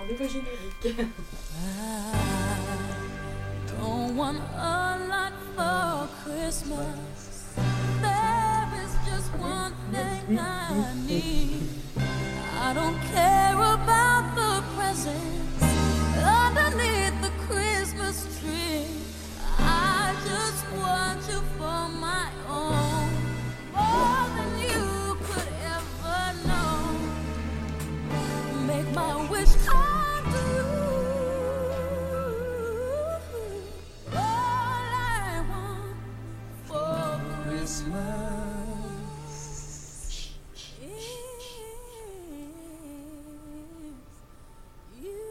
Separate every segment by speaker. Speaker 1: un nouveau générique.
Speaker 2: Don't want a lot for Christmas. There is just one thing I need. I don't care about the presents underneath the Christmas tree. I just want you for my own, more than you could ever know. Make my wish come true. All I want for Christmas is you.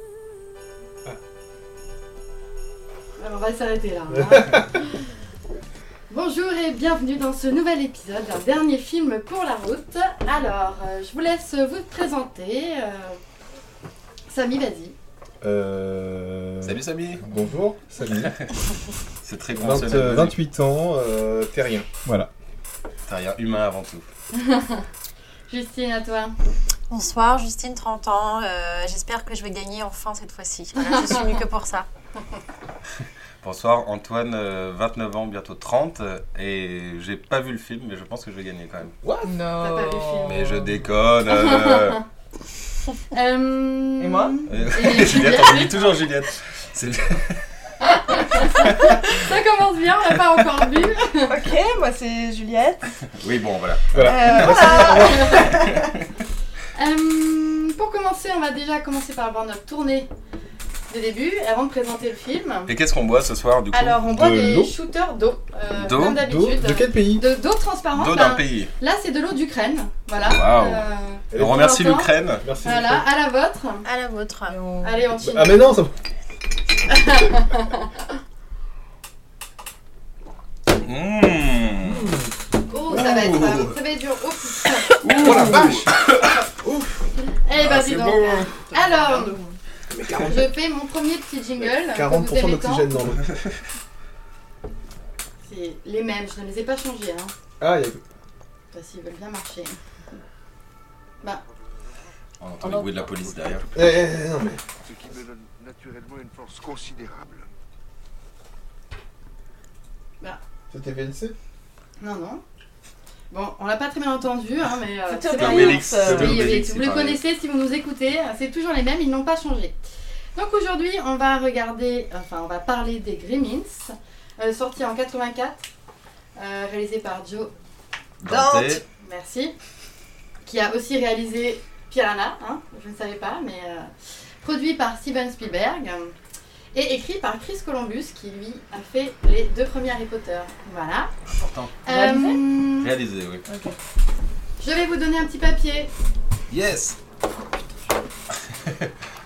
Speaker 1: Alors, on va s'arrêter là. hein. Bonjour et bienvenue dans ce nouvel épisode d'un dernier film pour la route. Alors, euh, je vous laisse vous présenter. euh, Samy, vas-y.
Speaker 3: Euh,
Speaker 4: Salut Samy
Speaker 3: Bonjour, Samy.
Speaker 4: C'est très bon
Speaker 3: 20, euh, 28 ans, euh, terrien. Voilà.
Speaker 4: Terrien humain avant tout.
Speaker 1: Justine, à toi.
Speaker 5: Bonsoir, Justine, 30 ans. Euh, J'espère que je vais gagner enfin cette fois-ci. Voilà, je suis venue que pour ça.
Speaker 4: Bonsoir Antoine, euh, 29 ans, bientôt 30, euh, et j'ai pas vu le film, mais je pense que je vais gagner quand même.
Speaker 1: T'as pas vu le film.
Speaker 4: Mais je déconne euh,
Speaker 1: Euh,
Speaker 6: Et moi Euh,
Speaker 1: Et
Speaker 4: Juliette, on dit toujours Juliette C'est
Speaker 1: Ça commence bien, on l'a pas encore vu.
Speaker 6: Ok, moi c'est Juliette.
Speaker 4: Oui, bon, voilà.
Speaker 6: Euh,
Speaker 1: Euh, pour commencer, on va déjà commencer par avoir notre tournée de début avant de présenter le film.
Speaker 4: Et qu'est-ce qu'on boit ce soir, du coup
Speaker 1: Alors, on boit
Speaker 3: de
Speaker 1: des
Speaker 3: l'eau.
Speaker 1: shooters d'eau, euh,
Speaker 4: D'eau
Speaker 1: comme
Speaker 3: D'où
Speaker 1: d'habitude.
Speaker 3: De quel pays
Speaker 1: De- D'eau transparente.
Speaker 4: D'eau d'un
Speaker 1: hein.
Speaker 4: pays.
Speaker 1: Là, c'est de l'eau d'Ukraine. Voilà.
Speaker 4: Waouh.
Speaker 1: Euh,
Speaker 3: Et
Speaker 4: On remercie
Speaker 1: pour l'instant,
Speaker 4: l'Ukraine.
Speaker 3: Merci.
Speaker 1: Voilà, à la vôtre.
Speaker 5: À la vôtre.
Speaker 1: Allez, on
Speaker 3: Bah,
Speaker 1: chine.
Speaker 3: Ah, mais non, ça.
Speaker 4: Mmh.
Speaker 1: Oh, ça va, être,
Speaker 4: Ouh.
Speaker 1: euh, ça va être dur. Oh, putain.
Speaker 3: Oh la vache
Speaker 1: Eh ben, dis
Speaker 4: Ah, C'est
Speaker 1: donc.
Speaker 4: bon
Speaker 1: Alors,
Speaker 3: Mais
Speaker 1: je fais mon premier petit jingle.
Speaker 3: 40%
Speaker 1: que vous aimez tant.
Speaker 3: d'oxygène dans l'eau.
Speaker 1: C'est les mêmes, je ne les ai pas changés. Hein.
Speaker 3: Ah, il y a-
Speaker 1: Enfin, S'ils veulent bien marcher.
Speaker 4: On entend le bruit de la police derrière.
Speaker 3: Eh, eh, eh, non, mais.
Speaker 7: ce qui me donne naturellement une force considérable.
Speaker 3: C'était VNC
Speaker 1: Non, non. Bon, on l'a pas très bien entendu, hein, mais euh,
Speaker 6: C'était
Speaker 1: c'est
Speaker 6: Obélix.
Speaker 1: pas grave.
Speaker 4: Obélix,
Speaker 6: euh,
Speaker 4: c'était
Speaker 1: Oui, oui,
Speaker 4: Obélix,
Speaker 1: si vous
Speaker 4: c'est
Speaker 1: les
Speaker 4: pareil.
Speaker 1: connaissez, si vous nous écoutez, euh, c'est toujours les mêmes, ils n'ont pas changé. Donc aujourd'hui, on va regarder, enfin, on va parler des Grimmins, euh, sorti en 84, euh, réalisé par Joe,
Speaker 4: Dante.
Speaker 6: Dante.
Speaker 1: merci, qui a aussi réalisé Piranha, hein, je ne savais pas, mais euh, produit par Steven Spielberg euh, et écrit par Chris Columbus, qui lui a fait les deux premiers Harry Potter. Voilà.
Speaker 4: Important.
Speaker 6: Réalisé
Speaker 1: Euh,
Speaker 4: Réalisé, oui.
Speaker 1: je vais vous donner un petit papier.
Speaker 4: Yes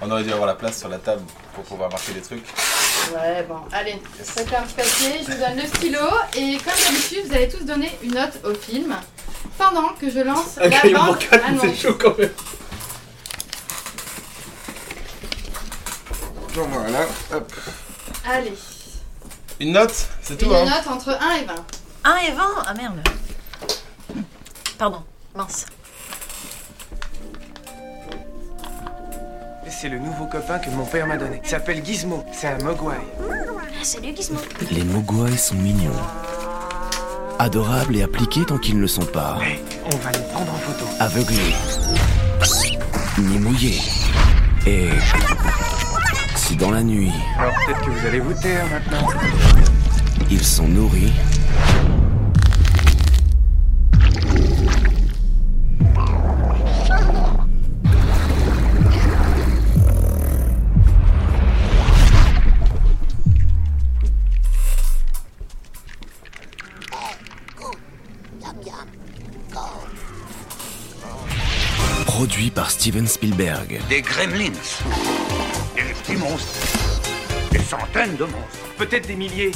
Speaker 4: On aurait dû avoir la place sur la table pour pouvoir marquer des trucs.
Speaker 1: Ouais, bon, allez, je prépare un petit papier, je vous donne le stylo et comme d'habitude, vous allez tous donner une note au film pendant que je lance
Speaker 3: Ah, Un
Speaker 1: la
Speaker 3: caillou pour
Speaker 1: bande
Speaker 3: quatre, c'est
Speaker 1: annonce.
Speaker 3: chaud quand même.
Speaker 4: Bon, voilà.
Speaker 1: Allez,
Speaker 4: Une note C'est
Speaker 1: une
Speaker 4: tout, hein
Speaker 1: note entre 1 et 20.
Speaker 5: 1 et 20 Ah merde. Pardon, mince.
Speaker 8: C'est le nouveau copain que mon père m'a donné. Il s'appelle Gizmo. C'est un Mogwai.
Speaker 5: Ah, Salut Gizmo.
Speaker 9: Les Mogwai sont mignons. Adorables et appliqués tant qu'ils ne le sont pas.
Speaker 8: On va les prendre en photo.
Speaker 9: Aveuglés. Ni mouillés. Et. Si dans la nuit,
Speaker 8: Alors peut-être que vous allez vous
Speaker 7: hein,
Speaker 8: taire maintenant.
Speaker 9: ils sont nourris. Produit par Steven Spielberg.
Speaker 10: Des gremlins. Des petits monstres. Des centaines de monstres.
Speaker 8: Peut-être des milliers.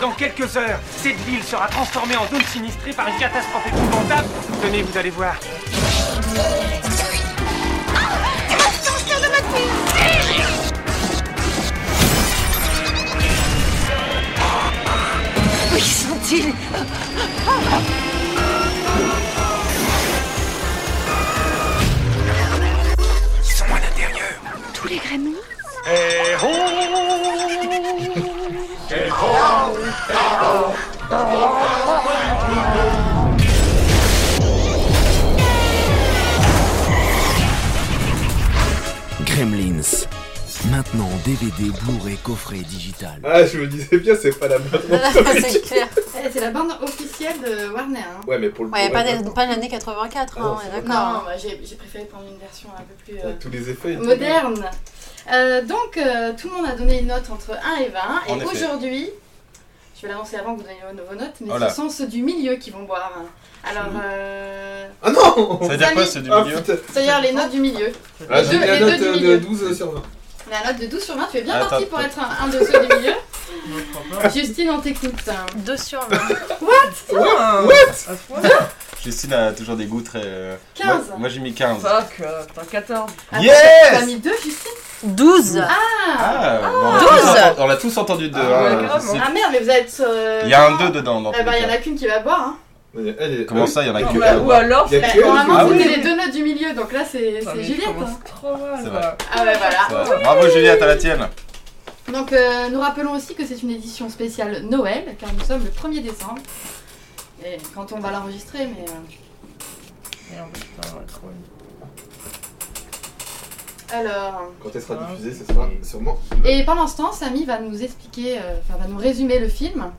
Speaker 8: Dans quelques heures, cette ville sera transformée en zone sinistrée par une catastrophe épouvantable. Tenez, vous allez voir.
Speaker 5: Où sont-ils
Speaker 10: Ils sont à l'intérieur.
Speaker 9: Kremlins. Maintenant en DVD, Blu-ray, coffret digital.
Speaker 3: Ah, je me disais bien, c'est pas la bande.
Speaker 4: Oh,
Speaker 1: Euh,
Speaker 5: c'est clair.
Speaker 1: Eh, C'est la bande officielle de Warner. hein.
Speaker 3: Ouais, mais pour le
Speaker 5: Ouais,
Speaker 4: Oh
Speaker 3: pour
Speaker 5: pas,
Speaker 3: la-
Speaker 5: des- pas l'année 84,
Speaker 3: Ah
Speaker 5: hein,
Speaker 3: non,
Speaker 5: on est
Speaker 3: c'est-
Speaker 1: Non,
Speaker 5: d'accord.
Speaker 1: bah, j'ai j'ai préféré prendre une version un peu plus euh,
Speaker 3: Avec tous les effets. et tout.
Speaker 1: moderne. Euh, donc, euh, tout le monde a donné une note entre 1 et 20.
Speaker 4: En
Speaker 1: et
Speaker 4: effet.
Speaker 1: aujourd'hui, je vais l'annoncer avant que vous donniez vos vos notes, mais
Speaker 4: Oh là.
Speaker 1: ce sont ceux du milieu qui vont boire. hein. Alors, euh,
Speaker 3: Ah non
Speaker 4: Ça veut dire quoi,
Speaker 1: Samy.
Speaker 4: c'est du
Speaker 3: Ah
Speaker 4: milieu
Speaker 3: putain
Speaker 1: c'est-à-dire les notes du milieu.
Speaker 3: Ah,
Speaker 1: Les
Speaker 3: J'ai mis
Speaker 1: deux-
Speaker 3: la
Speaker 1: les
Speaker 3: note
Speaker 1: deux du
Speaker 3: euh, de
Speaker 1: milieu.
Speaker 3: 12 sur 20.
Speaker 1: La note de 12 sur 20, tu es bien
Speaker 4: Attends,
Speaker 1: parti pour
Speaker 4: attends.
Speaker 1: être un, un de ceux du milieu.
Speaker 11: Non, je crois pas.
Speaker 1: Justine, on t'écoute. hein.
Speaker 5: 2 sur
Speaker 4: Bah,
Speaker 5: 20.
Speaker 4: hein.
Speaker 11: Putain, à ce point-là
Speaker 4: Christine a toujours des goûts très. euh,
Speaker 1: 15.
Speaker 4: Moi, moi, j'ai mis 15.
Speaker 11: Fuck, euh, t'as 14.
Speaker 1: Attends,
Speaker 4: Yes
Speaker 1: T'as mis 2, Justine
Speaker 5: 12
Speaker 1: ah.
Speaker 4: Ah, bon, on a
Speaker 5: 12.
Speaker 4: tous entendu- On l'a tous entendu deux.
Speaker 11: Ah,
Speaker 4: hein,
Speaker 11: ouais, grave,
Speaker 4: je sais.
Speaker 1: Ah merde, mais vous êtes. euh,
Speaker 4: Il y a un
Speaker 1: non.
Speaker 4: 2 dedans dans
Speaker 1: Ah
Speaker 4: tous
Speaker 1: bah,
Speaker 4: les
Speaker 1: il y en
Speaker 4: cas.
Speaker 1: a qu'une qui va boire. Hein.
Speaker 3: Elle, elle- euh,
Speaker 4: Comment ça, il y en a
Speaker 11: Non,
Speaker 4: que
Speaker 11: bah,
Speaker 4: un
Speaker 11: ou alors,
Speaker 3: Il y a
Speaker 1: Bah,
Speaker 3: que elle,
Speaker 1: normalement,
Speaker 4: Ah oui.
Speaker 1: c'était les deux notes du milieu, donc là, c'est
Speaker 11: Putain,
Speaker 1: c'est
Speaker 11: mais je
Speaker 1: Juliette.
Speaker 11: commence
Speaker 1: hein.
Speaker 11: trop mal,
Speaker 4: C'est
Speaker 11: quoi.
Speaker 4: vrai.
Speaker 1: Ah ouais, voilà.
Speaker 4: Ouais. Bravo Juliette, à la tienne.
Speaker 1: Donc, euh, nous rappelons aussi que c'est une édition spéciale Noël, car nous sommes le 1er décembre. Et quand on va l'enregistrer, mais. euh,
Speaker 11: Merde, putain, ouais, trop nul.
Speaker 1: Alors.
Speaker 3: Quand elle
Speaker 1: Ah.
Speaker 3: sera diffusée, ce sera sûrement.
Speaker 1: Et pendant ce temps, Samy va nous expliquer, euh, enfin, va nous résumer le film.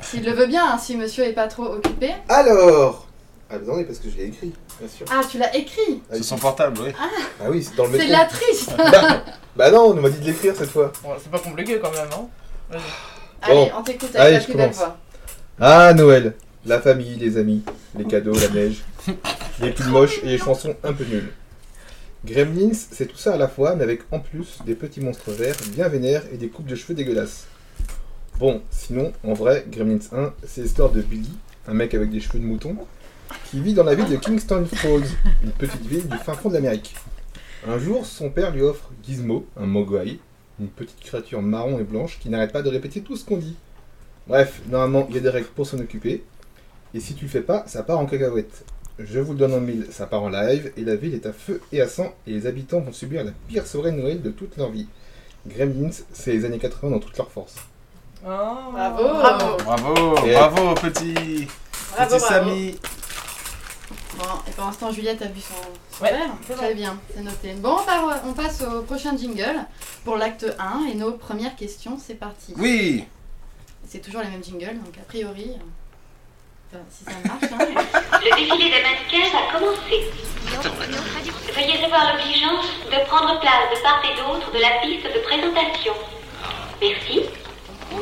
Speaker 1: S'il le veut bien, hein, si monsieur est pas trop occupé.
Speaker 3: Alors Ah, mais attendez, parce que je l'ai écrit, bien sûr.
Speaker 1: Ah, tu l'as écrit
Speaker 3: Ah,
Speaker 4: C'est son portable, oui.
Speaker 3: Ah oui, c'est dans le
Speaker 1: C'est
Speaker 3: métro.
Speaker 1: de la triche
Speaker 3: bah, bah non, on m'a dit de l'écrire cette fois.
Speaker 11: Bon, c'est pas compliqué quand même, hein.
Speaker 1: Allez, on t'écoute avec
Speaker 3: Allez,
Speaker 1: la
Speaker 3: je
Speaker 1: plus belle
Speaker 3: commence.
Speaker 1: voix.
Speaker 3: Ah, Noël La famille, les amis, les cadeaux, la neige, les pulls moches et les chansons un peu nulles. Gremlins, c'est tout ça à la fois, mais avec en plus des petits monstres verts bien vénères et des coupes de cheveux dégueulasses. Bon, sinon, en vrai, Gremlins 1, c'est l'histoire de Billy, un mec avec des cheveux de mouton, qui vit dans la ville de Kingston Falls, une petite ville du fin fond de l'Amérique. Un jour, son père lui offre Gizmo, un mogwai, une petite créature marron et blanche qui n'arrête pas de répéter tout ce qu'on dit. Bref, normalement, il y a des règles pour s'en occuper. Et si tu le fais pas, ça part en cacahuète. Je vous le donne en mille, ça part en live, et la ville est à feu et à sang, et les habitants vont subir la pire soirée de Noël de toute leur vie. Gremlins, c'est les années 80 dans toute leur force.
Speaker 11: Oh.
Speaker 1: Bravo.
Speaker 5: Bravo.
Speaker 4: Bravo,
Speaker 3: Et-
Speaker 4: bravo, petit.
Speaker 1: Bravo, bravo.
Speaker 4: petit Samy.
Speaker 1: Bon, et pour l'instant, Juliette a bu son, son
Speaker 11: Ouais,
Speaker 1: verre.
Speaker 11: c'est
Speaker 1: Très
Speaker 11: bon.
Speaker 1: bien, c'est noté. Bon, on, part- on passe au prochain jingle pour l'acte 1 et nos premières questions. C'est parti.
Speaker 4: Oui.
Speaker 1: C'est toujours les mêmes jingles, donc a priori, euh, enfin, si ça marche. hein.
Speaker 2: Le défilé des mannequins a commencé. Veuillez avoir l'obligeance de prendre place de part et d'autre de la piste de présentation. Merci.
Speaker 4: Oh,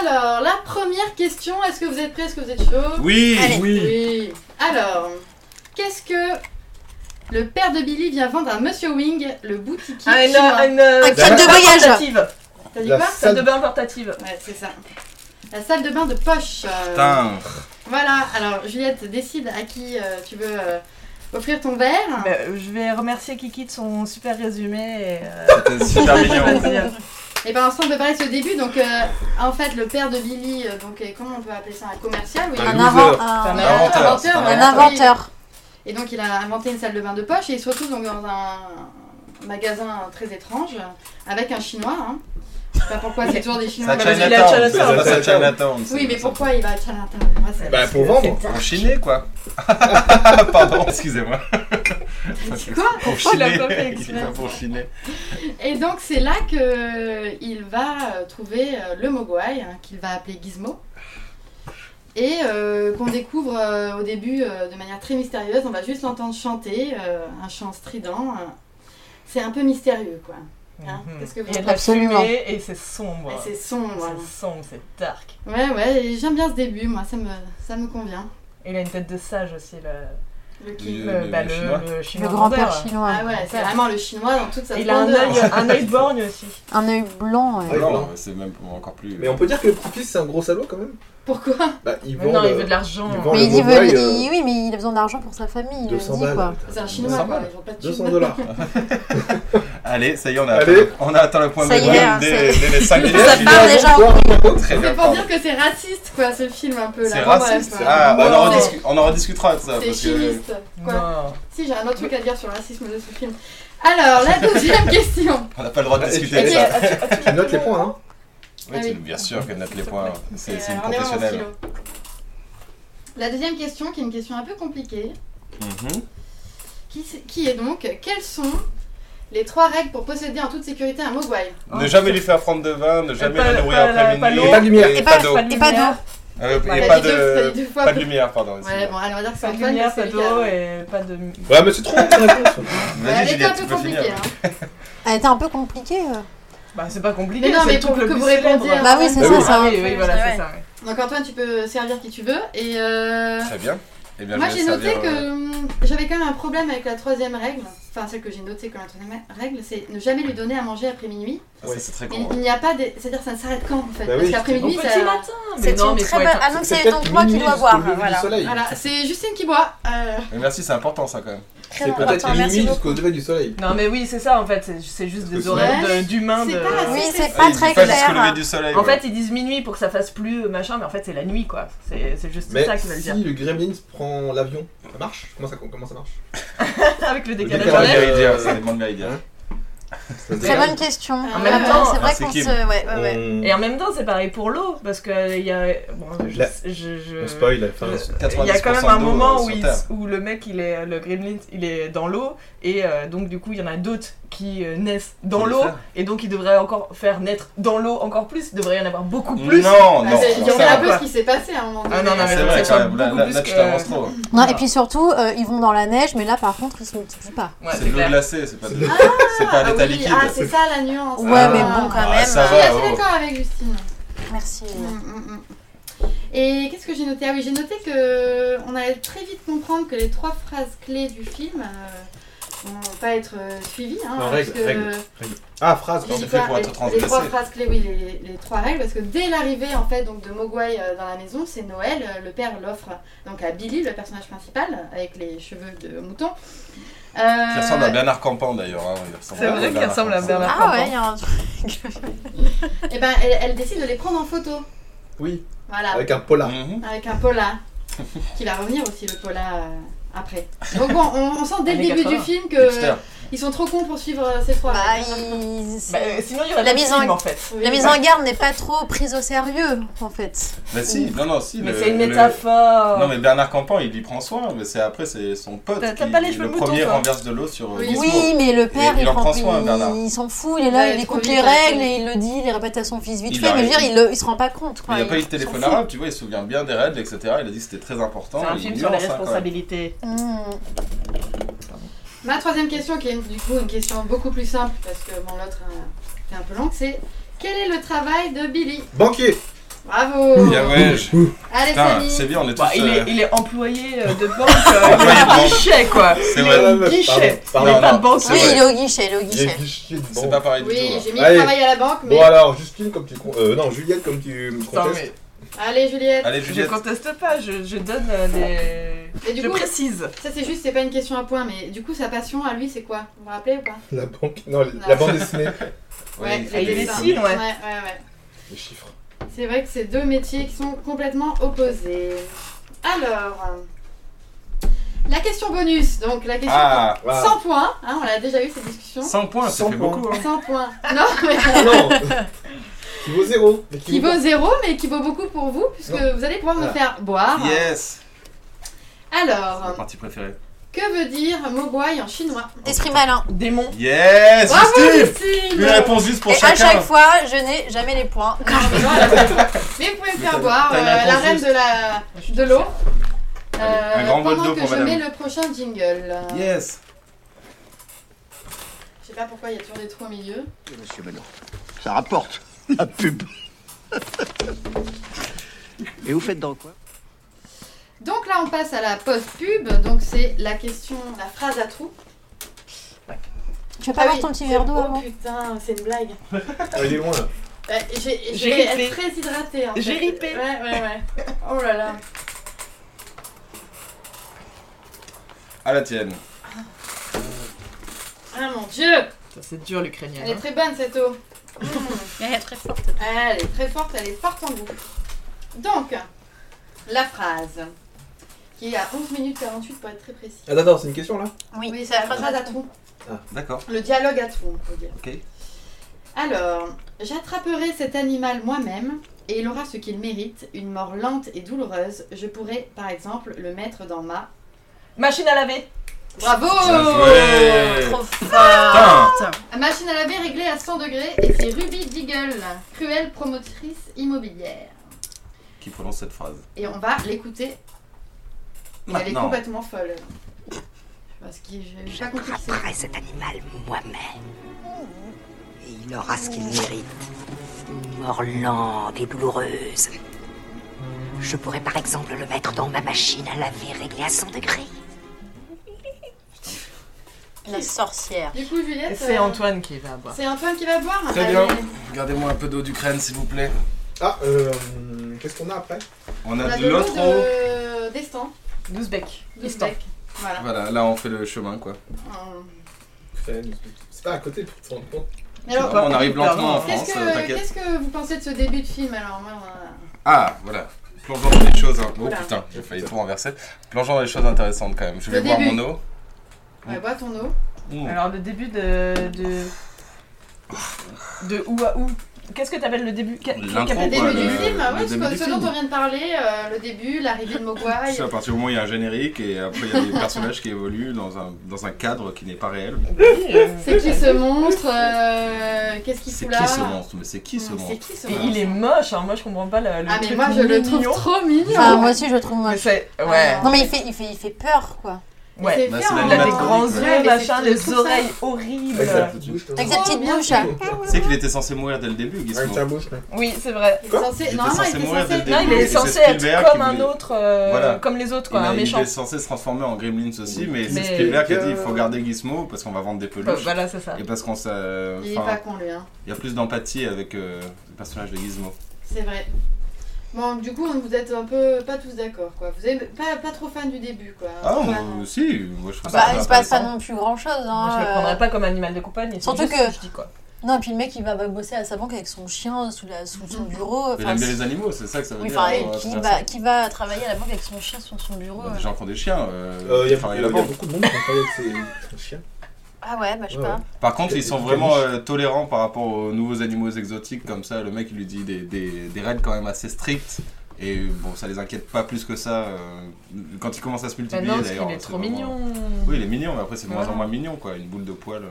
Speaker 1: Alors, la première question, est-ce que vous êtes prêts Est-ce que vous êtes chaud
Speaker 4: Oui.
Speaker 5: Allez.
Speaker 1: Oui. Alors, qu'est-ce que le père de Billy vient vendre à Monsieur Wing, le boutiquier
Speaker 11: Ah, une,
Speaker 1: chinois
Speaker 11: une, euh,
Speaker 5: Un
Speaker 3: kit de
Speaker 11: salle
Speaker 5: voyage.
Speaker 11: portative.
Speaker 1: T'as dit
Speaker 3: La
Speaker 1: quoi
Speaker 11: Salle
Speaker 3: salle
Speaker 11: de bain portative.
Speaker 1: Ouais, c'est ça. La salle de bain de poche. euh,
Speaker 4: Putain.
Speaker 1: Voilà, alors Juliette, décide à qui euh, tu veux euh, offrir ton verre.
Speaker 11: Bah, je vais remercier Kiki de son super résumé. Et, euh,
Speaker 4: C'était super mignon.
Speaker 11: vas-y.
Speaker 1: Et par l'instant, on peut parler de ce début. Donc, euh, en fait, le père de Billy, euh, donc, euh, comment on peut appeler ça Un commercial oui.
Speaker 4: Un
Speaker 5: Un,
Speaker 4: loser. Un
Speaker 5: avant- un,
Speaker 4: inventeur. c'est
Speaker 1: inventeur,
Speaker 5: un
Speaker 1: ouais.
Speaker 5: inventeur.
Speaker 1: Et donc, il a inventé une salle de bain de poche et il se retrouve donc dans un magasin très étrange avec un chinois. hein. Je sais pas pourquoi c'est toujours des chinois.
Speaker 4: Ça
Speaker 11: Bah,
Speaker 1: mais-
Speaker 11: parce qu'il est à
Speaker 4: Chinatown.
Speaker 11: Chinatown.
Speaker 4: Ça, ça, Chinatown.
Speaker 1: Oui, mais
Speaker 4: c'est-
Speaker 1: pourquoi il va à Chinatown Moi, c'est-
Speaker 3: Bah, pour vendre
Speaker 4: Pour chiner, quoi. Pardon, excusez-moi.
Speaker 1: C'est quoi
Speaker 4: Pour
Speaker 11: Pourquoi il l'a
Speaker 4: chiner.
Speaker 11: pas fait
Speaker 4: Il
Speaker 11: exprès
Speaker 4: est là pour chiner.
Speaker 3: Ah,
Speaker 1: Et donc, c'est là qu'il va euh, trouver euh, le Mogwai, hein, qu'il va appeler Gizmo. Et euh, qu'on découvre euh, au début euh, de manière très mystérieuse. On va juste l'entendre chanter, euh, un chant strident. euh. C'est un peu mystérieux, quoi. Hein,
Speaker 11: Mhm.
Speaker 1: qu'est-ce que vous
Speaker 11: Il y a de la
Speaker 5: Absolument.
Speaker 11: fumée et c'est sombre.
Speaker 1: Et c'est sombre. voilà.
Speaker 11: C'est sombre, c'est dark.
Speaker 1: Ouais, ouais, et j'aime bien ce début, moi, ça me, ça me convient.
Speaker 11: Et il a une tête de sage aussi, le,
Speaker 1: Le qui-
Speaker 4: Le-
Speaker 11: bah,
Speaker 4: le chinois.
Speaker 11: le chinois
Speaker 5: Le grand-père
Speaker 11: vendeur.
Speaker 5: chinois.
Speaker 1: Ah ouais, c'est vraiment le chinois dans toute sa
Speaker 11: Et il a un
Speaker 1: splendeur.
Speaker 11: œil, un œil borgne aussi.
Speaker 5: Un œil blanc. ouais.
Speaker 3: Ouais.
Speaker 4: Non, c'est même encore plus.
Speaker 3: Mais on peut dire que le petit-fils, c'est un gros salaud quand même
Speaker 1: Pourquoi
Speaker 3: Bah, il
Speaker 11: Mais
Speaker 3: vend.
Speaker 11: non,
Speaker 3: le-
Speaker 11: il veut de l'argent.
Speaker 3: il vend
Speaker 5: Mais
Speaker 3: le
Speaker 5: il dit,
Speaker 3: Mogwai,
Speaker 5: veut-
Speaker 3: euh,
Speaker 5: il- oui, mais il a besoin d'argent pour sa famille. il le
Speaker 3: 200
Speaker 5: dit,
Speaker 3: balles.
Speaker 5: quoi.
Speaker 3: putain.
Speaker 1: C'est un
Speaker 3: 200
Speaker 1: chinois, quoi,
Speaker 3: balles.
Speaker 1: ils ont pas de thunes.
Speaker 3: 200 dollars.
Speaker 4: euh, Allez, ça y est, on a,
Speaker 3: Allez.
Speaker 4: atteint- on a atteint le point
Speaker 5: Ça
Speaker 4: de
Speaker 5: y est, hein,
Speaker 4: dès, dès les 5 minutes.
Speaker 3: Ah,
Speaker 5: Ça part déjà.
Speaker 4: Très bien,
Speaker 1: C'est pour
Speaker 4: pardon.
Speaker 1: dire que c'est raciste, quoi, ce film, un peu. là.
Speaker 4: C'est
Speaker 1: Bon, bref,
Speaker 4: raciste.
Speaker 1: ouais.
Speaker 4: Ah, bah, on, en
Speaker 1: C'est-
Speaker 4: rediscu- on en rediscutera de ça.
Speaker 1: C'est
Speaker 4: Parce que...
Speaker 1: chimiste. Quoi
Speaker 11: Non.
Speaker 1: Si, j'ai un autre truc à dire sur le racisme de ce film. Alors, la deuxième question. Euh,
Speaker 4: On n'a pas le droit de
Speaker 3: Ah, et
Speaker 4: discuter de
Speaker 1: tu-
Speaker 4: ça.
Speaker 3: Tu notes les points, hein
Speaker 4: Oui,
Speaker 1: ah
Speaker 4: tu-
Speaker 1: oui.
Speaker 4: bien sûr qu'elle note les points. C'est
Speaker 1: Euh,
Speaker 4: c'est une
Speaker 1: on est vraiment
Speaker 4: professionnelle.
Speaker 1: philo. La deuxième question, qui est une question un peu compliquée,
Speaker 4: Mhm.
Speaker 1: qui, s- qui est donc quelles sont les trois règles pour posséder en toute sécurité un Mogwai
Speaker 4: Ne jamais lui faire prendre de vin, ne jamais
Speaker 1: Ah, pas-
Speaker 4: la nourrir
Speaker 1: pas la-
Speaker 4: après
Speaker 1: pas
Speaker 4: minuit.
Speaker 1: l'eau. Et pas de lumière.
Speaker 4: Et
Speaker 1: Et
Speaker 4: pas
Speaker 1: pas-
Speaker 4: d'eau.
Speaker 1: pas de
Speaker 4: Et pas
Speaker 1: lumière.
Speaker 4: Euh,
Speaker 1: Ouais.
Speaker 4: Et
Speaker 1: T'as
Speaker 4: pas
Speaker 1: dit deux- t'as dit
Speaker 4: de
Speaker 1: deux fois
Speaker 4: pas de
Speaker 1: plus.
Speaker 4: lumière, pardon.
Speaker 1: Ouais, bon, allez, on va dire que c'est
Speaker 11: Pas de
Speaker 1: Antoine, que
Speaker 11: lumière,
Speaker 1: c'est
Speaker 11: pas d'eau
Speaker 1: Juliane.
Speaker 11: et pas de.
Speaker 3: Ouais, mais c'est trop ta réponse.
Speaker 4: Vas-y,
Speaker 5: Ah,
Speaker 1: Elle était un
Speaker 4: Juliette,
Speaker 1: peu
Speaker 4: tu peux
Speaker 1: compliquée.
Speaker 4: finir.
Speaker 1: hein.
Speaker 5: Elle était un peu compliquée. euh.
Speaker 11: Bah, c'est pas compliqué.
Speaker 1: Mais non,
Speaker 11: c'est
Speaker 1: mais
Speaker 11: le truc
Speaker 1: pour
Speaker 11: le
Speaker 1: que
Speaker 11: plus
Speaker 1: vous répondiez,
Speaker 11: célèbre.
Speaker 1: Bah oui, c'est
Speaker 4: Eh
Speaker 11: Ah
Speaker 1: ça,
Speaker 11: oui,
Speaker 1: ça
Speaker 11: ah
Speaker 1: va.
Speaker 11: oui, oui, voilà,
Speaker 1: Ouais.
Speaker 11: c'est ça. ouais.
Speaker 1: Donc Antoine, tu peux servir qui tu veux. Et euh,
Speaker 4: Très bien. Eh bien,
Speaker 1: moi,
Speaker 4: je vais
Speaker 1: j'ai noté
Speaker 4: servir, euh,
Speaker 1: que hum, j'avais quand même un problème avec la troisième règle. Enfin, celle que j'ai notée comme la troisième règle, c'est ne jamais lui donner à manger après minuit.
Speaker 4: ah, ça, c'est très
Speaker 1: Il
Speaker 4: con.
Speaker 1: il n'y a pas des... C'est-à-dire, ça ne s'arrête quand en fait
Speaker 3: Bah
Speaker 1: Parce
Speaker 3: oui,
Speaker 1: qu'après minuit,
Speaker 11: Au
Speaker 1: ça.
Speaker 11: petit matin.
Speaker 5: C'est
Speaker 11: Mais non,
Speaker 5: une
Speaker 11: mais
Speaker 5: très
Speaker 11: faut
Speaker 5: bonne.
Speaker 11: être-
Speaker 5: Ah non,
Speaker 3: C'est
Speaker 5: c'est ton
Speaker 3: peut-être
Speaker 5: toi qui
Speaker 3: minuit
Speaker 5: dois
Speaker 3: jusqu'au
Speaker 5: voir.
Speaker 3: lever du
Speaker 5: Voilà.
Speaker 3: soleil.
Speaker 1: Voilà, c'est Justine qui boit. euh,
Speaker 4: Mais Merci, c'est important ça quand même.
Speaker 5: Très
Speaker 3: C'est peut-être
Speaker 5: important, merci
Speaker 3: minuit
Speaker 5: beaucoup.
Speaker 3: jusqu'au lever du soleil.
Speaker 11: Non, mais oui, c'est ça en fait. c'est- C'est juste
Speaker 3: Parce
Speaker 11: des
Speaker 3: que
Speaker 11: horaires
Speaker 1: sinon-
Speaker 11: de- d'humains.
Speaker 1: C'est
Speaker 11: de-
Speaker 1: pas assez.
Speaker 5: Oui, c'est
Speaker 4: Ah,
Speaker 5: pas
Speaker 4: il dit
Speaker 5: très
Speaker 4: jusqu'au lever
Speaker 5: clair.
Speaker 4: du soleil. euh,
Speaker 11: En
Speaker 4: ouais.
Speaker 11: fait, ils disent minuit pour que ça fasse plus euh, machin, mais en fait, c'est la nuit quoi. C'est c'est juste
Speaker 3: Mais
Speaker 11: ça qu'ils veulent
Speaker 3: si
Speaker 11: dire.
Speaker 3: le Gremlins prend l'avion, ça marche Comment ça, comment ça marche
Speaker 11: Avec le
Speaker 4: Ça
Speaker 11: décalage
Speaker 4: dépend de
Speaker 3: décalage.
Speaker 11: horaire.
Speaker 4: méridien, ça dépend de méridien.
Speaker 3: Ça se
Speaker 5: Très
Speaker 3: décale.
Speaker 5: bonne question.
Speaker 1: En
Speaker 11: même
Speaker 5: Ouais,
Speaker 11: temps,
Speaker 5: c'est vrai
Speaker 4: c'est
Speaker 5: qu'on
Speaker 4: qui
Speaker 5: se. Ouais, ouais, ouais.
Speaker 3: On-
Speaker 11: Et en même temps, c'est pareil pour l'eau parce que euh, il y a. Bon, je-
Speaker 3: La-
Speaker 11: je- je-
Speaker 3: On spoil la fin.
Speaker 4: Euh,
Speaker 11: Il y a quand même un
Speaker 4: 90% d'eau,
Speaker 11: moment
Speaker 4: euh,
Speaker 11: où,
Speaker 4: sur
Speaker 11: il-
Speaker 4: Terre.
Speaker 11: où le mec, il est, le gremlin, il est dans l'eau, et euh, donc du coup, il y en a d'autres qui euh, naissent dans
Speaker 4: Pour les
Speaker 11: l'eau,
Speaker 4: faire.
Speaker 11: et donc il devrait encore faire naître dans l'eau encore plus, il devrait y en avoir beaucoup plus. Ah,
Speaker 4: Non,
Speaker 1: bah,
Speaker 4: Oh non,
Speaker 1: c'est-
Speaker 11: il
Speaker 4: non,
Speaker 1: c'est
Speaker 11: ça
Speaker 1: un
Speaker 11: va,
Speaker 1: peu
Speaker 11: quoi.
Speaker 1: ce qui s'est passé à un moment donné.
Speaker 11: Ah non, non, mais
Speaker 4: c'est
Speaker 11: ça
Speaker 4: vrai
Speaker 11: sera
Speaker 4: quand même. Là,
Speaker 11: beaucoup
Speaker 4: là,
Speaker 11: plus
Speaker 4: là, tu
Speaker 11: que-
Speaker 4: t'avances trop.
Speaker 5: Non, et puis surtout, euh, ils vont dans la neige, mais là par contre, ils se multiplient pas.
Speaker 11: Ouais,
Speaker 4: c'est
Speaker 11: c'est
Speaker 4: de l'eau
Speaker 11: clair.
Speaker 4: glacée, c'est pas de
Speaker 3: Ah,
Speaker 4: c'est pas
Speaker 1: Ah
Speaker 4: l'état
Speaker 1: oui,
Speaker 4: liquide.
Speaker 1: ah, c'est ça la nuance.
Speaker 5: Ouais,
Speaker 1: Ah.
Speaker 5: mais bon, quand
Speaker 4: Ah,
Speaker 5: même.
Speaker 4: ça
Speaker 5: euh,
Speaker 1: Je suis
Speaker 4: va.
Speaker 1: assez
Speaker 4: oh.
Speaker 1: d'accord avec Justine.
Speaker 5: Merci.
Speaker 1: Mm, mm, mm. Et qu'est-ce que j'ai noté Ah oui, j'ai noté que euh, on allait très vite comprendre que les trois phrases clés du film euh, vont pas être euh, suivies. Hein,
Speaker 3: Non,
Speaker 1: parce
Speaker 3: règle,
Speaker 1: que-
Speaker 3: règle. Ah, phrase
Speaker 1: J'ai
Speaker 4: Comment
Speaker 1: dit
Speaker 4: c'est
Speaker 1: quoi
Speaker 4: fait pour être
Speaker 1: Les- les,
Speaker 4: transgressé
Speaker 1: trois phrases clés, oui, les, les trois règles, parce que dès l'arrivée en fait donc de Mogwai euh, dans la maison, c'est Noël, euh, le père l'offre donc à Billy, le personnage principal, avec les cheveux de mouton. Euh,
Speaker 4: Qui ressemble à Bernard Campan d'ailleurs. hein, il ressemble
Speaker 11: C'est
Speaker 4: à
Speaker 11: vrai qu'il
Speaker 4: Bernard
Speaker 11: ressemble à
Speaker 4: Campan.
Speaker 11: Bernard.
Speaker 5: Ah ouais, il y a un truc.
Speaker 1: et ben, elle, elle décide de les prendre en photo.
Speaker 3: Oui,
Speaker 1: Voilà,
Speaker 3: avec un polar.
Speaker 4: Mhm.
Speaker 1: avec un pola, qui va revenir aussi le pola euh, après. Donc bon, on, on sent dès le
Speaker 11: Années
Speaker 1: début du
Speaker 11: 80.
Speaker 1: film
Speaker 4: Hipster.
Speaker 1: que ils sont trop cons pour suivre euh, ces trois
Speaker 5: Bah,
Speaker 1: règles.
Speaker 5: ils-
Speaker 11: Bah, euh, sinon, il y aurait
Speaker 5: La
Speaker 11: pas de
Speaker 5: mise en-
Speaker 11: film, en fait.
Speaker 1: Oui.
Speaker 5: La mise en garde n'est pas trop prise au sérieux, en fait.
Speaker 4: Mais si, non, non, si.
Speaker 11: Mais
Speaker 4: le-
Speaker 11: c'est une
Speaker 4: le-
Speaker 11: métaphore.
Speaker 4: Non, mais Bernard Campan, il y prend soin, mais c'est après, c'est son pote.
Speaker 11: Oh. T'as- t'as
Speaker 4: qui-
Speaker 11: pas les cheveux
Speaker 4: Le
Speaker 11: de mouton,
Speaker 4: premier
Speaker 11: toi.
Speaker 4: renverse de l'eau sur
Speaker 1: Oui.
Speaker 4: Gizmo.
Speaker 5: Oui, mais le père,
Speaker 4: il
Speaker 5: il,
Speaker 4: en prend
Speaker 5: prend,
Speaker 4: soin, Bernard.
Speaker 5: il, il s'en fout, il est
Speaker 1: Ouais,
Speaker 5: là, il
Speaker 1: il est
Speaker 5: écoute
Speaker 1: trop
Speaker 5: les
Speaker 1: vite,
Speaker 5: règles
Speaker 1: ouais.
Speaker 5: et il le dit, il les répète à son fils vite
Speaker 4: Il
Speaker 5: fait, mais je veux
Speaker 4: arrive.
Speaker 5: dire, il, le- il se rend pas compte.
Speaker 4: Mais
Speaker 5: Quoi.
Speaker 4: il n'y a pas eu de
Speaker 5: il s'en
Speaker 4: téléphone
Speaker 5: fout.
Speaker 4: arabe, tu vois, il se souvient bien des règles, etc. Il a dit que c'était très important.
Speaker 11: C'est un
Speaker 4: il
Speaker 11: film
Speaker 4: nuance,
Speaker 11: sur les
Speaker 4: hein, quand même.
Speaker 11: responsabilités.
Speaker 5: Mmh.
Speaker 1: Ma troisième question, qui est du coup une question beaucoup plus simple, parce que bon, l'autre euh, est un peu longue, c'est quel est le travail de Billy
Speaker 3: Banquier
Speaker 1: Bravo
Speaker 4: Bien, ouais, je-
Speaker 1: Allez,
Speaker 4: Putain,
Speaker 1: Samy
Speaker 4: c'est bien, on est tous.
Speaker 11: Bah, il, est,
Speaker 4: euh,
Speaker 11: il est employé euh, de banque, euh, il est
Speaker 4: Employé de
Speaker 11: guichet quoi.
Speaker 4: C'est
Speaker 11: Il
Speaker 4: vrai.
Speaker 11: est au guichet.
Speaker 3: Pardon,
Speaker 11: Il est
Speaker 4: Non,
Speaker 11: pas
Speaker 4: non,
Speaker 11: banquier.
Speaker 4: c'est
Speaker 5: Oui,
Speaker 4: vrai.
Speaker 5: il est au guichet, il est au
Speaker 3: Il y a
Speaker 5: guichet.
Speaker 3: guichet de
Speaker 4: C'est
Speaker 3: banque.
Speaker 4: pas pareil du tout.
Speaker 1: Oui,
Speaker 4: hein.
Speaker 1: j'ai mis
Speaker 3: Allez.
Speaker 1: le travail à la banque, mais.
Speaker 3: Bon alors, Justine, comme tu... con- Euh, non, Juliette, comme tu me
Speaker 11: Putain,
Speaker 3: contestes.
Speaker 11: mais
Speaker 1: Allez, Juliette
Speaker 4: Allez,
Speaker 11: je
Speaker 4: Juliette.
Speaker 11: conteste pas, je, je donne euh, des.
Speaker 1: Et du
Speaker 11: je
Speaker 1: coup,
Speaker 11: précise.
Speaker 1: ça c'est juste, c'est pas une question à point, mais du coup, sa passion à lui, c'est quoi Vous vous rappelez ou pas
Speaker 3: La banque... Non, la bande dessinée.
Speaker 4: Oui, il fait
Speaker 11: elle
Speaker 1: les
Speaker 11: est
Speaker 4: des-
Speaker 1: dessins.
Speaker 11: dessine, ouais.
Speaker 1: Ouais, ouais, ouais.
Speaker 3: Les chiffres.
Speaker 1: C'est vrai que c'est deux métiers qui sont complètement opposés. Alors. La question bonus, donc la question.
Speaker 4: Ah,
Speaker 3: Waouh.
Speaker 1: 100 points, hein, on l'a déjà eu cette discussion.
Speaker 4: 100 points, ça
Speaker 3: 100
Speaker 4: fait
Speaker 3: points.
Speaker 4: beaucoup. hein.
Speaker 1: 100 points. Non, mais.
Speaker 3: Ah non Qui vaut zéro. mais
Speaker 1: qui vaut zéro, mais qui vaut beaucoup pour vous, puisque vous allez pouvoir me
Speaker 4: Ah.
Speaker 3: Voilà.
Speaker 1: faire
Speaker 11: Ah.
Speaker 1: boire.
Speaker 4: Yes C'est ma
Speaker 1: Alors,
Speaker 4: partie préférée.
Speaker 1: que veut dire Mogwai en chinois
Speaker 5: Esprit malin.
Speaker 11: Démon.
Speaker 4: Yes
Speaker 1: Bravo,
Speaker 4: Steve
Speaker 1: Justine
Speaker 4: Une réponse juste pour
Speaker 5: Et à
Speaker 4: chacun.
Speaker 5: chaque fois, je n'ai jamais les points.
Speaker 1: Mais vous pouvez me
Speaker 4: Mais
Speaker 1: faire
Speaker 4: t'as-
Speaker 1: boire
Speaker 4: t'as une
Speaker 1: euh,
Speaker 4: réponse
Speaker 1: la reine
Speaker 4: juste.
Speaker 1: de la de l'eau. euh,
Speaker 4: Un grand bol
Speaker 1: pendant
Speaker 4: d'eau
Speaker 1: que
Speaker 4: pour
Speaker 1: je
Speaker 4: madame.
Speaker 1: mets le prochain jingle.
Speaker 4: Yes
Speaker 1: Je sais pas pourquoi il y a toujours des trous au milieu.
Speaker 10: Et Monsieur Melon, ça rapporte la pub. Et vous faites dans quoi
Speaker 1: Donc là, on passe à la pause pub. Donc c'est la question, la phrase à trous.
Speaker 5: Tu vas pas
Speaker 1: Ah
Speaker 5: boire
Speaker 1: oui,
Speaker 5: ton petit
Speaker 1: c'est-
Speaker 5: verre d'eau
Speaker 1: Oh
Speaker 5: avant
Speaker 1: putain, c'est une blague.
Speaker 3: Ah, il est loin, là.
Speaker 1: Euh, j'ai- Je
Speaker 11: J'ai
Speaker 1: vais
Speaker 11: ripé.
Speaker 1: être très hydratée. en fait.
Speaker 11: J'ai ripé.
Speaker 1: Ouais, ouais, ouais. Oh là là.
Speaker 4: À la tienne.
Speaker 1: Ah mon dieu
Speaker 11: Ça, C'est dur l'ukrainien.
Speaker 1: Elle est
Speaker 11: hein.
Speaker 1: très bonne cette eau. Mm.
Speaker 5: Elle est très forte.
Speaker 1: Elle est très forte, elle est forte en goût. Donc, la phrase, qui est à 11 minutes 48 pour être très précis.
Speaker 3: Attends, attends, c'est une question, là
Speaker 5: Oui,
Speaker 1: Oui, c'est la phrase à trous.
Speaker 4: Ah, D'accord.
Speaker 1: Le dialogue à trous, on peut dire.
Speaker 4: Ok.
Speaker 1: Alors, j'attraperai cet animal moi-même et il aura ce qu'il mérite, une mort
Speaker 11: hein.
Speaker 1: lente et douloureuse. Je pourrais, par exemple, le mettre dans ma...
Speaker 11: Machine à laver.
Speaker 1: Bravo
Speaker 4: Bien joué.
Speaker 1: Trop
Speaker 4: Putain.
Speaker 1: fort La machine à laver réglée à 100 degrés et c'est Ruby Deagle, cruelle promotrice immobilière.
Speaker 4: Qui prononce cette phrase
Speaker 1: Et on va l'écouter. Et Elle est
Speaker 4: Maintenant.
Speaker 1: complètement folle. Parce que j'ai j'ai pas compris qui c'est.
Speaker 12: cet animal moi-même. Et il aura ce qu'il mérite. Une mort lente et douloureuse. Je pourrais par exemple le mettre dans ma machine à laver réglée à 100 degrés.
Speaker 5: La sorcière.
Speaker 1: Du coup, Juliette.
Speaker 11: C'est
Speaker 1: euh,
Speaker 11: Antoine qui va boire.
Speaker 1: C'est Antoine qui va boire hein,
Speaker 4: Très
Speaker 1: Allez.
Speaker 4: bien. Gardez-moi un peu d'eau d'Ukraine, s'il vous plaît.
Speaker 3: Ah, euh, qu'est-ce qu'on a après
Speaker 4: On
Speaker 1: On
Speaker 4: a,
Speaker 1: a
Speaker 4: Bah, de
Speaker 1: de l'eau
Speaker 4: l'autre eau.
Speaker 1: de... d'Estan.
Speaker 11: 12 becs.
Speaker 1: D'Estan. Voilà.
Speaker 4: Voilà, là on fait le chemin quoi.
Speaker 1: Euh,
Speaker 3: C'est pas à côté pourtant. non
Speaker 1: Mais alors,
Speaker 4: Je sais pas, on arrive lentement en France,
Speaker 1: Qu'est-ce
Speaker 4: euh,
Speaker 1: que,
Speaker 4: t'inquiète.
Speaker 1: qu'est-ce que vous pensez de ce début de film alors moi, euh,
Speaker 4: Ah, voilà. Plongeons dans des choses. hein. Oh
Speaker 1: Voilà.
Speaker 4: putain, j'ai failli tout renverser. Plongeons dans des choses intéressantes quand même. Je vais
Speaker 1: Le
Speaker 4: boire
Speaker 1: début.
Speaker 4: mon eau.
Speaker 1: ouais, bois ton eau.
Speaker 11: Alors le début de. de. de où à où Qu'est-ce que t'appelles le début Qu'a-
Speaker 4: L'intro,
Speaker 1: Le
Speaker 11: qu'appelles-
Speaker 1: début
Speaker 4: Ouais,
Speaker 1: du
Speaker 4: le-
Speaker 1: film, ah
Speaker 4: le
Speaker 1: ouais,
Speaker 4: début
Speaker 1: ce,
Speaker 4: du
Speaker 1: ce
Speaker 4: film.
Speaker 1: dont on vient de parler, euh, le début, l'arrivée de Mogwai.
Speaker 4: C'est à partir du moment où il y a un générique et après il y a des personnages qui évoluent dans un, dans un cadre qui n'est pas réel.
Speaker 11: euh,
Speaker 1: C'est qui ce monstre euh, Qu'est-ce qu'il
Speaker 4: C'est
Speaker 1: fout
Speaker 4: qui
Speaker 1: là
Speaker 4: ce monstre Mais c'est qui ce
Speaker 1: C'est
Speaker 4: monstre
Speaker 1: qui ce
Speaker 11: Et
Speaker 1: monstre
Speaker 11: il est moche, hein. moi je comprends pas le. le
Speaker 1: Ah mais
Speaker 11: truc
Speaker 1: moi je le trouve
Speaker 11: mignon.
Speaker 1: trop mignon.
Speaker 5: Ah, moi aussi je le trouve
Speaker 11: Ah, Mais
Speaker 5: moche.
Speaker 11: c'est. Ouais.
Speaker 5: Non mais il fait, il fait, il fait peur quoi.
Speaker 11: Ouais.
Speaker 1: C'est
Speaker 4: Bah,
Speaker 1: bien,
Speaker 4: c'est
Speaker 11: Il a des
Speaker 4: l'animatronique,
Speaker 11: grands
Speaker 4: ouais.
Speaker 11: yeux,
Speaker 1: Ouais, mais
Speaker 11: machin,
Speaker 1: c'est- je
Speaker 11: les
Speaker 1: trouve
Speaker 11: oreilles
Speaker 3: Avec sa
Speaker 11: horribles.
Speaker 3: petite bouche.
Speaker 5: Avec sa
Speaker 1: Oh,
Speaker 5: petite
Speaker 1: bien
Speaker 5: bouche.
Speaker 1: sûr.
Speaker 5: hein.
Speaker 4: Tu sais qu'il était censé mourir dès le début,
Speaker 3: Avec
Speaker 4: Gizmo.
Speaker 3: sa bouche. là.
Speaker 11: Oui, c'est vrai.
Speaker 1: Il est censé,
Speaker 4: était
Speaker 1: normalement
Speaker 4: censé
Speaker 1: il était
Speaker 4: mourir
Speaker 1: censé
Speaker 4: dès le
Speaker 1: être
Speaker 4: début.
Speaker 11: Non, il
Speaker 4: Et
Speaker 11: est
Speaker 4: c'est
Speaker 11: censé être
Speaker 4: Spielberg qui
Speaker 11: comme un
Speaker 4: voulait-
Speaker 11: autre. euh,
Speaker 4: Voilà. ben,
Speaker 11: comme les autres quoi,
Speaker 4: Il, a-
Speaker 11: un
Speaker 4: il
Speaker 11: méchant.
Speaker 4: est censé se transformer en Gremlins aussi, mais, c'est
Speaker 11: Mais-
Speaker 4: Spielberg qui a dit
Speaker 3: Euh,
Speaker 4: il faut garder Gizmo parce qu'on va vendre des
Speaker 11: Bah,
Speaker 4: peluches.
Speaker 11: Voilà, c'est ça.
Speaker 4: Et parce qu'on s'a-
Speaker 1: Il est
Speaker 4: enfin,
Speaker 1: pas con lui, hein.
Speaker 4: il y a plus d'empathie avec euh, le personnage de Gizmo.
Speaker 1: c'est vrai. Bon, du coup, vous êtes un peu pas tous d'accord, quoi. Vous êtes pas, pas trop fan du début, quoi.
Speaker 4: Ah,
Speaker 1: Pas-
Speaker 4: moi si, moi je trouve
Speaker 5: Bah,
Speaker 4: ça
Speaker 5: il se passe pas
Speaker 4: intéressant.
Speaker 5: non plus grand chose.
Speaker 11: Moi,
Speaker 5: Hein,
Speaker 11: je le
Speaker 5: euh.
Speaker 11: prendrais pas comme animal de compagnie. c'est
Speaker 5: Surtout
Speaker 11: juste ce
Speaker 5: que-
Speaker 11: je dis, quoi.
Speaker 5: Non, et puis le mec il va bosser à sa banque avec son chien sous, la, sous
Speaker 1: Mhm.
Speaker 5: son bureau.
Speaker 4: Mais Il
Speaker 5: Enfin,
Speaker 4: aime bien
Speaker 5: c'est-
Speaker 4: les animaux, c'est ça que ça veut
Speaker 5: Oui,
Speaker 4: dire. euh,
Speaker 5: enfin,
Speaker 4: on va
Speaker 5: qui,
Speaker 4: finir
Speaker 5: va,
Speaker 4: ça.
Speaker 5: qui va travailler à la banque avec son chien sur son bureau
Speaker 4: Bah,
Speaker 5: euh.
Speaker 4: Des gens qui ont des chiens.
Speaker 3: Euh,
Speaker 4: Euh,
Speaker 3: Il y a
Speaker 4: qui
Speaker 3: il
Speaker 4: travaillent
Speaker 3: y a
Speaker 4: là-bas.
Speaker 3: beaucoup de monde qui travaille avec ses- ses chiens.
Speaker 5: Ah ouais, bah je sais
Speaker 3: Ouais,
Speaker 5: pas.
Speaker 3: ouais.
Speaker 4: Par contre,
Speaker 3: Des-
Speaker 4: ils sont
Speaker 3: des
Speaker 4: vraiment
Speaker 3: caniches.
Speaker 4: euh, tolérants par rapport aux nouveaux animaux exotiques, comme ça, le mec il lui dit des, des- des règles quand même assez strictes, et bon, ça les inquiète pas plus que ça, euh, quand il commence à se
Speaker 11: Bah
Speaker 4: multiplier
Speaker 11: non, parce
Speaker 4: d'ailleurs.
Speaker 11: qu'il est
Speaker 4: c'est
Speaker 11: trop
Speaker 4: vraiment-
Speaker 11: mignon.
Speaker 4: Oui, il est mignon, mais après c'est de moins
Speaker 11: Voilà.
Speaker 4: en moins mignon, quoi, une boule de poil, euh,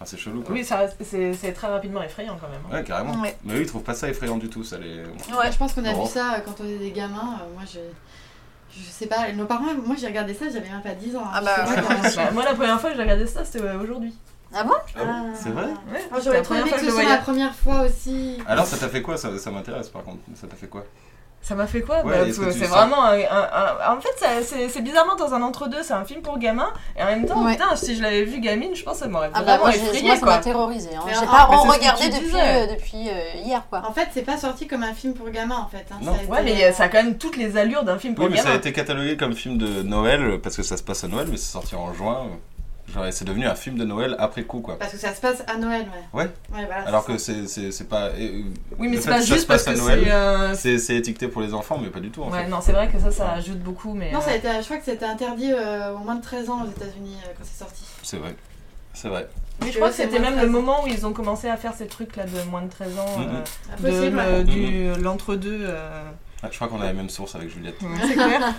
Speaker 4: enfin, c'est chelou, quoi.
Speaker 11: Oui, ça reste- c'est c'est très rapidement effrayant quand même. hein.
Speaker 4: Ouais, carrément.
Speaker 5: Ouais.
Speaker 4: Mais eux, ils trouvent pas ça effrayant du tout, ça les...
Speaker 1: Ouais, je pense qu'on a
Speaker 4: Bon.
Speaker 1: vu ça euh, quand on était des gamins. euh, Moi, je. Je sais pas, nos parents, moi j'ai regardé ça, j'avais même pas 10 ans. hein.
Speaker 5: Ah
Speaker 1: Je
Speaker 5: bah,
Speaker 1: sais pas comment-
Speaker 11: Bah, moi, la première fois que j'ai regardé ça, c'était euh, aujourd'hui.
Speaker 1: Ah.
Speaker 4: C'est vrai
Speaker 11: Ouais,
Speaker 1: Oh,
Speaker 11: c'était
Speaker 1: J'aurais
Speaker 11: la
Speaker 1: trop
Speaker 11: première
Speaker 1: aimé
Speaker 11: fois
Speaker 1: que
Speaker 11: que
Speaker 1: ce
Speaker 11: je le
Speaker 1: soit
Speaker 11: voyais.
Speaker 1: la première fois aussi.
Speaker 4: Alors ça t'a fait quoi Ça, ça m'intéresse par contre, ça t'a fait quoi
Speaker 11: Ça m'a fait quoi
Speaker 4: Ouais,
Speaker 11: Bah,
Speaker 4: est-ce que tu
Speaker 11: C'est
Speaker 4: sens-
Speaker 11: vraiment un, un- un- En fait, ça- c'est c'est bizarrement dans un entre-deux, c'est un film pour gamins, et en même temps,
Speaker 5: Ouais.
Speaker 11: putain, si je l'avais vu gamine, je pense que ça m'aurait
Speaker 5: Ah bah
Speaker 11: vraiment
Speaker 5: moi, j'ai-
Speaker 11: effrayé
Speaker 5: moi ça m'a
Speaker 11: quoi.
Speaker 5: terrorisé. Hein.
Speaker 1: Mais
Speaker 5: J'ai
Speaker 1: ah,
Speaker 5: pas
Speaker 11: mais c'est ce que
Speaker 5: regardé
Speaker 11: tu
Speaker 5: depuis,
Speaker 11: disais.
Speaker 5: euh, depuis euh, hier quoi.
Speaker 1: En fait, c'est pas sorti comme un film pour gamins en fait. hein.
Speaker 4: Non.
Speaker 1: Ça a
Speaker 11: Ouais,
Speaker 1: été,
Speaker 11: mais euh,
Speaker 1: euh,
Speaker 11: ça a quand même toutes les allures d'un film pour
Speaker 4: Oui, mais ça a
Speaker 11: gamins.
Speaker 4: été catalogué comme film de Noël, euh, parce que ça se passe à Noël, mais c'est sorti en juin. Genre, et c'est devenu un film de Noël après coup, quoi.
Speaker 1: Parce que ça se passe à Noël, ouais.
Speaker 4: Ouais.
Speaker 11: Ah,
Speaker 1: voilà,
Speaker 4: Alors
Speaker 1: c'est
Speaker 4: que
Speaker 1: ça.
Speaker 4: c'est c'est- c'est pas. et, euh,
Speaker 11: Oui, mais
Speaker 4: le
Speaker 11: c'est
Speaker 4: fait
Speaker 11: pas
Speaker 4: ça
Speaker 11: juste
Speaker 4: se
Speaker 11: parce
Speaker 4: passe
Speaker 11: que
Speaker 4: à
Speaker 11: c'est.
Speaker 4: Noël.
Speaker 11: euh,
Speaker 4: C'est c'est étiqueté pour les enfants, mais pas du tout en
Speaker 11: Ouais,
Speaker 4: fait.
Speaker 11: non, c'est vrai que ça, ça ajoute beaucoup, mais.
Speaker 1: Non,
Speaker 11: euh,
Speaker 1: ça a été, je crois que c'était interdit euh, au moins de 13 ans aux États-Unis euh, quand c'est sorti.
Speaker 4: C'est vrai. C'est vrai.
Speaker 11: Oui, je
Speaker 1: que
Speaker 11: crois que
Speaker 1: c'est
Speaker 11: c'était
Speaker 1: moins
Speaker 11: même
Speaker 1: de
Speaker 11: le
Speaker 1: 13 ans.
Speaker 11: moment où ils ont commencé à faire ces trucs là de moins de 13 ans, euh,
Speaker 4: Mhm.
Speaker 1: Ah,
Speaker 11: de
Speaker 1: possible,
Speaker 11: le-
Speaker 1: ouais.
Speaker 11: du- l'entre-deux. euh,
Speaker 4: Ah, je crois qu'on a la même source avec Juliette.
Speaker 11: c'est clair.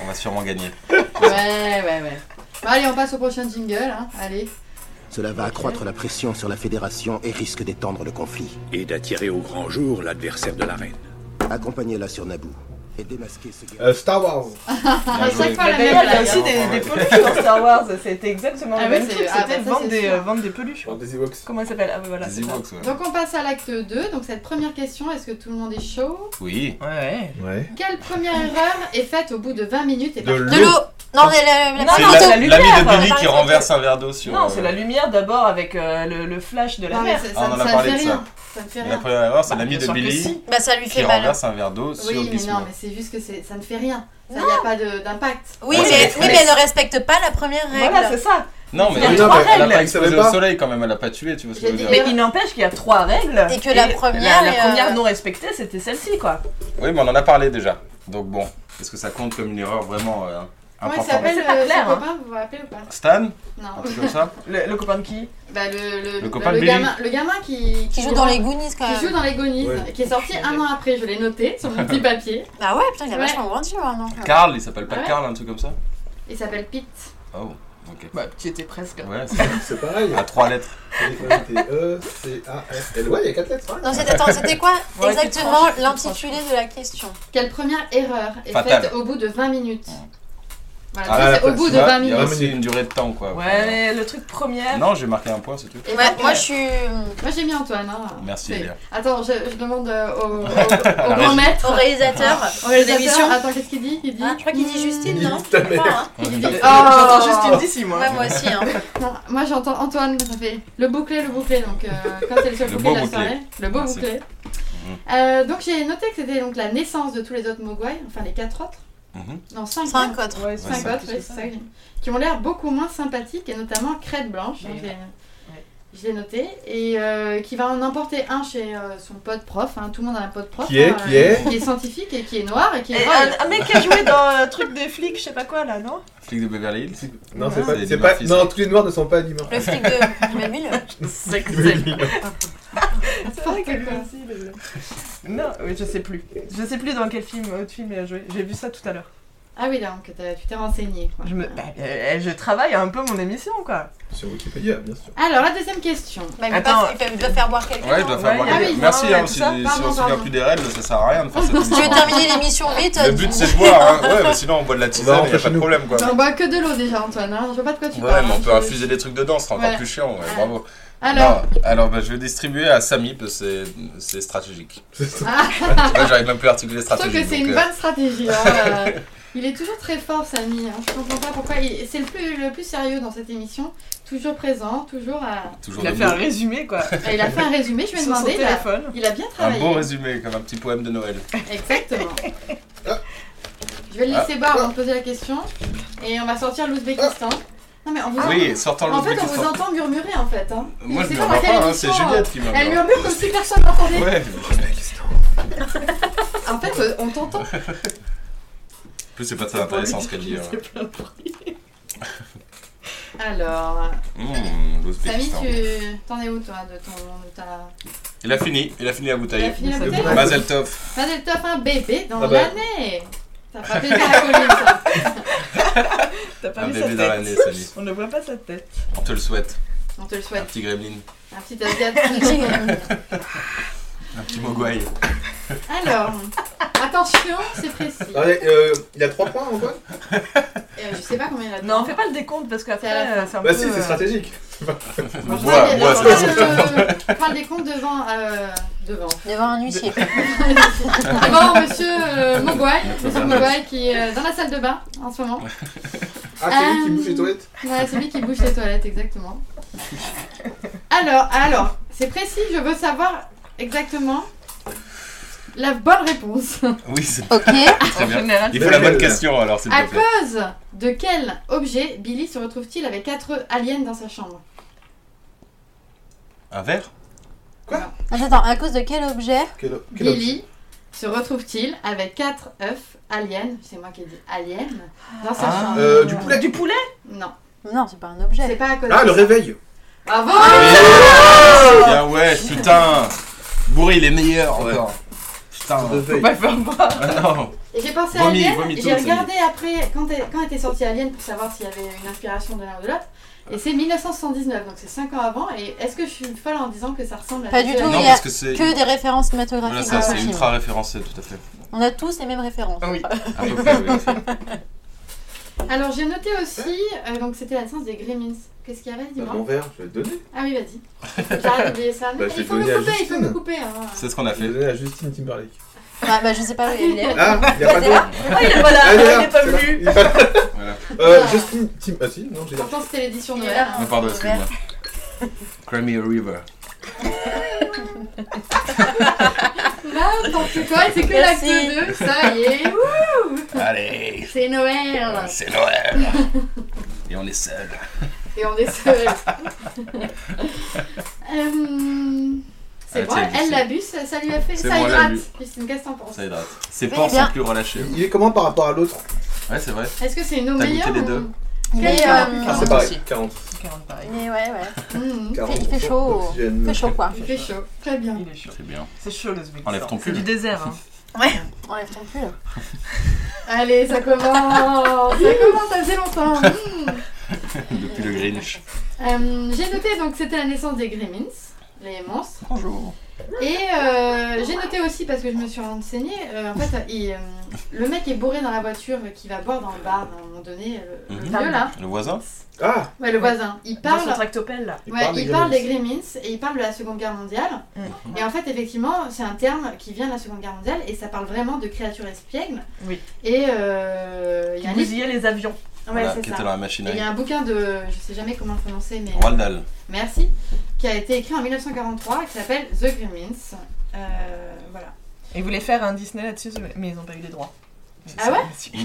Speaker 4: On va sûrement gagner.
Speaker 1: Ouais, ouais, ouais. Bon, Bah, allez, on passe au prochain jingle, hein. Allez.
Speaker 9: Cela va accroître la pression sur la fédération et risque d'étendre le conflit.
Speaker 10: Et d'attirer au grand jour l'adversaire de la reine.
Speaker 9: Accompagnez-la sur Naboo et démasquez ce guerrier.
Speaker 3: Euh, Star Wars.
Speaker 1: À
Speaker 4: joué.
Speaker 1: chaque fois, Ah, la même
Speaker 11: D'ailleurs, il y a
Speaker 1: blague.
Speaker 11: aussi des, des peluches dans Star Wars, c'était exactement
Speaker 1: Ah
Speaker 11: le
Speaker 1: oui,
Speaker 11: même
Speaker 1: c'est-
Speaker 11: truc,
Speaker 1: ah bah
Speaker 11: c'était
Speaker 1: ça,
Speaker 11: vendre,
Speaker 1: c'est
Speaker 11: des,
Speaker 1: sûr.
Speaker 11: euh, vendre des peluches.
Speaker 3: Genre des Ewoks.
Speaker 11: Comment ça s'appelle Ah oui, voilà,
Speaker 4: Les
Speaker 11: c'est ça.
Speaker 4: Ewoks, ouais.
Speaker 1: Donc, on passe à l'acte 2. Donc, cette première question, est-ce que tout le monde est chaud
Speaker 4: Oui.
Speaker 11: Ouais, ouais.
Speaker 3: Ouais.
Speaker 1: Quelle première erreur est faite au bout de 20 minutes et
Speaker 3: De
Speaker 1: par-
Speaker 5: De
Speaker 3: l'eau.
Speaker 5: l'eau Non mais la, la,
Speaker 11: Non,
Speaker 4: C'est
Speaker 11: non,
Speaker 5: photo
Speaker 11: la
Speaker 4: la- l'ami
Speaker 11: lumière, euh,
Speaker 4: de
Speaker 11: par
Speaker 4: Billy qui
Speaker 11: exemple.
Speaker 4: renverse un verre d'eau sur.
Speaker 11: Non, c'est
Speaker 4: euh,
Speaker 11: la lumière d'abord avec euh, le, le flash de la
Speaker 1: Non, mais
Speaker 11: mer.
Speaker 1: ça,
Speaker 4: Ah,
Speaker 1: ça,
Speaker 4: on en a
Speaker 1: ça me
Speaker 4: parlé
Speaker 1: fait
Speaker 4: de ça.
Speaker 1: rien. Ça me fait
Speaker 4: La
Speaker 1: rien.
Speaker 4: première erreur, c'est
Speaker 11: Bah,
Speaker 4: l'ami
Speaker 11: bien
Speaker 4: de
Speaker 11: sûr que
Speaker 4: Billy
Speaker 11: si.
Speaker 5: Bah ça lui
Speaker 4: qui
Speaker 5: fait mal.
Speaker 4: renverse un verre d'eau sur
Speaker 1: Oui, mais
Speaker 4: Gizmo.
Speaker 1: non, mais c'est juste que c'est- ça ne fait rien. Ça n'y a pas de- d'impact.
Speaker 5: Oui
Speaker 4: Ouais, c'est
Speaker 5: mais,
Speaker 4: les
Speaker 5: oui mais elle ne respecte pas la première règle.
Speaker 11: Voilà, c'est ça.
Speaker 4: Non, mais
Speaker 11: Il y a
Speaker 4: elle
Speaker 11: trois
Speaker 4: a- elle a
Speaker 11: règles.
Speaker 4: pas
Speaker 3: Ça
Speaker 4: explosé
Speaker 3: veut
Speaker 4: au
Speaker 3: pas.
Speaker 4: soleil quand même, elle a pas tué, tu vois ce que
Speaker 1: J'ai
Speaker 4: je veux
Speaker 1: dit-
Speaker 4: dire.
Speaker 11: Mais il n'empêche qu'il y a trois règles.
Speaker 5: Et que la première
Speaker 11: La,
Speaker 5: est, euh,
Speaker 11: première non respectée, c'était celle-ci, quoi.
Speaker 4: Oui, mais on en a parlé déjà. Donc bon, est-ce que ça compte comme une erreur vraiment euh,
Speaker 1: Comment il
Speaker 4: importante
Speaker 1: s'appelle
Speaker 11: C'est pas
Speaker 1: euh,
Speaker 11: clair,
Speaker 1: son
Speaker 11: hein.
Speaker 1: copain Vous vous rappelez ou pas
Speaker 4: Stan Un
Speaker 1: Non.
Speaker 4: truc comme ça
Speaker 11: Le, le copain de qui
Speaker 1: Bah, le, le,
Speaker 4: Le copain de Billy.
Speaker 1: gamin, le gamin qui,
Speaker 5: Qui joue dans les Goonies quand
Speaker 1: qui joue
Speaker 5: même.
Speaker 1: dans les Goonies,
Speaker 3: Ouais.
Speaker 1: qui est sorti un an après, je l'ai noté sur mon petit papier.
Speaker 5: Bah ouais putain il a
Speaker 1: Ouais.
Speaker 5: vachement grandi maintenant.
Speaker 4: Carl, il s'appelle pas
Speaker 1: Ouais.
Speaker 4: Carl, un truc comme ça
Speaker 1: Il s'appelle Pete.
Speaker 4: Oh. Ok.
Speaker 11: Bah, tu étais presque.
Speaker 4: Ouais,
Speaker 3: c'est pareil.
Speaker 4: À trois lettres.
Speaker 3: E, C, A, F, L. Ouais, il y a quatre lettres. hein. ouais.
Speaker 5: Donc c'était attends, c'était quoi
Speaker 1: Ouais,
Speaker 5: exactement
Speaker 1: tu tranches, tu
Speaker 5: l'intitulé de la question
Speaker 1: Quelle première erreur est
Speaker 4: Fatale.
Speaker 1: faite au bout de 20 minutes Voilà,
Speaker 4: Ah,
Speaker 1: ça,
Speaker 4: là,
Speaker 1: c'est au bout
Speaker 4: tu
Speaker 1: de
Speaker 4: vois,
Speaker 1: 20
Speaker 4: Il y a
Speaker 1: minutes.
Speaker 4: aussi une durée de temps, quoi.
Speaker 11: Ouais, mais le truc premier.
Speaker 4: Non, j'ai marqué un point, c'est tout.
Speaker 1: Et
Speaker 5: Ouais,
Speaker 1: donc,
Speaker 5: moi,
Speaker 1: euh,
Speaker 5: je suis-
Speaker 1: Moi j'ai mis Antoine. hein.
Speaker 4: Merci,
Speaker 1: C'est-
Speaker 4: Léa.
Speaker 1: Attends, je, je demande euh, au, au- au grand maître.
Speaker 5: Au réalisateur
Speaker 1: Au
Speaker 5: de l'émission. Ah,
Speaker 1: réalisateur. Attends, qu'est-ce qu'il dit Hmm. Il dit.
Speaker 5: je crois qu'il dit Justine, non
Speaker 3: Ta mère.
Speaker 1: Il dit.
Speaker 11: Euh,
Speaker 1: Oh
Speaker 11: j'entends Justine d'ici, moi.
Speaker 5: Ouais, moi aussi. Hein.
Speaker 1: Non, moi j'entends Antoine, ça fait le bouclé, le bouclé, donc euh, quand c'est le seul
Speaker 4: Le
Speaker 1: bouclé de
Speaker 4: beau
Speaker 1: la
Speaker 4: bouclé.
Speaker 1: soirée, le beau
Speaker 4: Merci. Mhm.
Speaker 1: bouclé. Euh, donc j'ai noté que c'était donc la naissance de tous les autres Mogwai, enfin les quatre autres,
Speaker 4: Mhm.
Speaker 1: non cinq, hein.
Speaker 5: Cinq
Speaker 1: autres,
Speaker 5: autres.
Speaker 11: Ouais,
Speaker 1: cinq
Speaker 11: c'est
Speaker 1: autres, oui, c'est ça que j'ai- qui ont l'air beaucoup moins sympathiques et notamment Crête Blanche, hein,
Speaker 11: Ouais.
Speaker 1: j'ai- je l'ai noté, et euh, qui va en emporter un chez euh, son pote prof, hein, tout le monde a un pote prof,
Speaker 3: Qui est-
Speaker 1: hein,
Speaker 3: qui est
Speaker 1: qui est scientifique et qui est noir et qui est
Speaker 11: Et
Speaker 1: drôle.
Speaker 11: un, un mec qui a joué dans un truc des flics, je sais pas quoi là, non
Speaker 4: Flic de Beverly Hills.
Speaker 3: Non, c'est
Speaker 4: Ah.
Speaker 3: pas,
Speaker 4: C'est
Speaker 3: c'est
Speaker 4: des
Speaker 3: pas-
Speaker 4: morphismes.
Speaker 3: Non, tous les noirs ne sont pas animaux.
Speaker 5: Le flic de Melville
Speaker 11: C'est vrai que lui aussi. le- Non, oui, je sais plus. Je sais plus dans quel film, autre film il a joué. J'ai vu ça tout à l'heure.
Speaker 1: Ah oui donc t'as- tu t'es renseigné. quoi.
Speaker 11: Je, me... bah, euh, je travaille un peu mon émission quoi.
Speaker 3: Sur Wikipédia, bien sûr.
Speaker 1: Alors la deuxième question.
Speaker 5: Bah, il peut
Speaker 11: Attends.
Speaker 5: pas- il peut- il doit faire boire quelqu'un.
Speaker 4: Ouais, je dois faire
Speaker 11: Ouais.
Speaker 4: voir
Speaker 11: Ah
Speaker 4: les-
Speaker 11: oui,
Speaker 4: Merci,
Speaker 11: non,
Speaker 4: hein,
Speaker 11: ouais,
Speaker 4: si,
Speaker 11: tout ça.
Speaker 4: si on
Speaker 1: Pardon,
Speaker 4: se souvient
Speaker 1: pardon.
Speaker 4: plus des règles, ça sert à rien de faire cette
Speaker 5: Si tu veux
Speaker 4: émission.
Speaker 5: terminer l'émission vite,
Speaker 4: Le
Speaker 5: dis-
Speaker 4: but c'est de boire, hein. ouais, mais sinon on boit de la tisane,
Speaker 3: rentrer
Speaker 4: y a
Speaker 3: chez
Speaker 4: pas de
Speaker 3: nous.
Speaker 4: problème quoi.
Speaker 1: On boit que de l'eau déjà Antoine, hein, je vois pas de quoi tu
Speaker 4: Ouais,
Speaker 1: parles.
Speaker 4: mais on peut
Speaker 1: Je-
Speaker 4: infuser des trucs dedans, ce sera encore
Speaker 1: Ouais.
Speaker 4: plus chiant, ouais,
Speaker 1: Ouais.
Speaker 4: bravo.
Speaker 1: Alors,
Speaker 4: Non, alors bah, je vais distribuer à Samy parce que c'est- c'est stratégique.
Speaker 1: ah,
Speaker 4: Ouais, J'arrive même plus à articuler
Speaker 1: je trouve
Speaker 4: stratégie.
Speaker 1: que c'est une
Speaker 4: donc, euh,
Speaker 1: bonne stratégie. hein, euh, il est toujours très fort, Samy. hein, je comprends pas pourquoi. il- C'est le plus, le plus sérieux dans cette émission. Toujours présent, toujours à.
Speaker 4: Toujours
Speaker 11: Il a
Speaker 4: debout.
Speaker 11: fait un résumé quoi.
Speaker 1: Et Il a fait un résumé, je me
Speaker 11: Sur son
Speaker 1: demandais. Il a,
Speaker 11: téléphone.
Speaker 1: Ah, il a bien
Speaker 4: un
Speaker 1: travaillé.
Speaker 4: bon résumé, comme un petit poème de Noël.
Speaker 1: Exactement. Je vais le
Speaker 4: Ah.
Speaker 1: laisser boire avant de poser la question. Et on va sortir l'Ouzbékistan. Non, mais on vous
Speaker 4: Ah. Oui, sortant
Speaker 1: Ah En fait, on vous
Speaker 4: l'Ouzbékistan.
Speaker 1: entend murmurer en fait. Hein.
Speaker 4: Moi, je
Speaker 1: sais
Speaker 4: murmure
Speaker 1: dans quelle
Speaker 4: pas, hein,
Speaker 1: émission,
Speaker 4: c'est
Speaker 1: hein.
Speaker 4: Juliette qui murmure.
Speaker 1: Elle murmure comme si personne n'entendait.
Speaker 4: Ouais,
Speaker 1: En fait, euh, on t'entend.
Speaker 4: en plus c'est pas très intéressant ce qu'elle dit. hein.
Speaker 1: Alors,
Speaker 4: Mmh,
Speaker 1: Samy,
Speaker 4: l'Ouzbékistan.
Speaker 1: tu t'en es où toi de ton de ta
Speaker 4: Il a fini, il a fini à
Speaker 1: Il
Speaker 4: bouteiller.
Speaker 1: a fini la
Speaker 11: Le
Speaker 1: bouteille
Speaker 11: bon-
Speaker 4: Mazel tov.
Speaker 1: T'as le top un bébé dans
Speaker 3: Ah bah.
Speaker 1: l'année T'as frappé sur la colline ça
Speaker 11: T'as pas
Speaker 4: Un
Speaker 11: vu
Speaker 4: bébé
Speaker 11: sa
Speaker 4: dans
Speaker 11: tête
Speaker 4: l'année, Samy.
Speaker 11: On ne voit pas sa tête.
Speaker 4: On te le souhaite.
Speaker 1: On te le
Speaker 4: Un
Speaker 1: souhaite.
Speaker 4: petit gremlin,
Speaker 1: Un petit asiatique.
Speaker 4: un petit mogwai.
Speaker 1: Alors, attention, c'est précis.
Speaker 3: Ah, ouais, euh, il a trois points, Antoine
Speaker 1: Euh, je sais pas combien il a. de
Speaker 11: Non, on
Speaker 1: temps.
Speaker 11: fait pas le décompte parce
Speaker 1: C'est à la fin.
Speaker 11: qu'après euh, c'est un peu.
Speaker 3: Bah, si, c'est
Speaker 11: euh,
Speaker 3: stratégique.
Speaker 1: On
Speaker 4: Moi,
Speaker 1: parle des-
Speaker 4: moi,
Speaker 1: on
Speaker 4: c'est
Speaker 1: parle de- Euh, on parle des comptes devant. euh, devant.
Speaker 5: Devant un huissier.
Speaker 1: Devant monsieur euh, Mogwai, monsieur Mogwai qui est euh, dans la salle de bain en ce moment.
Speaker 3: Ah, c'est lui
Speaker 1: Euh,
Speaker 3: qui bouge les toilettes
Speaker 1: Ouais, c'est lui qui bouge les toilettes, exactement. Alors, alors, c'est précis, je veux savoir exactement la bonne réponse.
Speaker 4: Oui, c'est
Speaker 5: Ok.
Speaker 4: très
Speaker 11: En
Speaker 4: bien.
Speaker 11: général,
Speaker 4: Il faut la bonne question alors, s'il
Speaker 1: À
Speaker 4: te plaît.
Speaker 1: cause de quel objet Billy se retrouve-t-il avec quatre aliens dans sa chambre
Speaker 4: Un verre
Speaker 5: Attends, attends, à cause de quel objet
Speaker 3: Quel- quel objet
Speaker 1: Billy se retrouve-t-il avec quatre œufs aliens C'est moi qui ai dit aliens dans sa
Speaker 4: Ah,
Speaker 1: chambre
Speaker 3: Euh, du poulet.
Speaker 11: du poulet
Speaker 1: Non,
Speaker 5: Non, c'est pas un
Speaker 1: c'est
Speaker 5: objet.
Speaker 1: pas à cause.
Speaker 3: Ah,
Speaker 1: de ça.
Speaker 3: le réveil Ah,
Speaker 1: Bravo
Speaker 4: Bien Ah ouais, putain Bourré, il est meilleur encore. Putain.
Speaker 3: Le réveil.
Speaker 11: Bah, faut voir.
Speaker 4: Ah non
Speaker 1: Et j'ai pensé à
Speaker 4: Vomis,
Speaker 1: Alien,
Speaker 4: vomis
Speaker 1: et
Speaker 4: tout,
Speaker 1: j'ai
Speaker 4: ça y est.
Speaker 1: regardé après quand, est- quand était sorti Alien pour savoir s'il y avait une inspiration de l'un ou de l'autre. Et c'est 1979, donc c'est 5 ans avant. Et est-ce que je suis folle en disant que ça ressemble à
Speaker 5: Pas du
Speaker 1: Alien
Speaker 5: tout,
Speaker 4: Non,
Speaker 5: il y a
Speaker 4: parce que c'est.
Speaker 5: Que des références
Speaker 4: Voilà,
Speaker 5: cinématographiques
Speaker 4: ça,
Speaker 5: dans ce
Speaker 4: c'est
Speaker 5: film.
Speaker 4: ultra référencé, tout à fait.
Speaker 5: On a tous les mêmes références.
Speaker 11: Ah oui.
Speaker 4: À peu près, oui.
Speaker 1: Alors j'ai noté aussi, euh, donc c'était la séance des Gremlins. Qu'est-ce qu'il y avait,
Speaker 3: Bah,
Speaker 1: dis-moi
Speaker 3: Mon verre, je vais le donner.
Speaker 1: Ah oui, vas-y. J'arrête d'oublier ça.
Speaker 3: Bah, je
Speaker 1: il
Speaker 3: l'ai
Speaker 1: faut me
Speaker 3: donné à
Speaker 1: couper, il faut me
Speaker 3: Justine.
Speaker 1: couper. hein.
Speaker 4: C'est ce qu'on a
Speaker 3: Je vais
Speaker 4: fait.
Speaker 3: le donner à Justine Timberlake.
Speaker 5: Ah, bah, je sais pas où il est.
Speaker 3: Ah, il a pas de.
Speaker 11: Ah, il est pas
Speaker 3: Ah,
Speaker 11: là,
Speaker 3: il est
Speaker 11: il
Speaker 3: là,
Speaker 11: est pas
Speaker 3: c'est là,
Speaker 11: venu.
Speaker 3: il est pas là.
Speaker 4: Voilà.
Speaker 3: Euh, Justine Tim. Ah, si, non, j'ai l'air.
Speaker 1: Pourtant c'était l'édition
Speaker 5: Il est
Speaker 1: Noël.
Speaker 5: là.
Speaker 1: hein.
Speaker 4: Non, pardon, excuse-moi. Crimea River.
Speaker 1: N'importe quoi, c'est que l'acte
Speaker 5: Merci.
Speaker 1: 2, ça y est. ouh,
Speaker 4: Allez
Speaker 1: C'est Noël
Speaker 5: euh,
Speaker 4: C'est Noël Et on est seul.
Speaker 1: Et on est seul. Hum, c'est
Speaker 4: Ah,
Speaker 1: bon,
Speaker 4: tiens,
Speaker 1: elle
Speaker 4: c'est-
Speaker 1: la bus, ça lui a fait.
Speaker 4: c'est
Speaker 1: Ça
Speaker 4: bon, elle
Speaker 1: hydrate.
Speaker 4: l'a bu.
Speaker 1: Justine, qu'est-ce que t'en penses
Speaker 4: Ça hydrate. Ses
Speaker 5: Oui,
Speaker 4: pans
Speaker 5: bien.
Speaker 4: sont plus relâchés.
Speaker 3: Il est comment par rapport à l'autre
Speaker 4: Ouais, c'est vrai.
Speaker 1: Est-ce que c'est une eau
Speaker 4: T'as goûté
Speaker 1: meilleure
Speaker 4: les
Speaker 1: ou-
Speaker 4: deux
Speaker 5: Il
Speaker 1: Quel
Speaker 5: est,
Speaker 1: est,
Speaker 5: euh,
Speaker 3: Ah, c'est pareil, 40.
Speaker 11: 40 pareil.
Speaker 5: Mais ouais, ouais.
Speaker 1: Hum,
Speaker 5: Il
Speaker 3: 40
Speaker 5: fait, il fait chaud. Il fait chaud, quoi.
Speaker 1: Il fait chaud, très bien.
Speaker 11: Il est chaud.
Speaker 4: C'est bien.
Speaker 11: C'est chaud le Uzbekistan.
Speaker 4: Enlève ton
Speaker 11: C'est
Speaker 4: pull.
Speaker 11: du désert. Hein.
Speaker 5: Enlève ton pull.
Speaker 1: Allez, ça commence Ça commence, ça faisait longtemps Hum.
Speaker 4: Depuis le Grinch.
Speaker 1: Euh, j'ai noté donc c'était la naissance des Grimmins, les monstres.
Speaker 4: Bonjour.
Speaker 1: Et euh, j'ai noté aussi parce que je me suis renseignée. euh, en fait, il, euh, le mec est bourré dans la voiture qui va boire dans le bar à un moment donné. euh, Le, le
Speaker 4: Mhm.
Speaker 1: vieux là.
Speaker 4: Le voisin
Speaker 3: Ah
Speaker 1: Ouais, le voisin. Il parle.
Speaker 11: Dans son tractopelle, là.
Speaker 1: Ouais, il parle des Grimmins et il parle de la Seconde Guerre mondiale.
Speaker 4: Mhm.
Speaker 1: Et en fait, effectivement, c'est un terme qui vient de la Seconde Guerre mondiale et ça parle vraiment de créatures espiègles.
Speaker 11: Oui.
Speaker 1: Et euh, il y a un
Speaker 11: Qui bousillait les avions.
Speaker 1: Ouais,
Speaker 4: Voilà,
Speaker 1: c'est
Speaker 4: qui
Speaker 1: ça.
Speaker 4: était dans la machine à
Speaker 1: Et Il y a un
Speaker 4: écrire.
Speaker 1: bouquin de, je sais jamais comment le prononcer, mais.
Speaker 4: Roald Dahl.
Speaker 1: Merci. Qui a été écrit en 1943 et qui s'appelle The Grimmins. Euh, voilà.
Speaker 11: Ils voulaient faire un Disney là-dessus, mais ils ont pas eu les droits.
Speaker 1: Ah ouais
Speaker 4: Mm,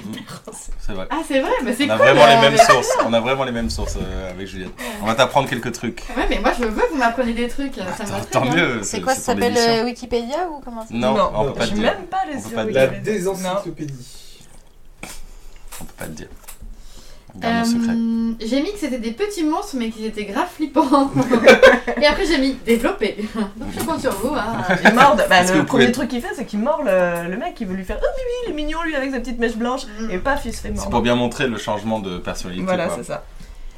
Speaker 4: C'est vrai.
Speaker 1: Ah, c'est vrai, mais c'est
Speaker 4: On a
Speaker 1: cool,
Speaker 4: vraiment
Speaker 1: euh,
Speaker 4: les mêmes
Speaker 1: mais-
Speaker 4: sources. On a vraiment les mêmes sources euh, avec Juliette. On va t'apprendre quelques trucs.
Speaker 1: Ouais, mais moi je veux que vous m'appreniez des trucs. ça me va très
Speaker 4: tant
Speaker 1: bien.
Speaker 4: mieux, C'est c'est- quoi, c'est ça ton s'appelle, émission. euh,
Speaker 1: Wikipédia ou comment
Speaker 4: Non,
Speaker 11: Non,
Speaker 4: on peut pas
Speaker 11: j'ai
Speaker 4: te dire.
Speaker 11: même pas les
Speaker 4: On
Speaker 11: yeux
Speaker 4: peut pas te
Speaker 3: La
Speaker 4: dire.
Speaker 3: désencyclopédie.
Speaker 4: On peut pas te dire. Garde le secret.
Speaker 11: Euh,
Speaker 1: Euh, J'ai mis que c'était des petits monstres, mais qu'ils étaient grave flippants. et après j'ai mis développer. Donc je compte sur vous. Hein.
Speaker 11: Il mord, bah,
Speaker 1: Est-ce que
Speaker 11: le
Speaker 1: vous
Speaker 11: premier
Speaker 1: pouvez-
Speaker 11: truc qu'il fait, c'est qu'il mord le, le mec, il veut lui faire Oh, oui, oui, il est mignon lui avec sa petite mèche blanche,
Speaker 1: Mm.
Speaker 11: et paf, il se fait mordre.
Speaker 4: C'est pour bien montrer le changement de personnalité.
Speaker 11: Voilà,
Speaker 4: quoi.
Speaker 11: c'est ça.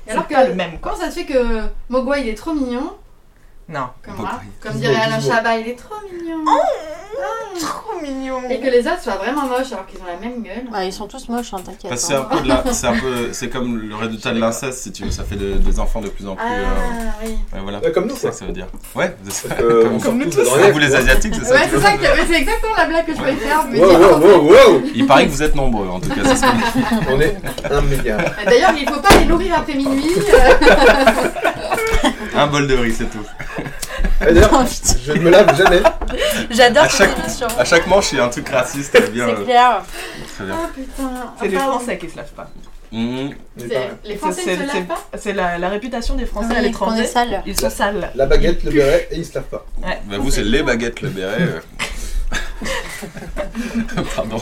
Speaker 1: Et alors
Speaker 11: C'est pas
Speaker 1: que-
Speaker 11: le même quoi.
Speaker 1: Comment ça se fait que Mogwa il est trop mignon
Speaker 11: Non.
Speaker 1: Comme, moi, comme
Speaker 11: Gizmo,
Speaker 1: dirait Alain
Speaker 11: Gizmo.
Speaker 1: Chabat, il est trop mignon.
Speaker 11: Trop mignon.
Speaker 1: Mm. Et que les autres soient vraiment moches alors qu'ils ont la même gueule.
Speaker 5: Ouais, ils sont tous moches, hein, t'inquiète.
Speaker 4: Parce que c'est un peu de la- c'est un peu, c'est comme le résultat de l'inceste, si tu veux. Ça fait de- des enfants de plus en plus.
Speaker 1: Ah,
Speaker 4: euh,
Speaker 1: oui.
Speaker 4: ouais, voilà.
Speaker 3: Ouais, comme nous,
Speaker 4: C'est ça
Speaker 3: quoi.
Speaker 4: que ça veut dire. Ouais, c'est ça.
Speaker 3: Parce
Speaker 11: Euh,
Speaker 3: que on
Speaker 4: comme,
Speaker 3: sort Comme nous tous
Speaker 4: tous.
Speaker 3: tous. dans les
Speaker 4: Ah, vous
Speaker 3: rêves,
Speaker 4: les
Speaker 3: quoi.
Speaker 4: asiatiques, c'est ça.
Speaker 1: Ouais,
Speaker 4: que tu
Speaker 1: c'est
Speaker 4: veux
Speaker 1: ça que mais c'est exactement la blague que je voulais faire. mais
Speaker 3: Wow,
Speaker 1: j'ai
Speaker 3: wow,
Speaker 1: pensé.
Speaker 3: wow, wow.
Speaker 4: Il paraît que vous êtes nombreux, en tout cas. c'est ce qu'on-
Speaker 3: On est un méga.
Speaker 1: D'ailleurs, il faut pas les nourrir après minuit. euh.
Speaker 4: Un bol de riz, c'est tout.
Speaker 3: Et D'ailleurs, je ne me lave jamais.
Speaker 5: Oh, J'adore
Speaker 4: À
Speaker 5: cette
Speaker 4: chaque,
Speaker 5: émission.
Speaker 4: à chaque manche, il y a un truc raciste. eh Bien,
Speaker 5: C'est
Speaker 4: euh,
Speaker 5: clair.
Speaker 4: Très bien.
Speaker 1: Ah putain.
Speaker 11: C'est les
Speaker 1: Ah, pardon.
Speaker 11: Français qui se lavent pas.
Speaker 4: Mmh.
Speaker 1: les Français
Speaker 11: C'est-
Speaker 1: ne se
Speaker 11: c'est-
Speaker 1: lavent pas
Speaker 11: C'est la, la réputation des Français
Speaker 5: Oui,
Speaker 11: à
Speaker 5: qu'on
Speaker 11: l'étranger.
Speaker 5: est sales.
Speaker 11: Ils sont sales.
Speaker 3: La baguette, le béret, et ils se lavent pas.
Speaker 11: Ouais.
Speaker 4: Bah, vous, c'est les baguettes, le béret. euh. Pardon.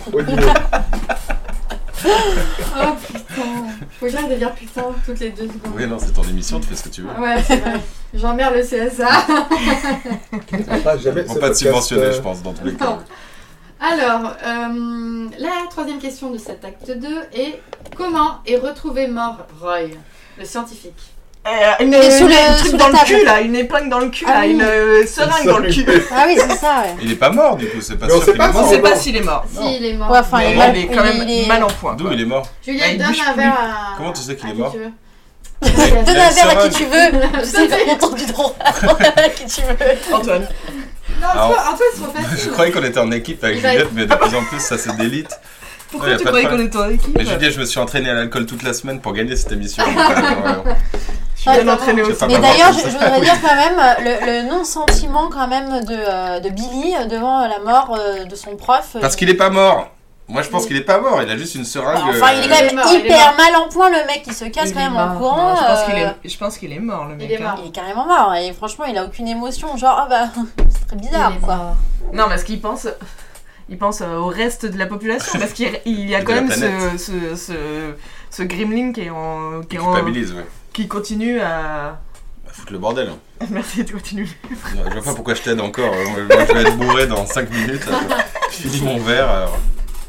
Speaker 1: Oh putain. Faut que j'arrête de dire putain toutes les deux secondes.
Speaker 4: Oui, non, c'est ton émission, tu fais ce que tu veux.
Speaker 1: Ouais, c'est vrai. J'emmerde le CSA.
Speaker 3: Ah, jamais
Speaker 4: Ils
Speaker 3: ce
Speaker 4: vont pas te
Speaker 3: podcast,
Speaker 4: subventionner,
Speaker 3: euh,
Speaker 4: je pense, dans tous les cas.
Speaker 1: Non. Alors, euh, la troisième question de cet acte 2 est comment est retrouvé mort Roy, le scientifique
Speaker 11: Euh, une,
Speaker 1: Et sous
Speaker 11: une-
Speaker 1: le-
Speaker 11: un truc
Speaker 1: sous
Speaker 11: dans
Speaker 1: la
Speaker 11: le
Speaker 1: table.
Speaker 11: cul là, une épingle dans le cul
Speaker 1: Ah
Speaker 11: là,
Speaker 1: oui.
Speaker 11: une euh, seringue dans le cul.
Speaker 5: Ah oui, c'est ça, ouais.
Speaker 4: Il est pas mort, du coup, c'est pas
Speaker 3: Mais on
Speaker 4: sûr
Speaker 3: sait
Speaker 4: qu'il
Speaker 3: pas
Speaker 4: est
Speaker 3: s'il
Speaker 4: mort.
Speaker 11: On sait pas s'il est mort.
Speaker 1: Si, il est mort.
Speaker 5: Ouais, enfin, il,
Speaker 11: Mais
Speaker 5: est-
Speaker 11: Ah, il est quand
Speaker 5: il-
Speaker 11: même
Speaker 5: il est-
Speaker 11: mal en point.
Speaker 4: D'où il est mort
Speaker 1: Juliette,
Speaker 11: il
Speaker 1: donne
Speaker 11: bouge
Speaker 1: un
Speaker 11: plus.
Speaker 1: verre à.
Speaker 4: Comment tu sais qu'il
Speaker 1: à
Speaker 4: est
Speaker 1: qui
Speaker 4: mort
Speaker 1: tu veux.
Speaker 5: Donne un verre à
Speaker 4: seringue.
Speaker 5: qui tu veux. Tu sais, t'as entendu droit. À qui tu
Speaker 4: Ah
Speaker 5: veux.
Speaker 11: Antoine.
Speaker 1: Non,
Speaker 4: Alors-
Speaker 1: toi, Antoine, c'est trop
Speaker 4: Je
Speaker 1: facile.
Speaker 4: croyais qu'on était en équipe avec
Speaker 1: Il va-
Speaker 4: Juliette, mais de plus en plus, ça se délite.
Speaker 11: Pourquoi
Speaker 4: Ouais, y a
Speaker 11: tu
Speaker 4: pas de
Speaker 11: croyais qu'on
Speaker 4: problème.
Speaker 11: était en équipe
Speaker 4: Mais Juliette, je me suis entraîné à l'alcool toute la semaine pour gagner cette émission. donc, euh, ouais.
Speaker 11: Je suis bien entraînée
Speaker 4: Je sais
Speaker 11: aussi.
Speaker 4: pas
Speaker 5: Mais
Speaker 4: comment
Speaker 5: d'ailleurs,
Speaker 4: on
Speaker 5: je,
Speaker 4: fait
Speaker 5: je
Speaker 4: ça.
Speaker 5: voudrais
Speaker 4: bah Oui.
Speaker 5: dire quand même euh, le, le non-sentiment quand même de, euh, de Billy euh, devant euh, la mort euh, de son prof.
Speaker 4: Parce
Speaker 5: Il-
Speaker 4: qu'il est pas mort. Moi, je pense qu'il est pas mort. Il a juste une seringue.
Speaker 5: Enfin, il est
Speaker 4: euh,
Speaker 5: quand
Speaker 1: Il est
Speaker 5: même
Speaker 1: mort, il est
Speaker 5: hyper
Speaker 1: mort.
Speaker 5: mal en point, le mec. Il se casse
Speaker 11: Il
Speaker 5: quand
Speaker 11: est
Speaker 5: même
Speaker 11: mort.
Speaker 5: en courant.
Speaker 11: Non, je, pense
Speaker 5: euh,
Speaker 11: qu'il est... je pense qu'il est mort le mec.
Speaker 1: Il est
Speaker 11: hein.
Speaker 1: mort.
Speaker 5: il est carrément mort. Et franchement, il a aucune émotion. Genre, ah bah, c'est très bizarre,
Speaker 1: Il est
Speaker 5: quoi.
Speaker 11: Non, parce qu'il pense, il pense euh, au reste de la population, parce qu'il il y a
Speaker 4: De
Speaker 11: quand
Speaker 4: la
Speaker 11: même ce,
Speaker 4: planète.
Speaker 11: ce, ce, ce gremlin qui est en, qui
Speaker 4: Qui
Speaker 11: est en-
Speaker 4: culpabilise, ouais.
Speaker 11: qui continue à.
Speaker 4: Bah, Foutre le bordel.
Speaker 11: Merci de continuer.
Speaker 4: Non, Je vois pas pourquoi je t'aide encore. euh, Moi, je vais être bourré dans 5 minutes. euh, Je finis mon verre. alors.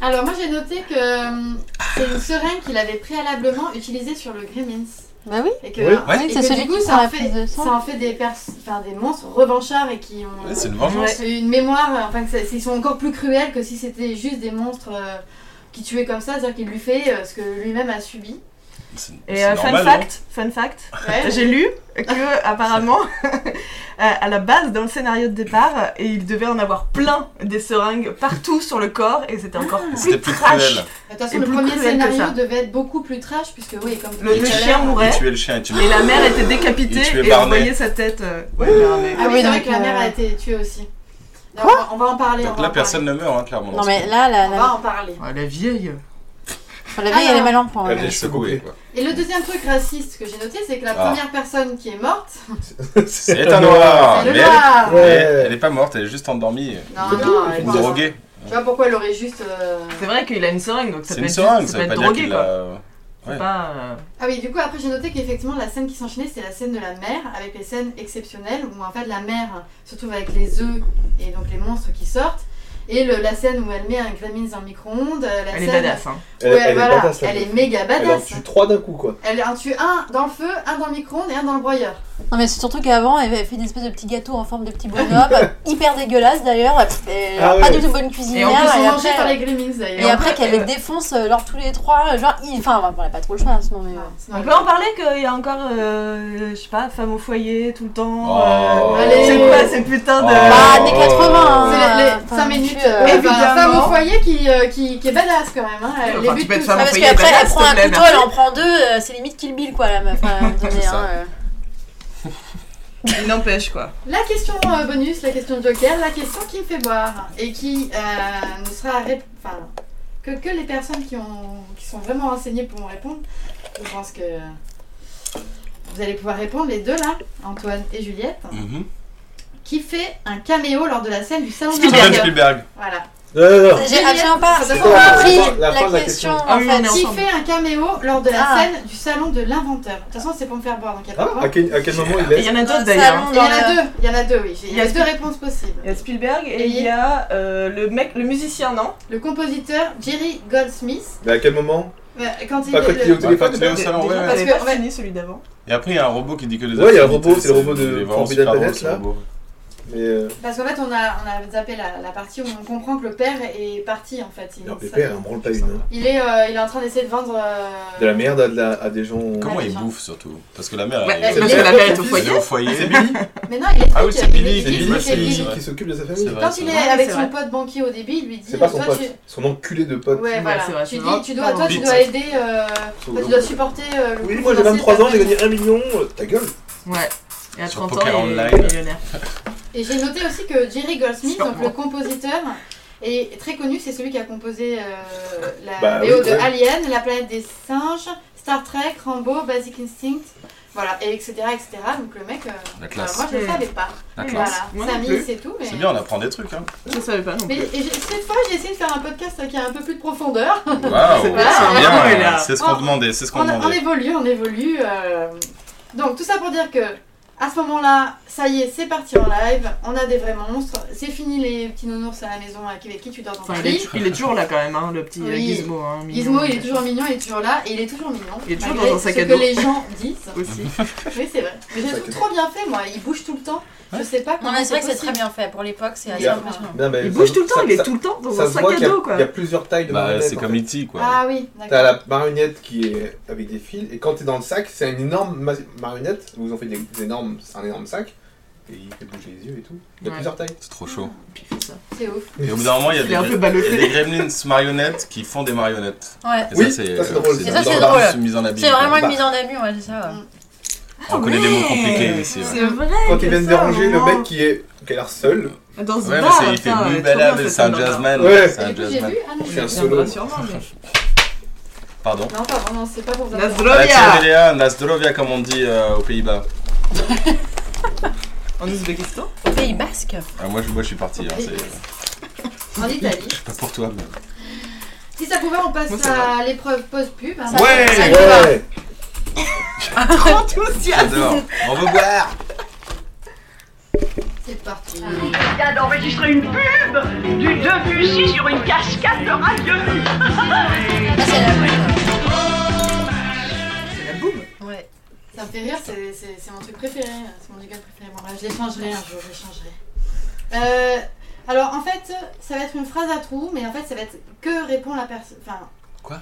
Speaker 1: Alors, moi, j'ai noté que euh, c'est une seringue qu'il avait préalablement utilisée sur le Gremlins.
Speaker 5: Bah oui.
Speaker 1: Et que,
Speaker 3: Oui.
Speaker 1: et
Speaker 5: Oui,
Speaker 1: que
Speaker 5: c'est celui
Speaker 1: du coup,
Speaker 5: qui
Speaker 1: ça
Speaker 5: prend la
Speaker 1: en, fait,
Speaker 5: prise de sang.
Speaker 1: ça en fait des, pers- enfin, des monstres revanchards et qui ont
Speaker 4: Ouais, c'est une vengeance.
Speaker 1: Ouais, une mémoire, euh, enfin, que ça- ils sont encore plus cruels que si c'était juste des monstres euh, qui tuaient comme ça, c'est-à-dire qu'il lui fait euh, ce que lui-même a subi.
Speaker 4: C'est-
Speaker 11: Et
Speaker 4: c'est
Speaker 11: euh, fun,
Speaker 4: normal, hein.
Speaker 11: fact, fun fact,
Speaker 1: Ouais.
Speaker 11: j'ai lu que apparemment, euh, à la base, dans le scénario de départ, et il devait en avoir plein des seringues partout sur le corps, et c'était encore
Speaker 4: non Ah.
Speaker 11: plus,
Speaker 4: hein. C'était plus
Speaker 11: trash.
Speaker 4: cruel.
Speaker 1: De toute façon,
Speaker 11: Et
Speaker 1: le
Speaker 11: plus
Speaker 1: premier
Speaker 11: cruel que ça.
Speaker 1: scénario devait être beaucoup plus trash, puisque oui, comme tu euh,
Speaker 11: Le,
Speaker 1: dis
Speaker 11: le
Speaker 1: tout à
Speaker 11: chien
Speaker 1: l'heure-
Speaker 11: mourait,
Speaker 4: Tu tuais le chien et tu
Speaker 11: et la mère était
Speaker 4: Et
Speaker 11: décapitée,
Speaker 4: tu es
Speaker 11: et on
Speaker 4: Barney.
Speaker 11: voyait sa tête. euh, ouais, Barney.
Speaker 1: Ah oui, c'est vrai
Speaker 5: donc,
Speaker 1: que la mère
Speaker 5: euh,
Speaker 1: a été tuée aussi. Non, on va- on va en parler. on
Speaker 4: Donc
Speaker 1: va
Speaker 4: là,
Speaker 1: en
Speaker 4: personne ne meurt, hein, clairement.
Speaker 5: Non, mais là, la,
Speaker 1: parler.
Speaker 11: Ah
Speaker 1: On va
Speaker 11: bah.
Speaker 5: la,
Speaker 1: en parler.
Speaker 11: Ouais, la vieille.
Speaker 5: enfin, la vieille, elle est mal en point. hein.
Speaker 4: Elle
Speaker 5: ouais.
Speaker 4: est secouée, quoi.
Speaker 1: Et le deuxième truc raciste que j'ai noté, c'est que la
Speaker 4: Ah.
Speaker 1: première personne qui est morte.
Speaker 4: C'est un
Speaker 3: Ah,
Speaker 4: noir
Speaker 1: C'est le
Speaker 4: mais
Speaker 1: noir.
Speaker 4: Elle, est-
Speaker 3: Ouais.
Speaker 4: elle est pas morte, elle est juste endormie.
Speaker 1: Non, non, elle est
Speaker 4: Ou
Speaker 1: pas morte.
Speaker 4: droguée.
Speaker 1: Tu vois pourquoi elle aurait juste. euh,
Speaker 11: C'est vrai qu'il a une seringue, donc ça
Speaker 4: C'est
Speaker 11: peut
Speaker 4: une
Speaker 11: être,
Speaker 4: seringue,
Speaker 11: juste-
Speaker 4: ça
Speaker 11: ça peut
Speaker 4: veut pas
Speaker 11: être
Speaker 4: dire
Speaker 11: drogué
Speaker 4: qu'il
Speaker 11: quoi.
Speaker 4: l'a.
Speaker 11: C'est
Speaker 4: Ouais.
Speaker 11: Pas, euh,
Speaker 1: Ah oui, du coup, après j'ai noté qu'effectivement, la scène qui s'enchaînait, c'était la scène de la mère, avec les scènes exceptionnelles où en fait la mère se trouve avec les œufs et donc les monstres qui sortent. Et le- la scène où elle met un Gremlins dans le micro-ondes, euh, la
Speaker 11: Elle est
Speaker 1: scène
Speaker 11: badass, hein.
Speaker 1: où elle, voilà, elle est méga
Speaker 3: Elle en
Speaker 1: badass.
Speaker 3: tue trois d'un coup, quoi.
Speaker 1: Elle en tue un dans le feu, un dans le micro-ondes et un dans le broyeur.
Speaker 5: Non mais c'est surtout qu'avant elle avait fait une espèce de petit gâteau en forme de petit bonhomme, hyper dégueulasse d'ailleurs, et
Speaker 1: Ah
Speaker 5: alors pas
Speaker 1: ouais.
Speaker 5: du tout bonne
Speaker 1: Et
Speaker 5: cuisinière.
Speaker 1: en plus, ils mangeaient
Speaker 5: Ah après, euh,
Speaker 1: par les Gremlins, d'ailleurs.
Speaker 5: Et après qu'elle les défonce euh, genre tous les trois, genre il- enfin on n'a pas trop le choix hein, sinon mais. euh.
Speaker 1: Ah.
Speaker 11: On peut en parler qu'il y a encore, euh, je sais pas, femme au foyer tout le temps.
Speaker 5: Oh.
Speaker 11: euh,
Speaker 5: Allez.
Speaker 11: C'est quoi ces putains de.
Speaker 4: Oh.
Speaker 5: Bah, années 80,
Speaker 1: C'est
Speaker 5: hein,
Speaker 1: les,
Speaker 5: enfin,
Speaker 1: 5 minutes.
Speaker 5: tu, euh,
Speaker 1: enfin,
Speaker 11: Évidemment.
Speaker 1: femme au foyer qui, euh, qui, qui est badass quand même. Hein. Elle
Speaker 11: Ah, Enfin,
Speaker 1: les
Speaker 11: tu
Speaker 1: bute
Speaker 11: peux être
Speaker 1: tous.
Speaker 11: femme au
Speaker 5: parce
Speaker 11: foyer
Speaker 5: qu'après
Speaker 11: badass,
Speaker 5: elle prend un
Speaker 11: s'il te plaît,
Speaker 5: couteau,
Speaker 11: merci.
Speaker 5: elle en prend deux, euh, c'est limite Kill Bill quoi la meuf à un moment donné,
Speaker 11: C'est ça.
Speaker 5: hein, euh.
Speaker 11: Il n'empêche quoi.
Speaker 1: La question euh, bonus, la question joker, la question qui me fait boire et qui euh, ne sera ré- enfin, que, que les personnes qui, ont, qui sont vraiment renseignées pourront répondre. Je pense que vous allez pouvoir répondre les deux là, Antoine et Juliette. Qui fait un caméo lors de la scène du salon de
Speaker 4: Steven Spielberg.
Speaker 1: Voilà.
Speaker 3: Non, non, non.
Speaker 5: J'ai absolument pas
Speaker 1: Juliette,
Speaker 5: compris
Speaker 1: la
Speaker 3: fin- la
Speaker 5: la,
Speaker 3: fin de la
Speaker 5: question
Speaker 11: Ah
Speaker 3: question.
Speaker 5: en fait.
Speaker 1: qui fait un caméo lors de la
Speaker 5: Ah.
Speaker 1: scène du salon de l'inventeur. De toute façon, c'est pour me faire boire, donc il y a pas
Speaker 11: Ah,
Speaker 1: de
Speaker 3: Hein
Speaker 1: boire.
Speaker 3: à, quel, à quel moment il est
Speaker 11: Il y en a d'autres
Speaker 1: Il y
Speaker 11: d'ailleurs. hein.
Speaker 1: en a deux, il y en a deux, oui. Il y a deux réponses possibles.
Speaker 11: Il y a Spielberg et il y a euh, le mec, le musicien, non
Speaker 1: Le compositeur Jerry Goldsmith,
Speaker 3: Mais Bah, à quel moment
Speaker 1: euh, quand il est
Speaker 3: Pas quand
Speaker 1: le-
Speaker 3: il est au téléphone,
Speaker 4: quand il est au
Speaker 3: mais-
Speaker 4: salon, ouais,
Speaker 11: Parce
Speaker 4: ouais.
Speaker 11: que pas fini celui d'avant.
Speaker 4: Et après, il y a un robot qui dit que des
Speaker 3: Ouais, il y a un
Speaker 4: activités,
Speaker 3: robot, c'est le
Speaker 4: c'est-
Speaker 3: robot
Speaker 4: il est
Speaker 3: de
Speaker 4: vraiment
Speaker 3: Forbidden
Speaker 4: super drôle,
Speaker 3: Planet
Speaker 4: ce
Speaker 3: là.
Speaker 4: robot.
Speaker 3: Mais euh,
Speaker 1: Parce qu'en fait, on a, on a zappé la, la partie où on comprend que le père est parti en fait. Il,
Speaker 3: non, mais père, on branle pas une. hein.
Speaker 1: il est, euh, il est en train d'essayer de vendre. euh,
Speaker 3: De la merde à, de la- à des gens.
Speaker 4: Comment il bouffe surtout Parce que la mère,
Speaker 3: Ouais,
Speaker 4: elle,
Speaker 3: parce que la mère est au
Speaker 4: elle
Speaker 3: foyer.
Speaker 4: C'est
Speaker 3: C'est
Speaker 4: Billy
Speaker 1: Mais non, il est
Speaker 4: Ah oui, c'est Billy,
Speaker 3: C'est
Speaker 4: Billy,
Speaker 3: Billy
Speaker 4: c'est
Speaker 3: qui-
Speaker 4: Billy.
Speaker 3: qui s'occupe de sa
Speaker 4: C'est
Speaker 3: famille.
Speaker 4: vrai,
Speaker 1: Quand
Speaker 4: c'est
Speaker 1: il est
Speaker 4: vrai.
Speaker 1: avec
Speaker 11: c'est
Speaker 1: son
Speaker 11: vrai.
Speaker 1: pote banquier au début, il lui dit.
Speaker 3: C'est pas son
Speaker 1: toi,
Speaker 3: pote,
Speaker 1: tu-
Speaker 3: son enculé de pote.
Speaker 1: Ouais, voilà.
Speaker 11: c'est vrai,
Speaker 1: tu
Speaker 11: c'est
Speaker 1: dis,
Speaker 11: vrai.
Speaker 1: tu dois, toi, tu
Speaker 3: Bite.
Speaker 1: dois aider. euh, toi, tu dois supporter. euh, le
Speaker 3: Oui,
Speaker 1: coût
Speaker 3: moi
Speaker 1: financier
Speaker 3: j'ai
Speaker 1: de
Speaker 3: 23
Speaker 1: ta
Speaker 3: ans, j'ai
Speaker 1: famille.
Speaker 3: gagné 1 million, euh, ta gueule
Speaker 11: Ouais. Et à
Speaker 4: Sur
Speaker 11: 30 ans, il
Speaker 4: Poker
Speaker 11: est
Speaker 4: Online.
Speaker 11: il est millionnaire.
Speaker 1: Et j'ai noté aussi que Jerry Goldsmith,
Speaker 11: Sûrement.
Speaker 1: donc le compositeur, est très connu. C'est celui qui a composé euh, la
Speaker 3: Bah oui,
Speaker 1: BO
Speaker 3: quand
Speaker 1: de
Speaker 3: même.
Speaker 1: Alien, La planète des singes, Star Trek, Rambo, Basic Instinct, voilà, et etc. etc. Donc le mec, euh,
Speaker 4: La classe.
Speaker 1: voilà, moi je ne
Speaker 4: Mm.
Speaker 1: savais pas.
Speaker 4: La
Speaker 1: Voilà,
Speaker 4: classe.
Speaker 11: Moi non
Speaker 1: Samy,
Speaker 11: plus.
Speaker 1: c'est tout. Mais...
Speaker 4: C'est bien, on apprend des trucs. Hein.
Speaker 11: Je savais pas non
Speaker 1: Mais
Speaker 11: plus.
Speaker 1: et j'ai- cette fois, j'ai essayé de faire un podcast qui a un peu plus de profondeur.
Speaker 4: Waouh, c'est
Speaker 1: Voilà.
Speaker 4: bien, c'est ce qu'on
Speaker 1: On-
Speaker 4: demandait, c'est ce qu'on
Speaker 1: on, on
Speaker 4: demandait.
Speaker 1: évolue, on évolue. euh. Donc tout ça pour dire que à ce moment-là, ça y est, c'est parti en live. On a des vrais monstres. C'est fini les petits nounours à la maison avec qui tu dors dans
Speaker 11: Enfin,
Speaker 1: ton
Speaker 11: il est,
Speaker 1: lit.
Speaker 11: il est toujours là quand même, hein, le petit euh,
Speaker 1: Oui.
Speaker 11: Gizmo. Hein, mignon.
Speaker 1: Gizmo, il est toujours mignon, il est toujours là et il est toujours mignon.
Speaker 11: Il est toujours
Speaker 1: malgré
Speaker 11: dans un sac
Speaker 1: ce
Speaker 11: à
Speaker 1: que
Speaker 11: dos.
Speaker 1: les gens disent.
Speaker 11: Aussi.
Speaker 1: Oui, c'est vrai. Mais j'ai tout trop bien fait, moi. Il bouge tout le temps. Je sais pas
Speaker 5: Non
Speaker 1: comment.
Speaker 5: mais c'est vrai que c'est
Speaker 1: possible.
Speaker 5: très bien fait pour l'époque, c'est assez
Speaker 3: Il y a-
Speaker 5: impressionnant.
Speaker 3: Non, mais
Speaker 11: Il
Speaker 3: ça-
Speaker 11: bouge tout le temps,
Speaker 3: ça-
Speaker 11: il est
Speaker 3: ça-
Speaker 11: tout le temps dans
Speaker 3: ça
Speaker 11: un
Speaker 3: se
Speaker 11: sac
Speaker 3: voit
Speaker 11: à
Speaker 3: qu'il y a-
Speaker 11: dos, quoi.
Speaker 3: Il y a plusieurs tailles de
Speaker 4: Bah,
Speaker 3: marionnettes.
Speaker 4: c'est
Speaker 3: en
Speaker 4: comme
Speaker 3: fait.
Speaker 4: E.T. quoi.
Speaker 1: Ah oui,
Speaker 3: T'as
Speaker 1: d'accord.
Speaker 3: la marionnette qui est avec des fils, et quand t'es dans le sac, c'est une énorme ma- marionnette. Ils vous ont fait des, des énormes, c'est un énorme sac, et il fait bouger les yeux et tout. Il y a
Speaker 11: Ouais.
Speaker 3: plusieurs tailles.
Speaker 4: C'est trop chaud.
Speaker 1: C'est ouf.
Speaker 4: Et au bout d'un moment, il y a
Speaker 11: Il
Speaker 4: des,
Speaker 11: est un peu
Speaker 4: il y
Speaker 11: ballotté.
Speaker 4: a des gremlins marionnettes qui font des marionnettes.
Speaker 5: Ouais.
Speaker 4: Et
Speaker 3: Oui, ça,
Speaker 4: ça, c'est
Speaker 3: c'est drôle.
Speaker 5: Et ça
Speaker 4: dans
Speaker 5: c'est
Speaker 4: la
Speaker 5: drôle.
Speaker 4: mise en abîme,
Speaker 5: C'est
Speaker 4: quoi.
Speaker 5: vraiment une
Speaker 3: Bah.
Speaker 5: mise en abîme, ouais, c'est ça. ouais.
Speaker 4: On connaît des mots compliqués ici. ouais.
Speaker 11: C'est vrai.
Speaker 3: Quand
Speaker 11: il
Speaker 3: ils
Speaker 11: y a
Speaker 3: viennent
Speaker 11: ça,
Speaker 3: déranger le
Speaker 11: vraiment.
Speaker 3: mec qui est qui a l'air seul,
Speaker 11: Dans ce
Speaker 4: Ouais, mais
Speaker 11: bar,
Speaker 4: c'est- il fait
Speaker 11: putain,
Speaker 4: blue
Speaker 11: trop
Speaker 4: balade,
Speaker 11: bien,
Speaker 4: c'est un
Speaker 11: cette bande-là.
Speaker 4: jazzman.
Speaker 3: Ouais.
Speaker 4: C'est un
Speaker 1: Du coup, j'ai
Speaker 4: jazzman.
Speaker 1: vu. Ah non,
Speaker 3: fait un
Speaker 11: Il
Speaker 3: solo.
Speaker 11: viendra sûrement, mais-
Speaker 4: Pardon.
Speaker 1: non, pardon, non, c'est pas pour vous.
Speaker 11: Nazdro-
Speaker 4: La
Speaker 11: Zdrovia.
Speaker 4: Tcherelia, la Zdrovia, comme on dit euh, aux Pays-Bas.
Speaker 11: En Ouzbékistan
Speaker 5: Au Pays Basque.
Speaker 4: Ah, moi, je, moi, je suis parti. hein, c'est
Speaker 1: En Italie.
Speaker 4: pas pour toi. Mais...
Speaker 1: Si ça pouvait, on passe
Speaker 11: Moi, ça
Speaker 1: à l'épreuve pause pub. hein.
Speaker 4: Ouais,
Speaker 11: Ah,
Speaker 5: ça,
Speaker 4: ouais,
Speaker 3: ouais,
Speaker 11: Trop enthousiaste
Speaker 4: j'adore. On veut boire.
Speaker 1: C'est parti.
Speaker 13: vient d'enregistrer une pub du Debussy sur une cascade de ravioli.
Speaker 5: Ça c'est la bonne.
Speaker 11: C'est la boum
Speaker 5: Ouais.
Speaker 1: Ça me fait rire, c'est- c'est c'est mon truc préféré, euh, c'est mon jingle préféré. Bon, bref, je l'échangerai un jour, je l'échangerai. Euh, alors, en fait, ça va être une phrase à trous, mais en fait, ça va être que répond la personne. Enfin,
Speaker 3: Quoi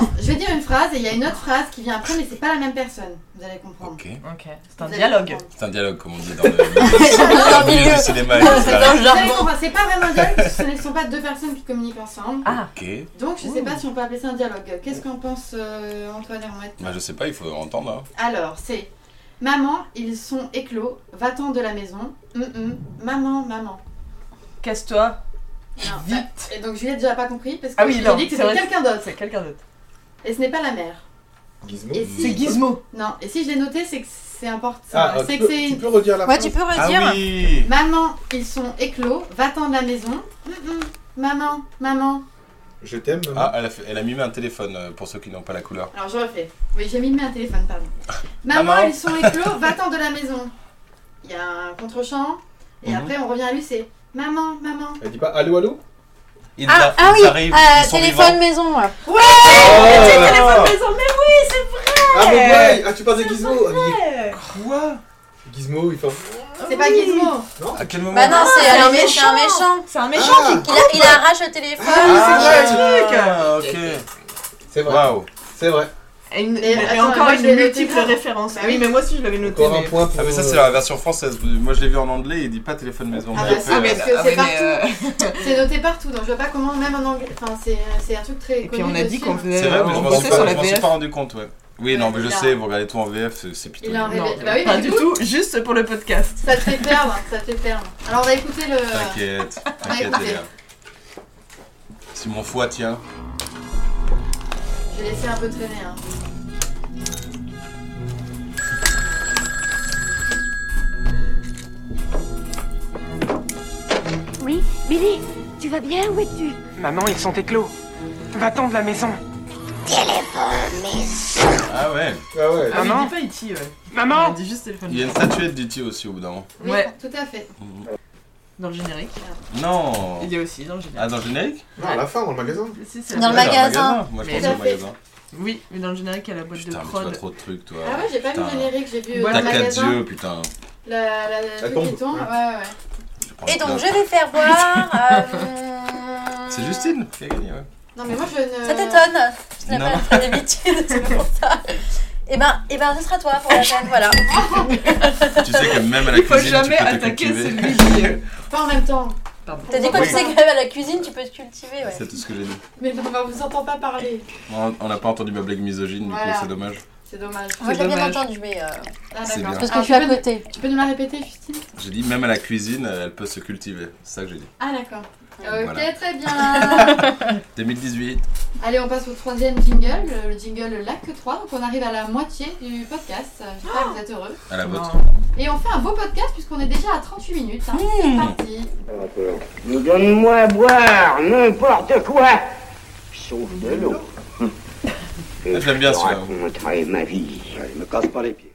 Speaker 1: non, je vais dire une phrase et il y a une autre phrase qui vient après, mais c'est pas la même personne. Vous allez comprendre.
Speaker 4: Ok.
Speaker 11: Ok, c'est
Speaker 1: Vous
Speaker 11: un
Speaker 1: allez
Speaker 11: dialogue.
Speaker 1: comprendre.
Speaker 4: C'est un dialogue, comme on dit dans le, dans le milieu du cinéma. et tout
Speaker 5: C'est
Speaker 4: ça.
Speaker 5: dans le
Speaker 1: Vous allez
Speaker 5: jargon.
Speaker 1: comprendre, c'est pas vraiment un dialogue, parce que ce ne sont pas deux personnes qui communiquent ensemble.
Speaker 11: Ah,
Speaker 4: Ok.
Speaker 1: Donc, je sais pas si on peut appeler ça un dialogue. Qu'est-ce qu'en pense euh, Antoine Hermouette
Speaker 4: Bah, je sais pas, il faut entendre. hein.
Speaker 1: Alors, c'est Maman, ils sont éclos, va-t'en de la maison. Hum, hum. Maman, maman.
Speaker 11: casse-toi.
Speaker 1: Non,
Speaker 11: Vite.
Speaker 1: bah, et donc Juliette déjà pas compris parce que
Speaker 11: Ah oui,
Speaker 1: je lui ai
Speaker 11: non,
Speaker 1: dit que
Speaker 11: c'est
Speaker 1: c'était
Speaker 11: vrai,
Speaker 1: quelqu'un d'autre
Speaker 11: C'est quelqu'un d'autre.
Speaker 1: et ce n'est pas la mère.
Speaker 3: Gizmo.
Speaker 1: Et si
Speaker 11: C'est Gizmo.
Speaker 1: non et si je l'ai noté c'est que c'est important.
Speaker 3: Ah, euh,
Speaker 1: c'est
Speaker 3: tu,
Speaker 1: que
Speaker 3: peux,
Speaker 1: c'est
Speaker 3: tu
Speaker 1: une...
Speaker 3: peux redire la
Speaker 5: Ouais,
Speaker 3: phrase
Speaker 5: tu peux
Speaker 4: Ah
Speaker 5: redire.
Speaker 4: oui
Speaker 1: maman ils sont éclos va-t'en de la maison. Hum, hum. Maman maman.
Speaker 3: Je t'aime. maman.
Speaker 4: Ah, elle a, fait- elle a mimé un téléphone euh, pour ceux qui n'ont pas la couleur.
Speaker 1: Alors je refais. Oui j'ai mis un téléphone pardon. Maman,
Speaker 4: Maman.
Speaker 1: ils sont éclos va-t'en de la maison. Il y a un contre-champ et
Speaker 4: Mhm.
Speaker 1: après on revient à lui c'est Maman, maman.
Speaker 3: Elle dit pas allô, allô
Speaker 4: Ils,
Speaker 5: Ah,
Speaker 4: a-
Speaker 5: ah
Speaker 4: ils
Speaker 5: oui,
Speaker 4: arrivent,
Speaker 5: euh,
Speaker 4: ils sont
Speaker 5: téléphone
Speaker 4: vivants.
Speaker 5: maison. Ouais,
Speaker 11: Oh
Speaker 3: c'est le
Speaker 11: téléphone
Speaker 5: maison, mais oui, c'est vrai.
Speaker 3: Ah, mais ouais Ah, tu parles de Gizmo Ah, mais
Speaker 4: Quoi
Speaker 3: Gizmo, il fait.
Speaker 1: C'est pas Gizmo.
Speaker 3: Non
Speaker 4: À quel moment
Speaker 5: Bah non,
Speaker 11: Ah,
Speaker 5: c'est
Speaker 11: c'est
Speaker 5: un
Speaker 11: un
Speaker 5: méchant. C'est un méchant,
Speaker 11: C'est un méchant
Speaker 5: Il,
Speaker 11: qui
Speaker 5: a- il arrache le téléphone.
Speaker 3: Ah,
Speaker 11: c'est
Speaker 4: Ah, ok.
Speaker 3: C'est vrai.
Speaker 4: Waouh.
Speaker 3: C'est vrai.
Speaker 11: Et, une-
Speaker 1: Mais
Speaker 11: et
Speaker 1: attends,
Speaker 11: encore
Speaker 1: moi, je l'ai
Speaker 11: une
Speaker 1: noté
Speaker 11: multiple
Speaker 1: là.
Speaker 11: référence.
Speaker 1: Bah
Speaker 11: oui,
Speaker 1: oui.
Speaker 11: mais moi aussi je l'avais noté.
Speaker 3: Encore un
Speaker 11: mais-
Speaker 3: point pour.
Speaker 4: Ah, mais ça, c'est la version française. Moi, je l'ai vu en anglais, il dit pas téléphone maison.
Speaker 1: Ah,
Speaker 4: mais
Speaker 1: bah,
Speaker 4: après,
Speaker 1: ça, parce
Speaker 11: mais-
Speaker 1: que
Speaker 11: ah,
Speaker 1: c'est
Speaker 11: mais, euh,
Speaker 1: partout. C'est noté partout, donc je vois pas comment, même en anglais. Enfin, c'est euh, c'est un truc très.
Speaker 11: Et puis
Speaker 1: connu
Speaker 11: on a
Speaker 1: de
Speaker 11: dit
Speaker 1: film.
Speaker 11: qu'on faisait.
Speaker 4: C'est vrai, mais je
Speaker 11: on
Speaker 4: m'en suis,
Speaker 11: bossait
Speaker 4: pas-
Speaker 11: sur
Speaker 4: je
Speaker 11: la
Speaker 4: m'en suis
Speaker 11: VF.
Speaker 4: pas rendu compte, ouais. Oui, non, mais je
Speaker 1: il a-
Speaker 4: sais, vous regardez tout en VF, c'est- c'est
Speaker 1: Il
Speaker 4: piteux.
Speaker 1: a un
Speaker 11: Non,
Speaker 1: réveil. Bah oui, mais
Speaker 11: pas du
Speaker 1: du
Speaker 11: tout, juste pour le podcast.
Speaker 1: Ça te fait perdre, ça te fait perdre. Alors on va écouter le.
Speaker 4: T'inquiète, t'inquiète,
Speaker 1: écoutez.
Speaker 4: les gars. Si mon foie tient.
Speaker 1: J'ai laissé un peu traîner. Hein.
Speaker 14: Oui, Billy, tu vas bien Où es-tu
Speaker 8: Maman, ils sont éclos. Va-t'en de la maison.
Speaker 4: Ah ouais.
Speaker 3: Ah ouais.
Speaker 11: Ah, mais il
Speaker 8: Maman
Speaker 11: dit pas E.T. ouais.
Speaker 8: Maman
Speaker 11: Il dit juste téléphone.
Speaker 4: Il y a une statuette d'E.T. aussi au bout d'un moment. Mm.
Speaker 1: Oui,
Speaker 11: Ouais.
Speaker 1: tout à fait.
Speaker 11: Dans le générique.
Speaker 4: Non
Speaker 11: Il y a aussi dans le générique.
Speaker 4: Ah, dans le générique
Speaker 3: Non, à la fin, dans le magasin.
Speaker 11: Si, c'est
Speaker 5: Dans le
Speaker 4: Ouais,
Speaker 5: magasin.
Speaker 4: Moi, je
Speaker 11: Mais-
Speaker 4: pensais au magasin.
Speaker 11: Oui, mais dans le générique, il y a la boîte
Speaker 4: Putain,
Speaker 11: de
Speaker 4: mais tu vois
Speaker 11: prod.
Speaker 4: trop de trucs, toi.
Speaker 1: Ah ouais, j'ai pas vu le
Speaker 4: Putain.
Speaker 1: générique, j'ai vu euh, dans
Speaker 4: T'as
Speaker 1: le
Speaker 4: quatre
Speaker 1: magasin.
Speaker 4: yeux, putain.
Speaker 1: La, la, la,
Speaker 3: Elle
Speaker 1: le truc
Speaker 3: tombe.
Speaker 1: qui tombe. Ouais, ouais. ouais.
Speaker 4: Je prends
Speaker 5: Et
Speaker 4: plein.
Speaker 5: donc je vais faire voir. euh,
Speaker 4: C'est Justine qui a gagné, ouais.
Speaker 1: Non, mais moi je ne.
Speaker 5: Ça t'étonne. Je n'ai
Speaker 4: Non.
Speaker 5: pas fait d'habitude, c'est pour ça. Et ben, et ben, ce sera toi pour la chaîne, voilà.
Speaker 4: Tu sais que même à la
Speaker 11: Il faut
Speaker 4: cuisine, tu
Speaker 11: jamais
Speaker 4: peux te
Speaker 11: attaquer
Speaker 4: cultiver.
Speaker 11: celui qui. euh,
Speaker 1: Pas en même temps.
Speaker 11: Pardon.
Speaker 5: T'as dit quoi
Speaker 4: Oui.
Speaker 5: Tu sais que même à la cuisine, tu peux te cultiver, ouais.
Speaker 4: C'est tout ce que j'ai dit.
Speaker 1: Mais non, on vous entend pas parler.
Speaker 4: On on n'a pas entendu ma blague misogyne, du
Speaker 1: Voilà.
Speaker 4: coup, c'est dommage.
Speaker 1: C'est dommage.
Speaker 5: Moi, j'ai bien
Speaker 11: dommage.
Speaker 5: entendu, mais. euh,
Speaker 1: Ah,
Speaker 4: C'est
Speaker 1: d'accord.
Speaker 4: bien.
Speaker 5: Parce que
Speaker 1: Alors,
Speaker 5: je suis à
Speaker 1: tu peux-
Speaker 5: côté.
Speaker 1: Tu peux nous la répéter, Justine
Speaker 4: J'ai dit, même à la cuisine, euh, elle peut se cultiver. C'est ça que j'ai dit.
Speaker 1: Ah, d'accord. Ok,
Speaker 4: Voilà.
Speaker 1: très bien.
Speaker 4: 2018.
Speaker 1: Allez, on passe au troisième jingle, le- le jingle Lac 3. Donc, on arrive à la moitié du podcast. J'espère que vous êtes heureux.
Speaker 4: À la vôtre.
Speaker 1: Et on fait un beau podcast puisqu'on est déjà à 38 minutes. hein. C'est parti.
Speaker 13: Mais donne-moi à boire n'importe quoi Sauf de l'eau.
Speaker 4: Ah, J'aime bien celui-là.
Speaker 13: Montrer ma vie. Je me casse pas les pieds.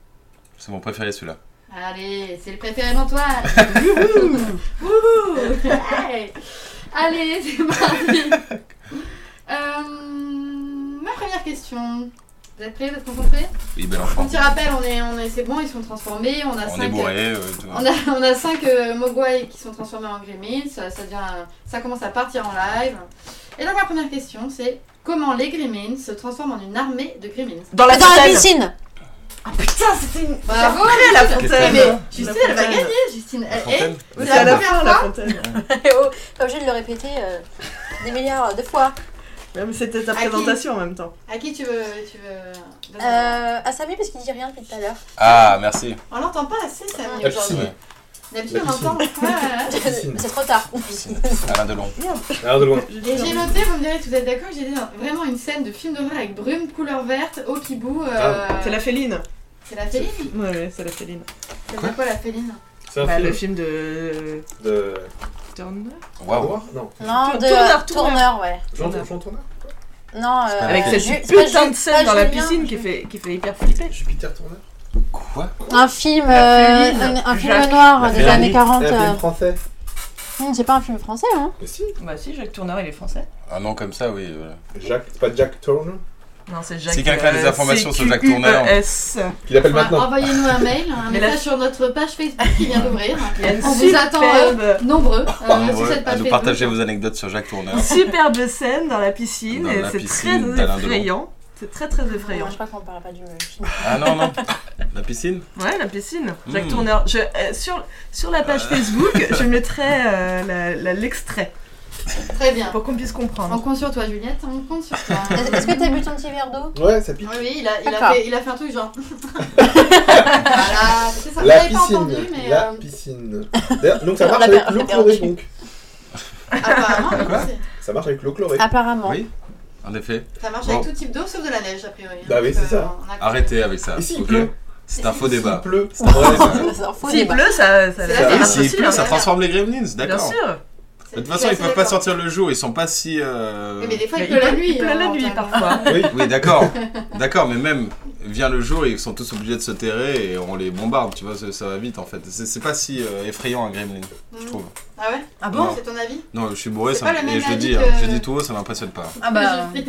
Speaker 4: C'est mon préféré celui-là.
Speaker 1: Allez, c'est le préféré d'Antoine. Wouhou. Hey. Allez, c'est parti. Euh, ma première question. Vous êtes prêts Vous êtes concentrés
Speaker 4: Oui, bel enfant.
Speaker 1: Petit rappel, on est, on est, c'est bon, ils sont transformés. On a
Speaker 4: On
Speaker 1: cinq.
Speaker 4: est bourré, euh, tu vois.
Speaker 1: On a, on a 5 euh, Mogwai qui sont transformés en Gremlins, ça, ça, devient un- ça commence à partir en live. Et donc la première question c'est comment les Gremlins se transforment en une armée de Gremlins
Speaker 11: Dans la
Speaker 5: Dans la
Speaker 11: fontaine.
Speaker 5: piscine
Speaker 11: Ah putain, c'était une.
Speaker 1: Bravo
Speaker 11: C'est la
Speaker 1: Justine.
Speaker 11: fontaine.
Speaker 1: Mais Justine
Speaker 11: La
Speaker 1: elle va
Speaker 11: fontaine.
Speaker 1: gagner Justine
Speaker 4: La
Speaker 1: Elle-
Speaker 4: fontaine
Speaker 1: elle-
Speaker 11: C'est à la
Speaker 1: première
Speaker 11: fin la fontaine.
Speaker 5: Et oh, pas obligé de le répéter euh, des milliards de fois.
Speaker 11: Ouais, mais C'était ta
Speaker 1: À qui
Speaker 11: présentation en même temps.
Speaker 1: À qui tu veux, tu veux donner
Speaker 5: Euh, à Samy, parce qu'il dit rien depuis tout à l'heure.
Speaker 4: Ah, merci.
Speaker 1: On l'entend pas assez Samy
Speaker 3: La piscine.
Speaker 1: aujourd'hui. D'habitude
Speaker 3: La
Speaker 1: on l'entend. Ouais, ouais.
Speaker 5: C'est trop tard.
Speaker 4: Alain Delon.
Speaker 3: Regarde de loin.
Speaker 1: Et j'ai noté, vous me direz si vous êtes d'accord, j'ai dit non, vraiment une scène de film d'horreur avec brume, couleur verte, eau qui boue. euh,
Speaker 11: C'est la féline.
Speaker 1: c'est la féline
Speaker 11: Ouais, ouais, c'est la féline.
Speaker 1: C'est quoi, la féline
Speaker 3: C'est un
Speaker 11: Bah, le
Speaker 3: film
Speaker 11: film de.
Speaker 3: de.
Speaker 11: Turner
Speaker 4: Waouh.
Speaker 3: Ah, Non.
Speaker 5: Non, de tourneur,
Speaker 11: Tourneur, tourneur,
Speaker 5: ouais.
Speaker 3: Jean Jean Tourneur
Speaker 5: Non, euh,
Speaker 11: Avec
Speaker 4: Ah,
Speaker 5: Ju-
Speaker 11: cette
Speaker 5: c'est pas
Speaker 11: putain
Speaker 5: Ju-
Speaker 11: de
Speaker 5: pas
Speaker 11: scène dans la
Speaker 5: Julien,
Speaker 11: piscine
Speaker 5: Ju-
Speaker 11: qui fait, qui fait hyper flipper.
Speaker 3: Jupiter Tourneur
Speaker 4: Quoi
Speaker 5: Un film, euh,
Speaker 11: La féline.
Speaker 5: un, un film
Speaker 11: Jacques.
Speaker 5: noir
Speaker 4: La
Speaker 5: des
Speaker 4: féline.
Speaker 5: années 40.
Speaker 3: C'est un
Speaker 5: euh,
Speaker 3: film français.
Speaker 5: hum, C'est pas un film français, hein
Speaker 3: Mais si.
Speaker 11: Bah si, Jacques Tourneur, il est français.
Speaker 4: Un nom comme ça, oui. Voilà.
Speaker 3: Jacques, c'est pas Jack Turner
Speaker 11: Non, c'est Jacques
Speaker 4: Si quelqu'un a des
Speaker 11: euh, E
Speaker 4: informations sur Jacques
Speaker 11: CQUES.
Speaker 3: Qu'il
Speaker 1: Voilà,
Speaker 3: appelle maintenant.
Speaker 1: Envoyez-nous un mail, un
Speaker 11: Mais la-
Speaker 1: message sur notre page Facebook qui vient d'ouvrir.
Speaker 11: Il y a une
Speaker 1: On vous attend
Speaker 11: superbe-
Speaker 1: euh, nombreux euh, sur
Speaker 4: Nombreux
Speaker 1: cette
Speaker 4: Ah, à
Speaker 1: page
Speaker 4: nous
Speaker 1: Facebook.
Speaker 4: partager vos anecdotes sur Jacques Tourneur.
Speaker 11: Une superbe scène dans la piscine
Speaker 4: Dans
Speaker 11: et
Speaker 4: la
Speaker 11: c'est
Speaker 4: piscine
Speaker 11: très
Speaker 4: d'Alain Delon.
Speaker 11: effrayant. C'est très très effrayant.
Speaker 5: Je crois qu'on parle pas du même film.
Speaker 4: Ah non, non. La piscine
Speaker 11: Ouais, la piscine. Jacques
Speaker 4: Mm.
Speaker 11: Tourneur. Je, euh, sur, sur la
Speaker 4: Euh.
Speaker 11: page Facebook, je mettrai euh, la- la- l'extrait
Speaker 1: Très bien.
Speaker 11: pour qu'on puisse
Speaker 1: On
Speaker 11: comprendre.
Speaker 1: compte sur toi, Juliette, on compte sur toi.
Speaker 5: Est-ce est-ce que t'as bu ton petit verre d'eau
Speaker 3: Ouais, ça pique.
Speaker 1: Oui, oui, il a, il a
Speaker 5: D'accord.
Speaker 1: fait, il a fait un truc genre. voilà, c'est ça, vous
Speaker 3: La
Speaker 1: l'avez pas
Speaker 3: piscine.
Speaker 1: entendu, mais.
Speaker 3: la
Speaker 1: euh,
Speaker 3: piscine. D'ailleurs, donc ça marche
Speaker 5: On l'a
Speaker 3: avec
Speaker 5: per-
Speaker 3: l'eau
Speaker 5: on l'a
Speaker 3: chlorée
Speaker 5: perdu.
Speaker 3: donc.
Speaker 1: apparemment,
Speaker 4: Quoi
Speaker 1: oui, c'est-
Speaker 3: Ça marche avec l'eau chlorée.
Speaker 5: Ah. Apparemment.
Speaker 4: Oui, en effet.
Speaker 1: ça marche
Speaker 4: Bon.
Speaker 1: avec tout type d'eau sauf de la neige, a priori. hein,
Speaker 3: Bah oui,
Speaker 1: Donc, euh,
Speaker 3: c'est ça.
Speaker 1: on a compris.
Speaker 4: Arrêtez avec ça.
Speaker 3: Et s'il
Speaker 4: ok Bah.
Speaker 3: pleut
Speaker 4: C'est un faux
Speaker 3: S'il
Speaker 4: débat.
Speaker 3: pleut, c'est un vrai débat.
Speaker 5: C'est un faux
Speaker 11: S'il
Speaker 5: débat.
Speaker 11: pleut, ça, ça,
Speaker 1: C'est la
Speaker 11: ça marche
Speaker 1: vérité.
Speaker 4: Ah S'il
Speaker 11: aussi.
Speaker 4: pleut,
Speaker 11: hein.
Speaker 4: ça transforme les gremlins,
Speaker 11: Bien
Speaker 4: d'accord.
Speaker 11: sûr.
Speaker 1: C'est-
Speaker 4: De toute
Speaker 1: je
Speaker 4: façon,
Speaker 1: suis
Speaker 4: ils peuvent
Speaker 1: assez
Speaker 4: pas
Speaker 1: d'accord.
Speaker 4: sortir le jour, ils sont pas si. euh,
Speaker 1: Oui, Mais des fois,
Speaker 11: Mais
Speaker 1: il pleut la nuit.
Speaker 11: Il pleut la
Speaker 1: hein,
Speaker 11: nuit
Speaker 1: en termes-
Speaker 11: parfois.
Speaker 3: Oui.
Speaker 4: Oui, d'accord, d'accord, mais même vient le jour, ils sont tous obligés de se terrer et on les bombarde, tu vois, ça, ça va vite en fait. C'est c'est pas si euh, effrayant un gremlin, je trouve.
Speaker 1: Ah ouais
Speaker 11: Ah
Speaker 4: bon Non.
Speaker 1: C'est ton avis
Speaker 4: Non, je suis bourré,
Speaker 1: C'est
Speaker 4: ça
Speaker 1: pas
Speaker 4: m-
Speaker 1: le
Speaker 4: et
Speaker 1: même
Speaker 4: je le
Speaker 1: avis
Speaker 4: dis, hein,
Speaker 1: que-
Speaker 4: je le dis tout haut, ça m'impressionne pas.
Speaker 1: Ah bah.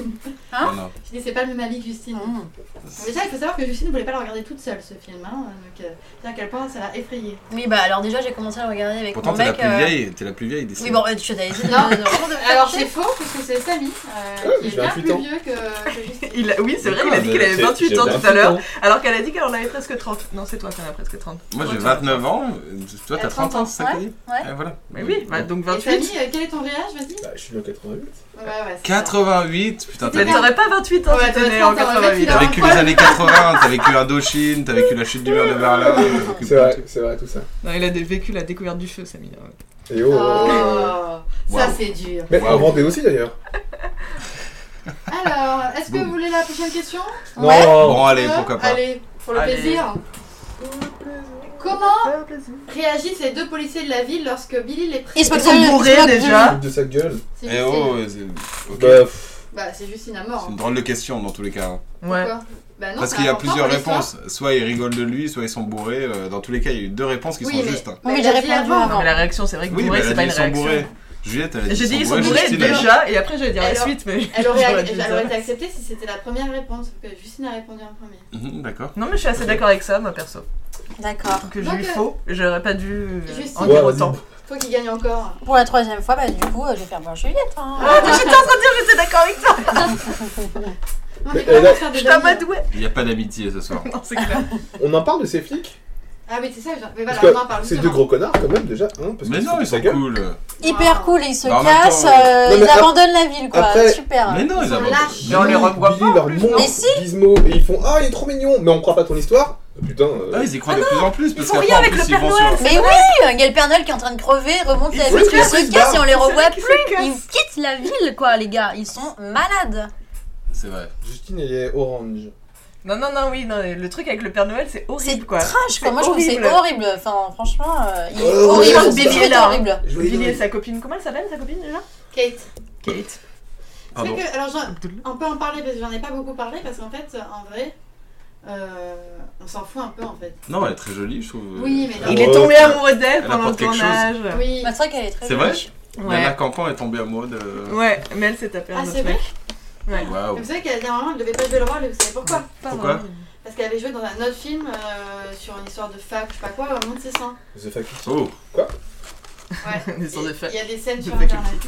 Speaker 1: Je
Speaker 4: Non, non.
Speaker 1: dis, c'est pas le même avis que Justine.
Speaker 11: Mm.
Speaker 5: Mm.
Speaker 1: Déjà, il faut savoir que Justine ne voulait pas le regarder toute seule ce film. Hein, donc, euh, c'est à quel point ça l'a effrayée.
Speaker 5: Oui, bah alors déjà, j'ai commencé à le regarder avec
Speaker 4: Pourtant,
Speaker 5: mon
Speaker 4: t'es la
Speaker 5: mec.
Speaker 4: plus
Speaker 5: euh,
Speaker 4: vieille, t'es la plus vieille d'ici.
Speaker 5: Oui, bon, euh, tu t'avais dit.
Speaker 1: Non,
Speaker 5: de- de- de-
Speaker 1: alors c'est faux, parce que c'est Samy, euh,
Speaker 11: Ouais,
Speaker 1: qui est
Speaker 11: j'ai
Speaker 1: bien
Speaker 11: 28
Speaker 1: plus
Speaker 11: ans.
Speaker 1: vieux que, que Justine.
Speaker 11: Il a- oui, c'est vrai, il a dit
Speaker 4: mais
Speaker 11: qu'il avait
Speaker 4: j'ai-
Speaker 11: 28
Speaker 4: j'ai
Speaker 11: ans tout à
Speaker 4: 28
Speaker 11: l'heure,
Speaker 4: ans.
Speaker 11: alors qu'elle a dit qu'elle en avait presque 30. Non, c'est toi qui en as presque 30.
Speaker 4: Moi, j'ai
Speaker 11: Ouais,
Speaker 4: 29 ans, euh, toi,
Speaker 1: Elle
Speaker 4: t'as
Speaker 1: a
Speaker 4: 30 ans, c'est ça
Speaker 1: ouais,
Speaker 4: que
Speaker 1: ouais.
Speaker 4: Eh, voilà.
Speaker 11: Mais oui, bah, donc
Speaker 1: Et
Speaker 11: 28.
Speaker 1: Samy, euh, quel est ton VH, vas-y
Speaker 3: Bah, je suis le 88.
Speaker 1: Ouais, ouais. c'est ça.
Speaker 4: 88, putain, t'as
Speaker 11: Mais t'aurais pas 28 ans
Speaker 1: Ouais,
Speaker 11: si t'es
Speaker 1: t'aurais
Speaker 11: né
Speaker 1: 30,
Speaker 11: en
Speaker 1: t'aurais
Speaker 11: 88.
Speaker 4: T'as vécu les années 80, t'as vécu Indochine, t'as vécu la chute du mur de Berlin. t'as vécu
Speaker 3: C'est
Speaker 4: plein de
Speaker 3: vrai,
Speaker 4: trucs.
Speaker 3: c'est vrai, tout ça.
Speaker 11: Non, il a dé- vécu la découverte du feu, Samir.
Speaker 3: Et oh,
Speaker 1: Oh, ça
Speaker 3: Waouh.
Speaker 1: c'est dur.
Speaker 3: Mais avant t'es aussi d'ailleurs.
Speaker 1: Alors, est-ce que vous voulez la prochaine question
Speaker 3: Non.
Speaker 1: Ouais
Speaker 4: Bon, allez,
Speaker 1: Euh,
Speaker 4: pourquoi pas.
Speaker 1: Allez, pour le
Speaker 4: Allez.
Speaker 1: plaisir. Comment réagissent les deux policiers de la ville lorsque Billy les prie
Speaker 5: Ils se Ils sont sont bourrés, bourrés, déjà.
Speaker 3: De sa gueule.
Speaker 1: C'est
Speaker 4: Eh
Speaker 1: Justine.
Speaker 4: oh, ouais, c'est. ok.
Speaker 3: Bah, pff,
Speaker 1: Bah, c'est Justine à mort.
Speaker 4: C'est
Speaker 1: hein.
Speaker 4: une drôle de question dans tous les cas. hein.
Speaker 1: Pourquoi Bah non,
Speaker 4: Parce
Speaker 1: c'est
Speaker 4: qu'il y a
Speaker 1: important
Speaker 4: plusieurs
Speaker 1: pour l'histoire.
Speaker 4: réponses. Soit ils rigolent de lui, soit ils sont bourrés. euh, Dans tous les cas, il y a eu deux réponses qui
Speaker 1: Oui,
Speaker 4: sont
Speaker 1: mais-
Speaker 4: justes. hein.
Speaker 1: Oui, mais j'ai répondu avant.
Speaker 11: Mais la réaction, c'est vrai que
Speaker 4: Oui, mais
Speaker 11: bourré,
Speaker 4: elle a
Speaker 11: c'est
Speaker 4: dit
Speaker 11: pas une
Speaker 4: ils sont
Speaker 11: réaction.
Speaker 4: bourrés. Juliette, elle a dit
Speaker 11: J'ai dit ils sont
Speaker 4: bourrés.
Speaker 11: bourrés
Speaker 4: Justine, elle a dit-
Speaker 11: déjà, et après j'allais dire la
Speaker 1: Alors,
Speaker 11: suite, mais.
Speaker 1: Elle aurait,
Speaker 11: j'aurais dû
Speaker 1: elle
Speaker 11: dire.
Speaker 1: aurait été acceptée si c'était la première réponse. que Justine a répondu en premier.
Speaker 4: Mhm, D'accord.
Speaker 11: Non, mais je suis assez d'accord avec ça, moi perso.
Speaker 5: D'accord.
Speaker 11: Que j'ai
Speaker 1: Donc,
Speaker 11: eu
Speaker 1: euh,
Speaker 11: faux, j'aurais pas dû euh,
Speaker 1: Justine.
Speaker 11: en dire
Speaker 3: Ouais,
Speaker 11: autant.
Speaker 1: Toi qui gagne encore.
Speaker 5: Pour la troisième fois, bah du coup, euh, je vais faire voir Juliette. hein.
Speaker 11: Ah, mais j'étais en train de dire, j'étais d'accord avec toi
Speaker 1: Non,
Speaker 3: Mais
Speaker 1: mais comment
Speaker 3: elle a-
Speaker 1: faire des
Speaker 11: J'étais en
Speaker 1: amis
Speaker 11: mode ouais
Speaker 4: Il n'y a pas d'amitié ce soir.
Speaker 11: Non, c'est clair.
Speaker 3: on en parle de ces flics
Speaker 1: Ah, oui, c'est ça. genre- Mais
Speaker 3: Parce
Speaker 1: voilà, on en
Speaker 3: que
Speaker 1: parle. hein.
Speaker 3: c'est deux
Speaker 1: justement.
Speaker 3: gros connards quand même déjà. Hein, parce
Speaker 4: Mais
Speaker 3: qu'ils
Speaker 4: non,
Speaker 3: foutent
Speaker 4: ils
Speaker 3: sa
Speaker 4: sont
Speaker 3: gueule.
Speaker 4: cool.
Speaker 1: Ah.
Speaker 5: Hyper cool, ils se
Speaker 4: Bah, en même temps,
Speaker 5: cassent,
Speaker 4: euh,
Speaker 5: euh,
Speaker 3: non,
Speaker 5: ils
Speaker 3: mais ap-
Speaker 5: abandonnent la ville quoi.
Speaker 3: après-
Speaker 5: Super.
Speaker 4: Mais non,
Speaker 1: Ils
Speaker 4: ils
Speaker 1: sont
Speaker 4: abandonnent.
Speaker 1: lâches.
Speaker 11: Mais on les revoit
Speaker 3: Billy leur montre
Speaker 5: Mais si.
Speaker 3: Gizmo et ils font Ah, il est trop mignon Mais on croit pas ton histoire Putain. euh,
Speaker 4: Ah, ils y croient de plus en plus parce
Speaker 11: font
Speaker 4: qu'après
Speaker 11: rien
Speaker 4: en
Speaker 11: avec
Speaker 4: plus
Speaker 11: le
Speaker 4: ils
Speaker 11: Père
Speaker 4: vont
Speaker 11: Noël.
Speaker 4: sur.
Speaker 5: Mais oui, il y a le Père Noël qui est en train de crever, remonte la
Speaker 3: Oui,
Speaker 5: ville,
Speaker 3: oui,
Speaker 5: il
Speaker 3: oui,
Speaker 5: se
Speaker 3: se
Speaker 5: casse et on les
Speaker 11: barre.
Speaker 5: revoit
Speaker 11: Ils se
Speaker 5: plus.
Speaker 11: cassent.
Speaker 5: Ils quittent la ville quoi, les gars. Ils sont malades.
Speaker 4: C'est vrai.
Speaker 3: Justine, elle est orange.
Speaker 11: Non, non, non, oui, non, le truc avec le Père Noël, c'est
Speaker 5: C'est
Speaker 11: horrible quoi.
Speaker 5: trash quoi. Moi je trouve que c'est
Speaker 11: horrible.
Speaker 5: horrible. Enfin, franchement, euh, il est
Speaker 3: Euh,
Speaker 5: horrible.
Speaker 3: regarde,
Speaker 5: C'est
Speaker 11: Billy, là.
Speaker 5: horrible.
Speaker 3: Je
Speaker 11: Billy et
Speaker 3: voulais
Speaker 11: sa copine, comment elle s'appelle sa copine déjà
Speaker 1: Kate.
Speaker 3: Ah
Speaker 11: Kate.
Speaker 1: C'est vrai
Speaker 4: Pardon.
Speaker 1: que, alors, j'en- on peut en parler parce que j'en ai pas beaucoup parlé parce qu'en fait, en vrai, euh, on s'en fout un peu en fait.
Speaker 4: Non, elle est très jolie, je trouve.
Speaker 1: Oui, mais
Speaker 3: Ah
Speaker 11: Il
Speaker 1: non.
Speaker 3: bon
Speaker 11: est tombé amoureux
Speaker 4: Elle
Speaker 11: d'elle pendant le
Speaker 4: apporte quelque
Speaker 11: tournage.
Speaker 1: Oui.
Speaker 5: Bah, c'est vrai qu'elle est très
Speaker 4: C'est
Speaker 5: jolie.
Speaker 4: vrai Nana Campan est tombée amoureux de.
Speaker 11: Ouais, mais elle s'est tapée
Speaker 1: Ah,
Speaker 11: un
Speaker 1: c'est
Speaker 11: autre
Speaker 1: vrai
Speaker 11: mec. Ouais.
Speaker 4: Waouh.
Speaker 1: Vous savez qu'à la dernière elle devait pas jouer le rôle et vous savez pourquoi
Speaker 4: Pourquoi
Speaker 1: Parce qu'elle avait joué dans un autre film euh, sur une histoire de fac, je sais pas quoi, au monde ses seins.
Speaker 3: The Faculty.
Speaker 4: Oh,
Speaker 1: Ouais.
Speaker 11: Une histoire de fac.
Speaker 1: Il y a des
Speaker 11: De
Speaker 1: scènes sur
Speaker 11: faculté.
Speaker 1: internet.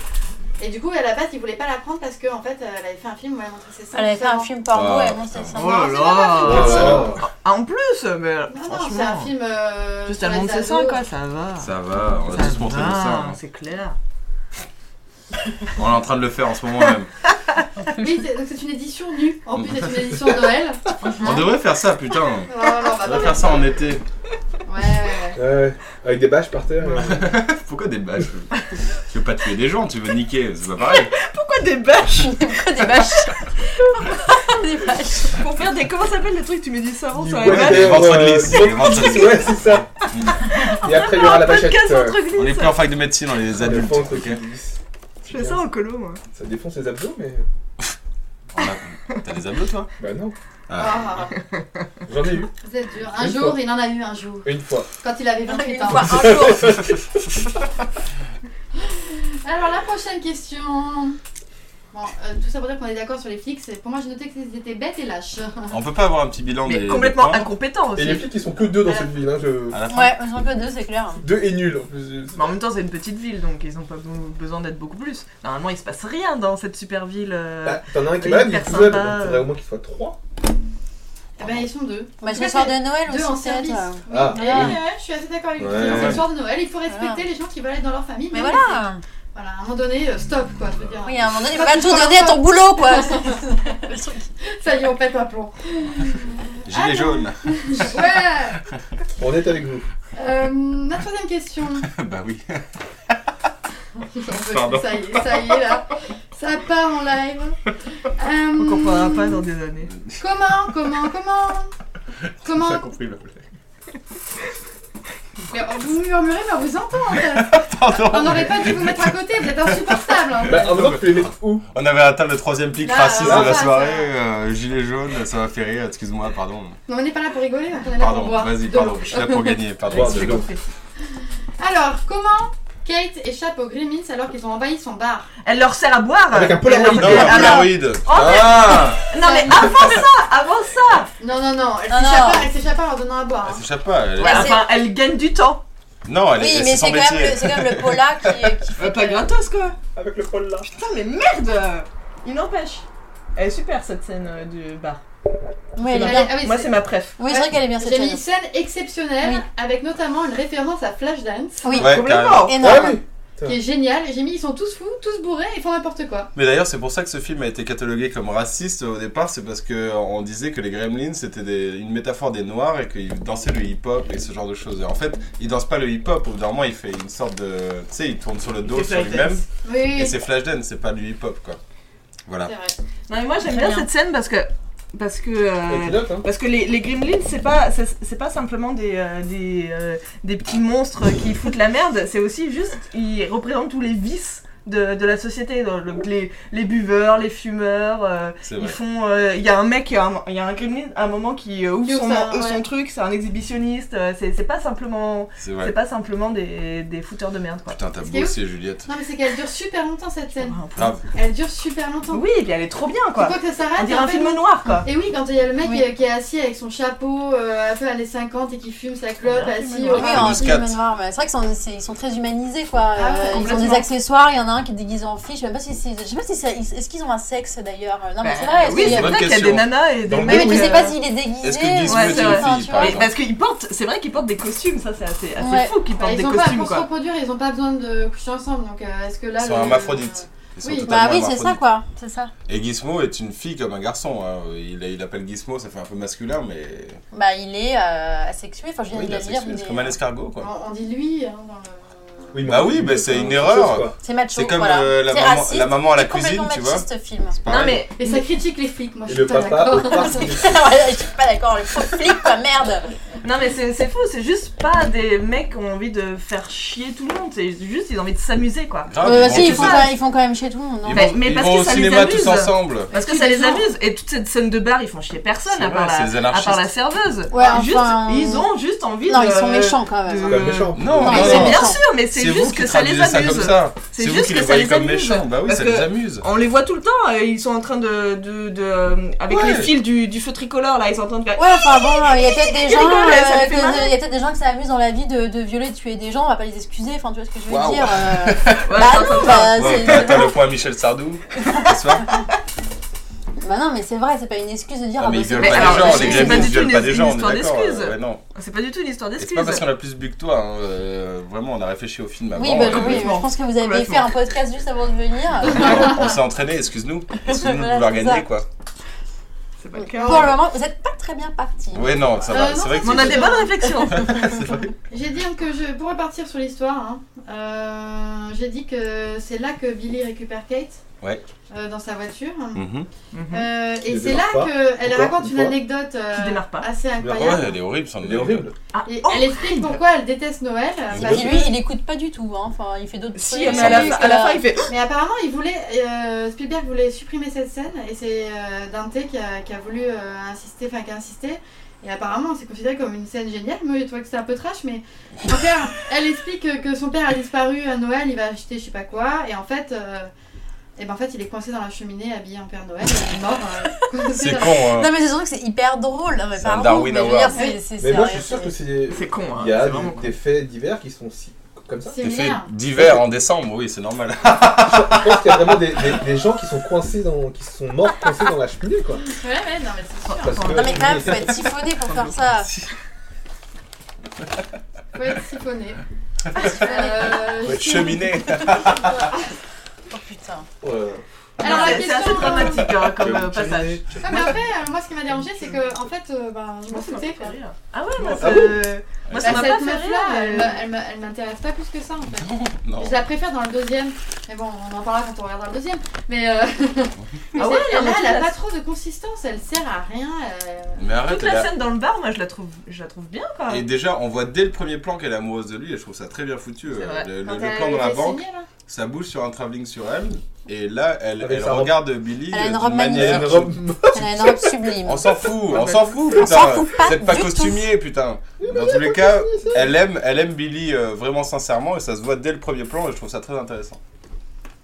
Speaker 1: Et du coup, à la base, ils voulaient pas la prendre parce qu'en en fait, elle avait fait un film où elle montrait ses seins.
Speaker 5: Elle avait fait un
Speaker 1: justement.
Speaker 5: film porno
Speaker 4: Ah,
Speaker 5: et bon, c'est
Speaker 4: putain.
Speaker 5: ça.
Speaker 11: Oh là
Speaker 1: c'est
Speaker 11: là
Speaker 3: pas
Speaker 11: Ah, En plus, mais
Speaker 1: Non, non, c'est un
Speaker 11: franchement.
Speaker 1: film. Euh,
Speaker 11: Juste
Speaker 1: sur
Speaker 11: à le
Speaker 1: les
Speaker 11: monde ses
Speaker 1: ados.
Speaker 11: seins quoi, ça va.
Speaker 4: ça va, on va
Speaker 11: Ça
Speaker 4: tous montrer
Speaker 11: va,
Speaker 4: nos seins. hein.
Speaker 11: C'est clair.
Speaker 4: On est en train de le faire en ce moment même.
Speaker 1: Oui, c'est- donc c'est une édition nue. En plus, c'est une édition Noël.
Speaker 4: On devrait faire ça, putain.
Speaker 1: Non, non, non,
Speaker 4: On
Speaker 1: bah,
Speaker 4: devrait
Speaker 1: non,
Speaker 4: faire ça en été.
Speaker 1: Ouais, ouais, ouais.
Speaker 3: Ouais, avec des bâches par terre. euh.
Speaker 4: Pourquoi des bâches Tu veux pas tuer des gens, tu veux niquer, c'est pas pareil.
Speaker 11: Pourquoi des bâches
Speaker 5: Pourquoi des vaches Pourquoi des vaches
Speaker 11: Pour faire des. Comment s'appelle le truc Tu mets du savon
Speaker 3: Du
Speaker 11: sur
Speaker 3: bois de
Speaker 11: la bâche
Speaker 4: Les
Speaker 3: terre,
Speaker 4: ventres
Speaker 3: euh,
Speaker 4: glissent, les ventres glissent.
Speaker 3: Ouais, c'est ça. Et après, il y aura la bâchette.
Speaker 11: Podcast
Speaker 3: euh,
Speaker 11: entre glisses.
Speaker 4: On est plus en fac de médecine, on est des
Speaker 3: ça
Speaker 4: adultes.
Speaker 3: défonce
Speaker 4: ok
Speaker 3: les cuisses.
Speaker 11: Je fais ça en colo moi.
Speaker 3: Ça défonce les abdos, mais.
Speaker 4: On a- T'as des abdos toi
Speaker 3: Bah non,
Speaker 1: Ah,
Speaker 3: j'en ai eu
Speaker 1: vous êtes dur. Un
Speaker 3: Une
Speaker 1: jour,
Speaker 3: fois.
Speaker 1: il en a eu un jour.
Speaker 3: une fois.
Speaker 1: Quand il avait 28
Speaker 5: Une
Speaker 1: ans.
Speaker 5: fois, un jour.
Speaker 1: Alors la prochaine question. Bon, euh, tout ça pour dire qu'on est d'accord sur les flics. c'est- Pour moi, j'ai noté qu'ils étaient bêtes et lâches.
Speaker 4: On peut pas avoir un petit bilan des.
Speaker 11: Mais
Speaker 4: des
Speaker 11: complètement
Speaker 4: points
Speaker 11: incompétent
Speaker 3: Et
Speaker 11: aussi.
Speaker 3: les flics, ils sont que deux dans cette ville. Hein, je...
Speaker 4: à la fin
Speaker 5: Ouais, ils sont que deux, c'est clair.
Speaker 3: Deux et nul en plus.
Speaker 11: Mais en même temps, c'est une petite ville donc ils ont pas be- besoin d'être beaucoup plus. Normalement, il se passe rien dans cette super ville. euh,
Speaker 3: Bah, T'en as un qui est
Speaker 11: il
Speaker 3: malade,
Speaker 11: est
Speaker 3: il est
Speaker 11: hyper
Speaker 3: tout seul.
Speaker 11: sympa.
Speaker 3: donc Faudrait au moins qu'il soit trois.
Speaker 1: Eh ben, ils sont deux. En
Speaker 5: Bah,
Speaker 1: tout
Speaker 5: c'est le
Speaker 1: cas,
Speaker 5: soir
Speaker 1: c'est
Speaker 5: de Noël
Speaker 1: deux en
Speaker 5: aussi, peut-être.
Speaker 1: service.
Speaker 5: euh.
Speaker 1: Oui.
Speaker 3: Ah,
Speaker 1: Ouais,
Speaker 5: oui.
Speaker 1: ouais, ouais, je suis assez d'accord avec vous.
Speaker 3: Ouais,
Speaker 1: c'est le
Speaker 4: ouais.
Speaker 1: soir de Noël. Il faut respecter
Speaker 5: Voilà.
Speaker 1: les gens qui veulent être dans leur famille.
Speaker 5: Mais
Speaker 1: mais
Speaker 5: voilà.
Speaker 1: Voilà, à un moment donné, euh, stop quoi. Je veux dire.
Speaker 5: Oui, à un moment donné, il faut pas tout donner à ton boulot quoi. Le truc.
Speaker 1: Ça y est, on pète un plomb.
Speaker 4: Gilet jaune.
Speaker 1: Ouais.
Speaker 3: on est avec vous.
Speaker 1: Euh, la troisième question.
Speaker 4: bah oui. Pardon.
Speaker 1: Ça y est, ça y est là. Ça part en live.
Speaker 11: On
Speaker 1: Euh,
Speaker 11: comprendra pas dans des années.
Speaker 1: Comment, comment, comment,
Speaker 4: T'as
Speaker 1: comment
Speaker 4: compris la blague.
Speaker 1: Mais oh, vous murmurez, mais on vous entend en fait. On
Speaker 4: Pardon.
Speaker 1: n'aurait pas dû vous mettre à côté, vous êtes insupportable. hein.
Speaker 3: Bah, en même temps, tu peux les mettre où
Speaker 4: On avait atteint le troisième pic
Speaker 1: Là,
Speaker 4: raciste
Speaker 1: là,
Speaker 4: de la
Speaker 1: ça,
Speaker 4: soirée. euh, gilet jaune, ça m'a fait rire, excuse-moi, pardon.
Speaker 1: Non, on n'est pas là pour rigoler, on est là pour
Speaker 4: Pardon,
Speaker 1: boire.
Speaker 4: vas-y,
Speaker 1: de
Speaker 4: pardon,
Speaker 1: l'eau.
Speaker 4: je suis là pour gagner, pardon.
Speaker 3: Boire de l'eau.
Speaker 1: Alors, comment Kate échappe aux Gremlins alors qu'ils ont envahi son bar.
Speaker 11: Elle leur sert à boire.
Speaker 3: Avec un Polaroid.
Speaker 11: Elle leur-
Speaker 4: Non,
Speaker 11: elle-
Speaker 4: un
Speaker 11: alors-
Speaker 4: Polaroid.
Speaker 11: Oh, mais-
Speaker 4: Ah
Speaker 11: Non mais avant ça, avant ça.
Speaker 1: Non, non, non, elle
Speaker 11: Non,
Speaker 1: s'échappe
Speaker 11: non.
Speaker 1: pas- elle s'échappe pas en leur donnant à boire. hein.
Speaker 4: Elle s'échappe pas. Elle,
Speaker 11: Ouais, enfin, elle gagne du temps.
Speaker 4: Non, elle
Speaker 5: Oui,
Speaker 4: est
Speaker 5: mais
Speaker 4: son
Speaker 5: c'est quand même
Speaker 4: métier.
Speaker 5: le- c'est quand même le pola qui, qui fait.
Speaker 11: Pas
Speaker 5: que-
Speaker 11: gratos quoi.
Speaker 3: Avec le pôle là.
Speaker 11: Putain mais merde. Il n'empêche. Elle est super cette scène euh, du bar.
Speaker 5: Ouais,
Speaker 11: C'est
Speaker 5: elle est
Speaker 11: ma-
Speaker 5: bien.
Speaker 1: Ah oui,
Speaker 11: Moi
Speaker 1: c'est-
Speaker 11: c'est ma préf.
Speaker 5: Oui, c'est vrai qu'elle est bien cette
Speaker 1: J'ai mis
Speaker 5: scène.
Speaker 1: une scène exceptionnelle avec notamment une référence à Flashdance.
Speaker 5: Oui,
Speaker 4: Ouais,
Speaker 11: complètement.
Speaker 4: carrément.
Speaker 5: Énorme.
Speaker 3: Ah oui.
Speaker 1: Qui est géniale. J'ai mis ils sont tous fous, tous bourrés et font n'importe quoi.
Speaker 4: Mais d'ailleurs, c'est pour ça que ce film a été catalogué comme raciste au départ, c'est parce que on disait que les Gremlins c'était des- une métaphore des Noirs et qu'ils dansaient le hip-hop et ce genre de choses. Et en fait, ils dansent pas le hip-hop, au bout d'un moment, il fait une sorte de. Tu sais, il tourne sur le dos
Speaker 11: fait
Speaker 4: sur
Speaker 11: flash
Speaker 4: lui-même.
Speaker 11: dance.
Speaker 1: Oui, oui,
Speaker 4: Et
Speaker 1: oui.
Speaker 4: c'est Flashdance, c'est pas du hip-hop quoi. Voilà.
Speaker 1: C'est vrai.
Speaker 11: Non mais moi j'aime
Speaker 5: Très
Speaker 11: bien,
Speaker 5: bien.
Speaker 11: cette scène parce que parce que euh,
Speaker 3: Et tu notes, hein.
Speaker 11: parce que les, les gremlins c'est pas c'est c'est pas simplement des euh, des, euh, des petits monstres qui foutent la merde, c'est aussi juste ils représentent tous les vices. De, de la société, donc les, les buveurs, les fumeurs, euh,
Speaker 4: C'est
Speaker 11: ils
Speaker 4: vrai.
Speaker 11: font. euh, Il y a un mec, il y a un- il y a un gremlin à un moment qui euh, ouvre
Speaker 1: Qui ouvre
Speaker 11: son,
Speaker 1: ça,
Speaker 11: euh, son
Speaker 1: ouais.
Speaker 11: truc, c'est un exhibitionniste, euh, c'est c'est pas simplement,
Speaker 4: C'est vrai.
Speaker 11: c'est pas simplement des, des fouteurs de merde quoi.
Speaker 4: Putain, t'as
Speaker 1: qui est
Speaker 4: bossé Juliette.
Speaker 1: Non, mais c'est qu'elle dure super longtemps cette scène.
Speaker 4: Grave.
Speaker 1: Elle dure super longtemps.
Speaker 11: Oui, et puis elle est trop bien quoi.
Speaker 1: Pourquoi que ça s'arrête
Speaker 11: On dirait
Speaker 1: en
Speaker 11: un
Speaker 1: fait,
Speaker 11: film noir quoi.
Speaker 1: Et oui, quand il y a le mec
Speaker 5: Oui.
Speaker 1: qui est- qui est assis avec son chapeau euh, un peu années 50 et qui fume sa clope,
Speaker 11: Ah,
Speaker 1: assis
Speaker 11: oui,
Speaker 1: au
Speaker 5: Oui, en
Speaker 4: Louis
Speaker 5: film
Speaker 4: Cat.
Speaker 5: noir, mais c'est vrai qu'ils sont, c'est- ils sont très humanisés quoi.
Speaker 1: Ah ouais,
Speaker 5: Euh, ils ont des
Speaker 1: complètement.
Speaker 5: accessoires, il y en a un qui est déguisé en fille. Je sais même pas si c'est. Je sais pas si c'est. Est-ce qu'ils ont un sexe d'ailleurs euh, Non, mais
Speaker 11: Bah,
Speaker 5: c'est vrai. est-ce
Speaker 11: oui,
Speaker 5: qu'il y
Speaker 11: c'est
Speaker 5: a-
Speaker 4: Bonne
Speaker 11: vrai qu'il y a des
Speaker 4: question.
Speaker 11: nanas et des
Speaker 3: Dans le
Speaker 5: Mais
Speaker 11: mecs.
Speaker 5: oui, tu
Speaker 11: euh,
Speaker 5: sais pas s'il est déguisé.
Speaker 4: Est-ce que disent
Speaker 11: ouais,
Speaker 4: peut-être
Speaker 11: c'est
Speaker 4: une
Speaker 11: vrai.
Speaker 5: enfin,
Speaker 4: fille,
Speaker 5: tu
Speaker 4: par
Speaker 5: vois.
Speaker 11: Mais
Speaker 4: exemple
Speaker 11: parce qu'ils portent, c'est vrai qu'ils portent des costumes, ça c'est assez, assez
Speaker 5: Ouais.
Speaker 11: fou qu'ils
Speaker 1: Bah,
Speaker 11: portent
Speaker 1: ils
Speaker 11: des
Speaker 1: ont pas
Speaker 11: costumes
Speaker 1: pour se
Speaker 11: quoi.
Speaker 1: reproduire, ils ont pas besoin de coucher ensemble. Donc euh, est-ce que là.
Speaker 4: Ils sont
Speaker 1: le-
Speaker 4: hermaphrodites. Ils sont
Speaker 1: Oui.
Speaker 4: totalement
Speaker 5: Bah oui, c'est ça
Speaker 4: hermaphrodites.
Speaker 5: quoi. C'est ça.
Speaker 4: Et Gizmo est une fille comme un garçon. hein. Il, il appelle Gizmo, ça fait un peu masculin, mais.
Speaker 5: Bah il est euh, asexué. Enfin, je viens
Speaker 4: Oui,
Speaker 5: de
Speaker 4: il est
Speaker 5: le dire.
Speaker 4: asexué,
Speaker 5: il
Speaker 4: c'est
Speaker 5: est-
Speaker 4: comme un escargot
Speaker 1: On,
Speaker 4: quoi.
Speaker 5: Ah,
Speaker 1: on dit lui hein, dans le.
Speaker 3: Oui,
Speaker 4: Bah oui, mais c'est une erreur.
Speaker 5: C'est macho.
Speaker 4: C'est comme,
Speaker 5: voilà.
Speaker 4: euh, la
Speaker 5: C'est
Speaker 4: maman-
Speaker 5: raciste,
Speaker 4: la maman à la
Speaker 5: c'est complètement
Speaker 4: cuisine, tu vois.
Speaker 5: machiste, ce film.
Speaker 11: Non mais
Speaker 1: Et ça critique les flics, moi je
Speaker 3: Et
Speaker 1: suis
Speaker 3: le
Speaker 1: pas
Speaker 3: papa
Speaker 1: d'accord.
Speaker 3: au parti.
Speaker 5: Ouais, Je suis pas d'accord, le pauvre flic quoi, merde.
Speaker 11: non mais c'est c'est fou, c'est juste pas des mecs qui ont envie de faire chier tout le monde, c'est juste ils ont envie de s'amuser quoi.
Speaker 4: Grave,
Speaker 5: Euh,
Speaker 4: ils vont
Speaker 5: si, ils
Speaker 4: tous
Speaker 5: font,
Speaker 4: au-
Speaker 5: quand même, ils font quand même chez tout le monde. hein. non
Speaker 4: Ils
Speaker 11: Mais-
Speaker 4: vont,
Speaker 11: mais
Speaker 4: ils
Speaker 11: parce
Speaker 4: vont
Speaker 11: que
Speaker 4: au
Speaker 11: ça les
Speaker 4: cinéma tous
Speaker 11: amuse.
Speaker 4: ensemble.
Speaker 11: Parce que ça les amuse et toute cette scène de bar ils font chier personne
Speaker 4: C'est
Speaker 11: à part,
Speaker 4: vrai, c'est des
Speaker 11: la, à part la
Speaker 4: anarchistes.
Speaker 11: serveuse.
Speaker 5: Ouais, enfin,
Speaker 11: juste, ils ont juste envie
Speaker 5: Non,
Speaker 11: de.
Speaker 5: ils sont
Speaker 4: euh,
Speaker 5: méchants quand même.
Speaker 11: de-
Speaker 5: hein.
Speaker 3: Pas méchant.
Speaker 4: Non, non,
Speaker 5: Non, mais
Speaker 11: c'est
Speaker 4: non.
Speaker 11: bien sûr, mais c'est
Speaker 4: C'est vous
Speaker 11: juste
Speaker 4: qui
Speaker 11: que ça les
Speaker 4: traduisez ça comme
Speaker 11: amuse.
Speaker 4: ça.
Speaker 11: C'est
Speaker 4: C'est vous
Speaker 11: juste
Speaker 4: qui
Speaker 11: que
Speaker 4: les
Speaker 11: ça
Speaker 4: voyez
Speaker 11: les
Speaker 4: comme
Speaker 11: amuse.
Speaker 4: méchants. Bah oui,
Speaker 11: Parce
Speaker 4: ça
Speaker 11: que-
Speaker 4: les amuse.
Speaker 11: On les voit tout le temps, euh, ils sont en train de. de, de euh, avec
Speaker 4: Ouais.
Speaker 11: les fils du, du feu tricolore là, ils sont en train de faire.
Speaker 5: Ouais, enfin bon, il y a peut-être des
Speaker 11: Il
Speaker 5: gens,
Speaker 11: rigole, ça
Speaker 5: euh,
Speaker 11: lui fait
Speaker 5: que-
Speaker 11: marrer.
Speaker 5: il y a peut-être des gens qui s'amusent dans la vie de, de violer, de tuer des gens. On va pas les excuser. Enfin, tu vois ce que je veux
Speaker 4: Waouh.
Speaker 5: dire. euh,
Speaker 11: Ouais,
Speaker 5: bah
Speaker 11: ça, ça,
Speaker 5: non,
Speaker 11: ça.
Speaker 5: bah,
Speaker 4: Ouais,
Speaker 5: c'est-
Speaker 4: Attends le point Michel Sardou. Bonsoir.
Speaker 5: bah non, mais c'est vrai, c'est pas une excuse de dire.
Speaker 4: Non, Ah, mais ils
Speaker 5: bah, c'est-
Speaker 4: violent
Speaker 11: Mais
Speaker 4: pas
Speaker 11: alors,
Speaker 4: des gens.
Speaker 11: c'est
Speaker 4: Les
Speaker 11: pas
Speaker 4: Gremlins
Speaker 11: du
Speaker 4: ne
Speaker 11: tout
Speaker 4: violent
Speaker 11: une-
Speaker 4: pas des
Speaker 11: une
Speaker 4: gens, on
Speaker 11: histoire
Speaker 4: est d'accord. euh,
Speaker 11: d'excuse.
Speaker 4: Ouais, non.
Speaker 11: C'est pas du tout une histoire
Speaker 4: Et
Speaker 11: d'excuse.
Speaker 4: c'est pas parce qu'on a plus bu que toi. hein, euh, Vraiment, on a réfléchi au film avant. euh,
Speaker 5: Oui, bah,
Speaker 4: et-
Speaker 5: oui, je pense que vous avez fait
Speaker 11: Complètement.
Speaker 5: un podcast juste avant de venir.
Speaker 4: On on s'est entraîné, excuse-nous. Excuse-nous de
Speaker 5: Voilà,
Speaker 4: vouloir
Speaker 5: c'est
Speaker 4: gagner
Speaker 5: ça.
Speaker 4: quoi.
Speaker 11: C'est pas le cas.
Speaker 5: Pour le moment, vous êtes pas très bien parti.
Speaker 4: Ouais, non, ça va.
Speaker 1: Euh,
Speaker 4: C'est vrai
Speaker 1: non,
Speaker 4: que
Speaker 11: Mais on a
Speaker 4: c'est-
Speaker 11: des bonnes réflexions.
Speaker 4: c'est vrai.
Speaker 1: J'ai dit donc que je. Pour repartir sur l'histoire, hein, euh, j'ai dit que c'est là que Billy récupère Kate.
Speaker 4: Ouais.
Speaker 1: euh, dans sa voiture.
Speaker 4: Mhm.
Speaker 1: Euh, et
Speaker 3: Il
Speaker 1: c'est là
Speaker 3: démarre pas.
Speaker 1: qu'elle
Speaker 3: Encore
Speaker 1: raconte
Speaker 3: une
Speaker 1: une
Speaker 3: fois.
Speaker 1: anecdote euh,
Speaker 11: Qui démarre pas.
Speaker 1: assez
Speaker 4: Ouais,
Speaker 1: incroyable.
Speaker 4: elle est horrible, son
Speaker 3: Elle est horrible.
Speaker 1: Et
Speaker 11: Oh,
Speaker 1: elle explique pourquoi elle déteste Noël. parce
Speaker 5: Et lui, il écoute pas du tout. hein. Enfin, il fait d'autres
Speaker 11: Si,
Speaker 5: trucs,
Speaker 11: mais à la,
Speaker 5: il
Speaker 11: fin-
Speaker 5: fait
Speaker 11: à la
Speaker 5: la-
Speaker 11: fin, il fait.
Speaker 1: Mais apparemment, il voulait, euh, Spielberg voulait supprimer cette scène et c'est euh, Dante qui a, qui a voulu euh, insister, enfin qui a insisté. Et apparemment, c'est considéré comme une scène géniale. Moi, je trouve que c'est un peu trash, mais son père, elle explique que- que son père a disparu à Noël, il va acheter je sais pas quoi, et en fait, euh, et ben en fait, il est coincé dans la cheminée habillé en Père Noël, et il est mort. euh, coincé
Speaker 4: C'est
Speaker 1: dans-
Speaker 4: con. hein.
Speaker 5: euh, Non, mais c'est surtout que c'est hyper drôle. Non, mais
Speaker 4: C'est
Speaker 5: pardon,
Speaker 4: un Darwin
Speaker 5: mais je veux
Speaker 4: Award.
Speaker 5: dire, c'est- c'est-
Speaker 3: Mais
Speaker 5: c'est
Speaker 3: moi,
Speaker 5: un-
Speaker 3: je suis sûr que c'est.
Speaker 11: C'est con, hein.
Speaker 3: Il y a
Speaker 11: c'est
Speaker 3: des,
Speaker 11: vraiment con.
Speaker 3: des faits divers qui sont si. comme ça.
Speaker 1: C'est
Speaker 4: T'es fait
Speaker 1: merde.
Speaker 4: d'hiver en décembre, oui, c'est normal.
Speaker 3: Je pense qu'il y a vraiment des, des- des gens qui sont coincés dans. qui sont morts coincés dans la cheminée, quoi.
Speaker 1: Ouais, ouais, non, mais c'est sûr.
Speaker 3: Parce que-
Speaker 5: Non, mais quand même, faut être siphonné pour faire ça.
Speaker 1: Faut être siphonné. Euh,
Speaker 4: Ouais,
Speaker 1: je-
Speaker 4: cheminée.
Speaker 5: Oh putain.
Speaker 3: Ouais.
Speaker 1: Alors, la
Speaker 11: C'est- C'est
Speaker 1: question. euh,
Speaker 11: assez dramatique hein, comme euh, passage.
Speaker 3: Cheminée.
Speaker 1: Ouais, mais après, euh, moi, ce qui m'a dérangé, c'est que, en fait, euh, ben, je m'en foutais. quoi.
Speaker 11: Ah ouais, moi,
Speaker 3: Ah
Speaker 11: c'est- moi ça
Speaker 1: Bah,
Speaker 11: m'a
Speaker 1: cette
Speaker 11: pas fait
Speaker 1: meuf là, elle,
Speaker 11: rire. euh,
Speaker 1: m'a- elle m'a- elle m'intéresse pas plus que ça en fait.
Speaker 4: Non.
Speaker 1: Je la préfère dans le deuxième, mais bon, on en parlera quand on regardera le deuxième. Mais, euh... mais
Speaker 11: Ah
Speaker 1: ça,
Speaker 11: ouais,
Speaker 1: elle,
Speaker 11: mais
Speaker 1: là, elle
Speaker 11: tu
Speaker 1: a
Speaker 11: la-
Speaker 1: pas trop de consistance, elle sert à rien. euh, elle-
Speaker 4: Mais arrête,
Speaker 11: Toute
Speaker 4: elle
Speaker 11: la
Speaker 4: a-
Speaker 11: scène dans le bar, moi je la trouve, je la trouve bien quand
Speaker 4: Et
Speaker 11: même.
Speaker 4: déjà, on voit dès le premier plan qu'elle est amoureuse de lui, et je trouve ça très bien foutu.
Speaker 11: C'est
Speaker 4: euh,
Speaker 11: vrai.
Speaker 4: Le, le-
Speaker 1: Quand
Speaker 4: le
Speaker 1: elle
Speaker 4: plan dans
Speaker 1: lui
Speaker 4: la
Speaker 1: fait
Speaker 4: banque,
Speaker 1: signer, là.
Speaker 4: ça bouge sur un travelling sur elle, et là, elle,
Speaker 3: Avec
Speaker 4: elle
Speaker 3: sa robe.
Speaker 4: regarde Billy euh,
Speaker 5: Elle a une
Speaker 4: d'une
Speaker 5: robe
Speaker 4: manière.
Speaker 3: Une robe-
Speaker 5: Elle a une robe sublime.
Speaker 4: On s'en fout, on
Speaker 11: bah,
Speaker 4: s'en fout,
Speaker 5: On s'en
Speaker 4: putain.
Speaker 5: fout pas
Speaker 4: Vous êtes pas
Speaker 5: du tout.
Speaker 4: costumier, putain. Dans tous les cas, elle aime, elle aime Billy euh, vraiment sincèrement et ça se voit dès le premier plan et je trouve ça très intéressant.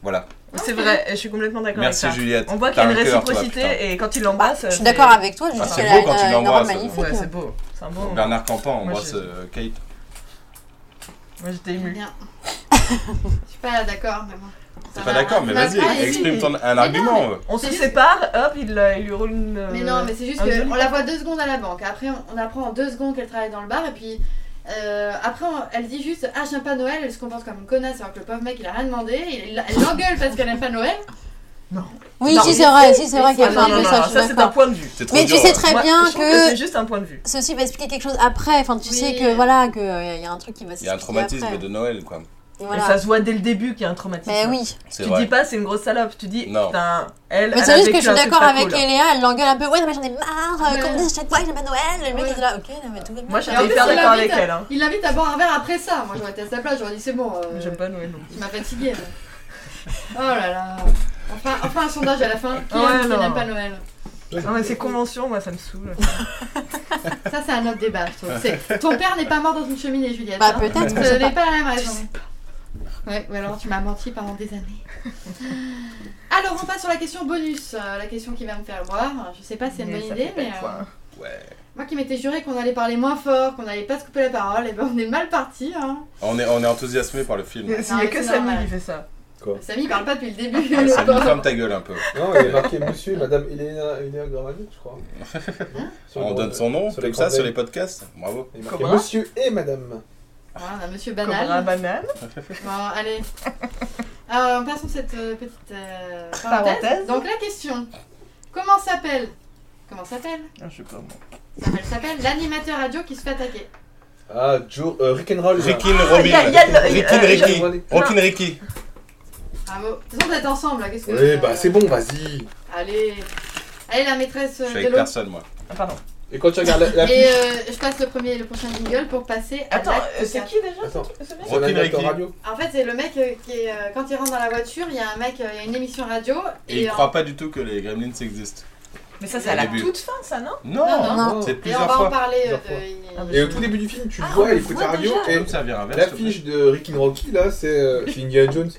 Speaker 4: Voilà.
Speaker 11: C'est vrai, je suis complètement d'accord avec
Speaker 4: Merci,
Speaker 11: ça.
Speaker 4: Juliette.
Speaker 11: On voit qu'il y a
Speaker 4: T'as
Speaker 11: une
Speaker 4: un cœur, toi,
Speaker 11: réciprocité
Speaker 4: putain.
Speaker 11: et quand il l'embrasse.
Speaker 5: je suis
Speaker 11: c'est-
Speaker 5: d'accord avec toi, je
Speaker 4: Ah,
Speaker 5: dis
Speaker 4: c'est
Speaker 5: qu'elle
Speaker 4: beau
Speaker 5: a une,
Speaker 4: quand tu
Speaker 5: une
Speaker 4: l'embrasses,
Speaker 5: robe magnifique.
Speaker 11: Ouais, c'est beau. C'est un beau moment.
Speaker 4: Bernard Campan
Speaker 11: Moi,
Speaker 4: embrasse
Speaker 11: j'ai-
Speaker 4: euh, Kate.
Speaker 11: Moi j'étais émue.
Speaker 1: Bien. Je suis pas d'accord, mais bon.
Speaker 4: T'es pas d'accord, mais
Speaker 1: Bah,
Speaker 4: vas-y,
Speaker 1: allez,
Speaker 4: exprime
Speaker 1: mais-
Speaker 4: ton un
Speaker 1: mais
Speaker 4: argument.
Speaker 1: non,
Speaker 4: euh.
Speaker 11: On se
Speaker 1: C'est juste-
Speaker 11: sépare, hop, il, euh, il lui roule une. euh,
Speaker 1: Mais non, mais c'est juste
Speaker 11: un joli
Speaker 1: qu'on la voit deux secondes à la banque. Après, on, on apprend en deux secondes qu'elle travaille dans le bar. Et puis, euh, après, on- elle dit juste Ah, j'aime pas Noël. Elle se comporte comme une connasse alors que le pauvre mec, il a rien demandé. et il- elle l'engueule parce qu'elle aime pas Noël.
Speaker 5: Oui,
Speaker 11: Non,
Speaker 5: si,
Speaker 11: mais
Speaker 5: c'est vrai,
Speaker 1: si,
Speaker 5: si, c'est vrai
Speaker 11: Ah,
Speaker 1: mais
Speaker 5: qu'elle
Speaker 1: c'est-
Speaker 5: fait un
Speaker 1: non,
Speaker 5: peu
Speaker 1: non,
Speaker 5: ça,
Speaker 1: non,
Speaker 5: je suis
Speaker 11: ça, c'est
Speaker 5: d'accord.
Speaker 11: un point de vue.
Speaker 4: C'est trop
Speaker 5: Mais tu
Speaker 4: dur,
Speaker 5: sais
Speaker 4: hein.
Speaker 5: très
Speaker 11: Moi,
Speaker 5: bien
Speaker 11: je trouve que
Speaker 5: que
Speaker 11: c'est juste un point de vue.
Speaker 5: ceci va expliquer quelque chose après. Enfin, tu sais que voilà, que euh, il y a un truc qui va
Speaker 4: Il y a un
Speaker 5: s'expliquer
Speaker 4: traumatisme
Speaker 5: après.
Speaker 4: de Noël, quoi.
Speaker 5: Et
Speaker 11: Et
Speaker 5: voilà.
Speaker 11: ça se voit dès le début qu'il y a un traumatisme.
Speaker 5: Mais oui.
Speaker 4: C'est
Speaker 11: Tu
Speaker 4: vrai.
Speaker 11: dis pas c'est une grosse salope, tu dis
Speaker 4: Non.
Speaker 11: putain, elle.
Speaker 5: Mais
Speaker 11: elle
Speaker 5: c'est
Speaker 11: a
Speaker 5: juste que je
Speaker 11: vécu
Speaker 5: suis
Speaker 11: un truc
Speaker 5: d'accord
Speaker 11: pas
Speaker 5: avec
Speaker 11: cool.
Speaker 5: Eléa, elle l'engueule un peu. Ouais, non, mais j'en ai marre, euh,
Speaker 1: Ouais.
Speaker 5: comme dit chaque fois, j'aime pas Noël. Le mec il est là, ok, non, mais tout va bien.
Speaker 11: Moi, j'étais
Speaker 1: Et en plus,
Speaker 11: hyper
Speaker 1: il
Speaker 11: d'accord
Speaker 1: l'invite
Speaker 11: avec
Speaker 1: à-
Speaker 11: elle, hein.
Speaker 1: Il l'invite à boire un verre après ça. Moi, j'aurais été à sa place. J'aurais dit C'est bon, euh,
Speaker 11: J'aime pas Noël non
Speaker 1: tu m'as fatigué. Oh là là. Enfin, enfin, un sondage à la fin. Qui
Speaker 11: Ouais,
Speaker 1: aime, qui
Speaker 11: non.
Speaker 1: n'aime pas Noël
Speaker 11: plus. Non, mais ces conventions, moi ça me saoule.
Speaker 1: Ça, c'est un autre débat, je trouve. C'est- Ton père n'est pas mort dans une cheminée, Juliette.
Speaker 5: Bah,
Speaker 1: hein.
Speaker 5: peut-être,
Speaker 1: Ce
Speaker 5: on sait
Speaker 1: n'est pas la même raison. Ouais, ou alors tu m'as menti pendant des années. Alors, on passe sur la question bonus, euh, la question qui va me faire boire. Je sais pas si c'est une
Speaker 11: Mais
Speaker 1: bonne
Speaker 11: ça
Speaker 1: idée,
Speaker 11: fait pas
Speaker 1: mais.
Speaker 11: de
Speaker 1: euh,
Speaker 11: fois.
Speaker 4: Ouais.
Speaker 1: moi qui m'étais juré qu'on allait parler moins fort, qu'on allait pas se couper la parole, et ben on est mal parti. Hein.
Speaker 4: On est, on est enthousiasmé par le film.
Speaker 11: S'il y
Speaker 1: Non,
Speaker 11: a
Speaker 1: mais
Speaker 11: que
Speaker 1: c'est
Speaker 11: Samy
Speaker 1: normal.
Speaker 11: qui fait ça.
Speaker 1: Samy, il parle pas depuis le début.
Speaker 4: Ouais,
Speaker 1: le
Speaker 11: Ah,
Speaker 4: Samy,
Speaker 1: pauvre.
Speaker 4: Ah, ferme ta gueule un peu.
Speaker 3: Non, il y a marqué monsieur et madame Elena, Elena Gramavik, je crois. Sur le
Speaker 4: On
Speaker 3: grand-
Speaker 4: donne son nom,
Speaker 3: sur les
Speaker 4: comme ça,
Speaker 3: grandes
Speaker 4: sur les
Speaker 3: lignes.
Speaker 4: podcasts. Bravo.
Speaker 3: Il y a marqué
Speaker 11: Comment
Speaker 3: monsieur et madame.
Speaker 1: Voilà, on a Ah, Monsieur
Speaker 11: Comme
Speaker 1: Banal.
Speaker 11: un banane.
Speaker 1: Bon, allez. Alors, passons cette euh, petite euh, parenthèse.
Speaker 11: Parenthèse.
Speaker 1: Donc, la question comment s'appelle Comment s'appelle
Speaker 11: Ah, je sais pas moi.
Speaker 1: S'appelle s'appelle l'animateur radio qui se fait attaquer.
Speaker 3: Ah, Joe, euh, Rick'n'Roll.
Speaker 4: Rickin
Speaker 11: y a-
Speaker 4: Robin.
Speaker 11: y a le-
Speaker 4: Rickin
Speaker 11: euh,
Speaker 4: Ricky.
Speaker 3: je-
Speaker 4: Rockin Ricky.
Speaker 1: Bravo. De toute façon, vous êtes ensemble là, qu'est-ce que.
Speaker 3: Oui,
Speaker 1: euh,
Speaker 3: bah c'est bon, vas-y.
Speaker 1: Allez. Allez, la maîtresse
Speaker 4: Je
Speaker 1: euh,
Speaker 4: suis
Speaker 1: de
Speaker 4: avec
Speaker 1: l'autre.
Speaker 4: personne, moi.
Speaker 11: Ah, pardon.
Speaker 3: Et quand tu regardes la, la
Speaker 1: Et
Speaker 3: fiche,
Speaker 1: euh, je passe le premier, le prochain jingle pour passer à
Speaker 11: Attends,
Speaker 1: l'acte
Speaker 11: euh, c'est
Speaker 1: quatre.
Speaker 11: qui déjà
Speaker 3: Attends.
Speaker 11: ce- ce mec
Speaker 3: c'est un
Speaker 4: Rockin'
Speaker 3: animateur
Speaker 4: Ricky.
Speaker 3: radio.
Speaker 1: En fait, c'est le mec euh, qui est. euh, quand il rentre dans la voiture, il y a un mec, euh, il y a une émission radio.
Speaker 4: Et il
Speaker 1: euh,
Speaker 4: croit pas du tout que les Gremlins existent.
Speaker 11: Mais ça, c'est
Speaker 1: Au
Speaker 11: à la
Speaker 4: début.
Speaker 11: toute fin, ça, non
Speaker 1: Non,
Speaker 4: Non,
Speaker 3: non.
Speaker 4: c'est
Speaker 1: et on
Speaker 4: plusieurs
Speaker 1: va en
Speaker 4: fois.
Speaker 1: parler. euh,
Speaker 3: Plusieurs fois.
Speaker 1: de-
Speaker 3: Et au tout début du film, tu le
Speaker 11: Ah,
Speaker 3: vois,
Speaker 11: on
Speaker 3: il
Speaker 11: le
Speaker 3: écoute
Speaker 11: voit
Speaker 3: la radio.
Speaker 11: déjà.
Speaker 3: Et
Speaker 4: Comme ça, vient un verre, s'il te plaît.
Speaker 3: l'affiche de Rick and Rocky, là, c'est euh, c'est Indiana Jones.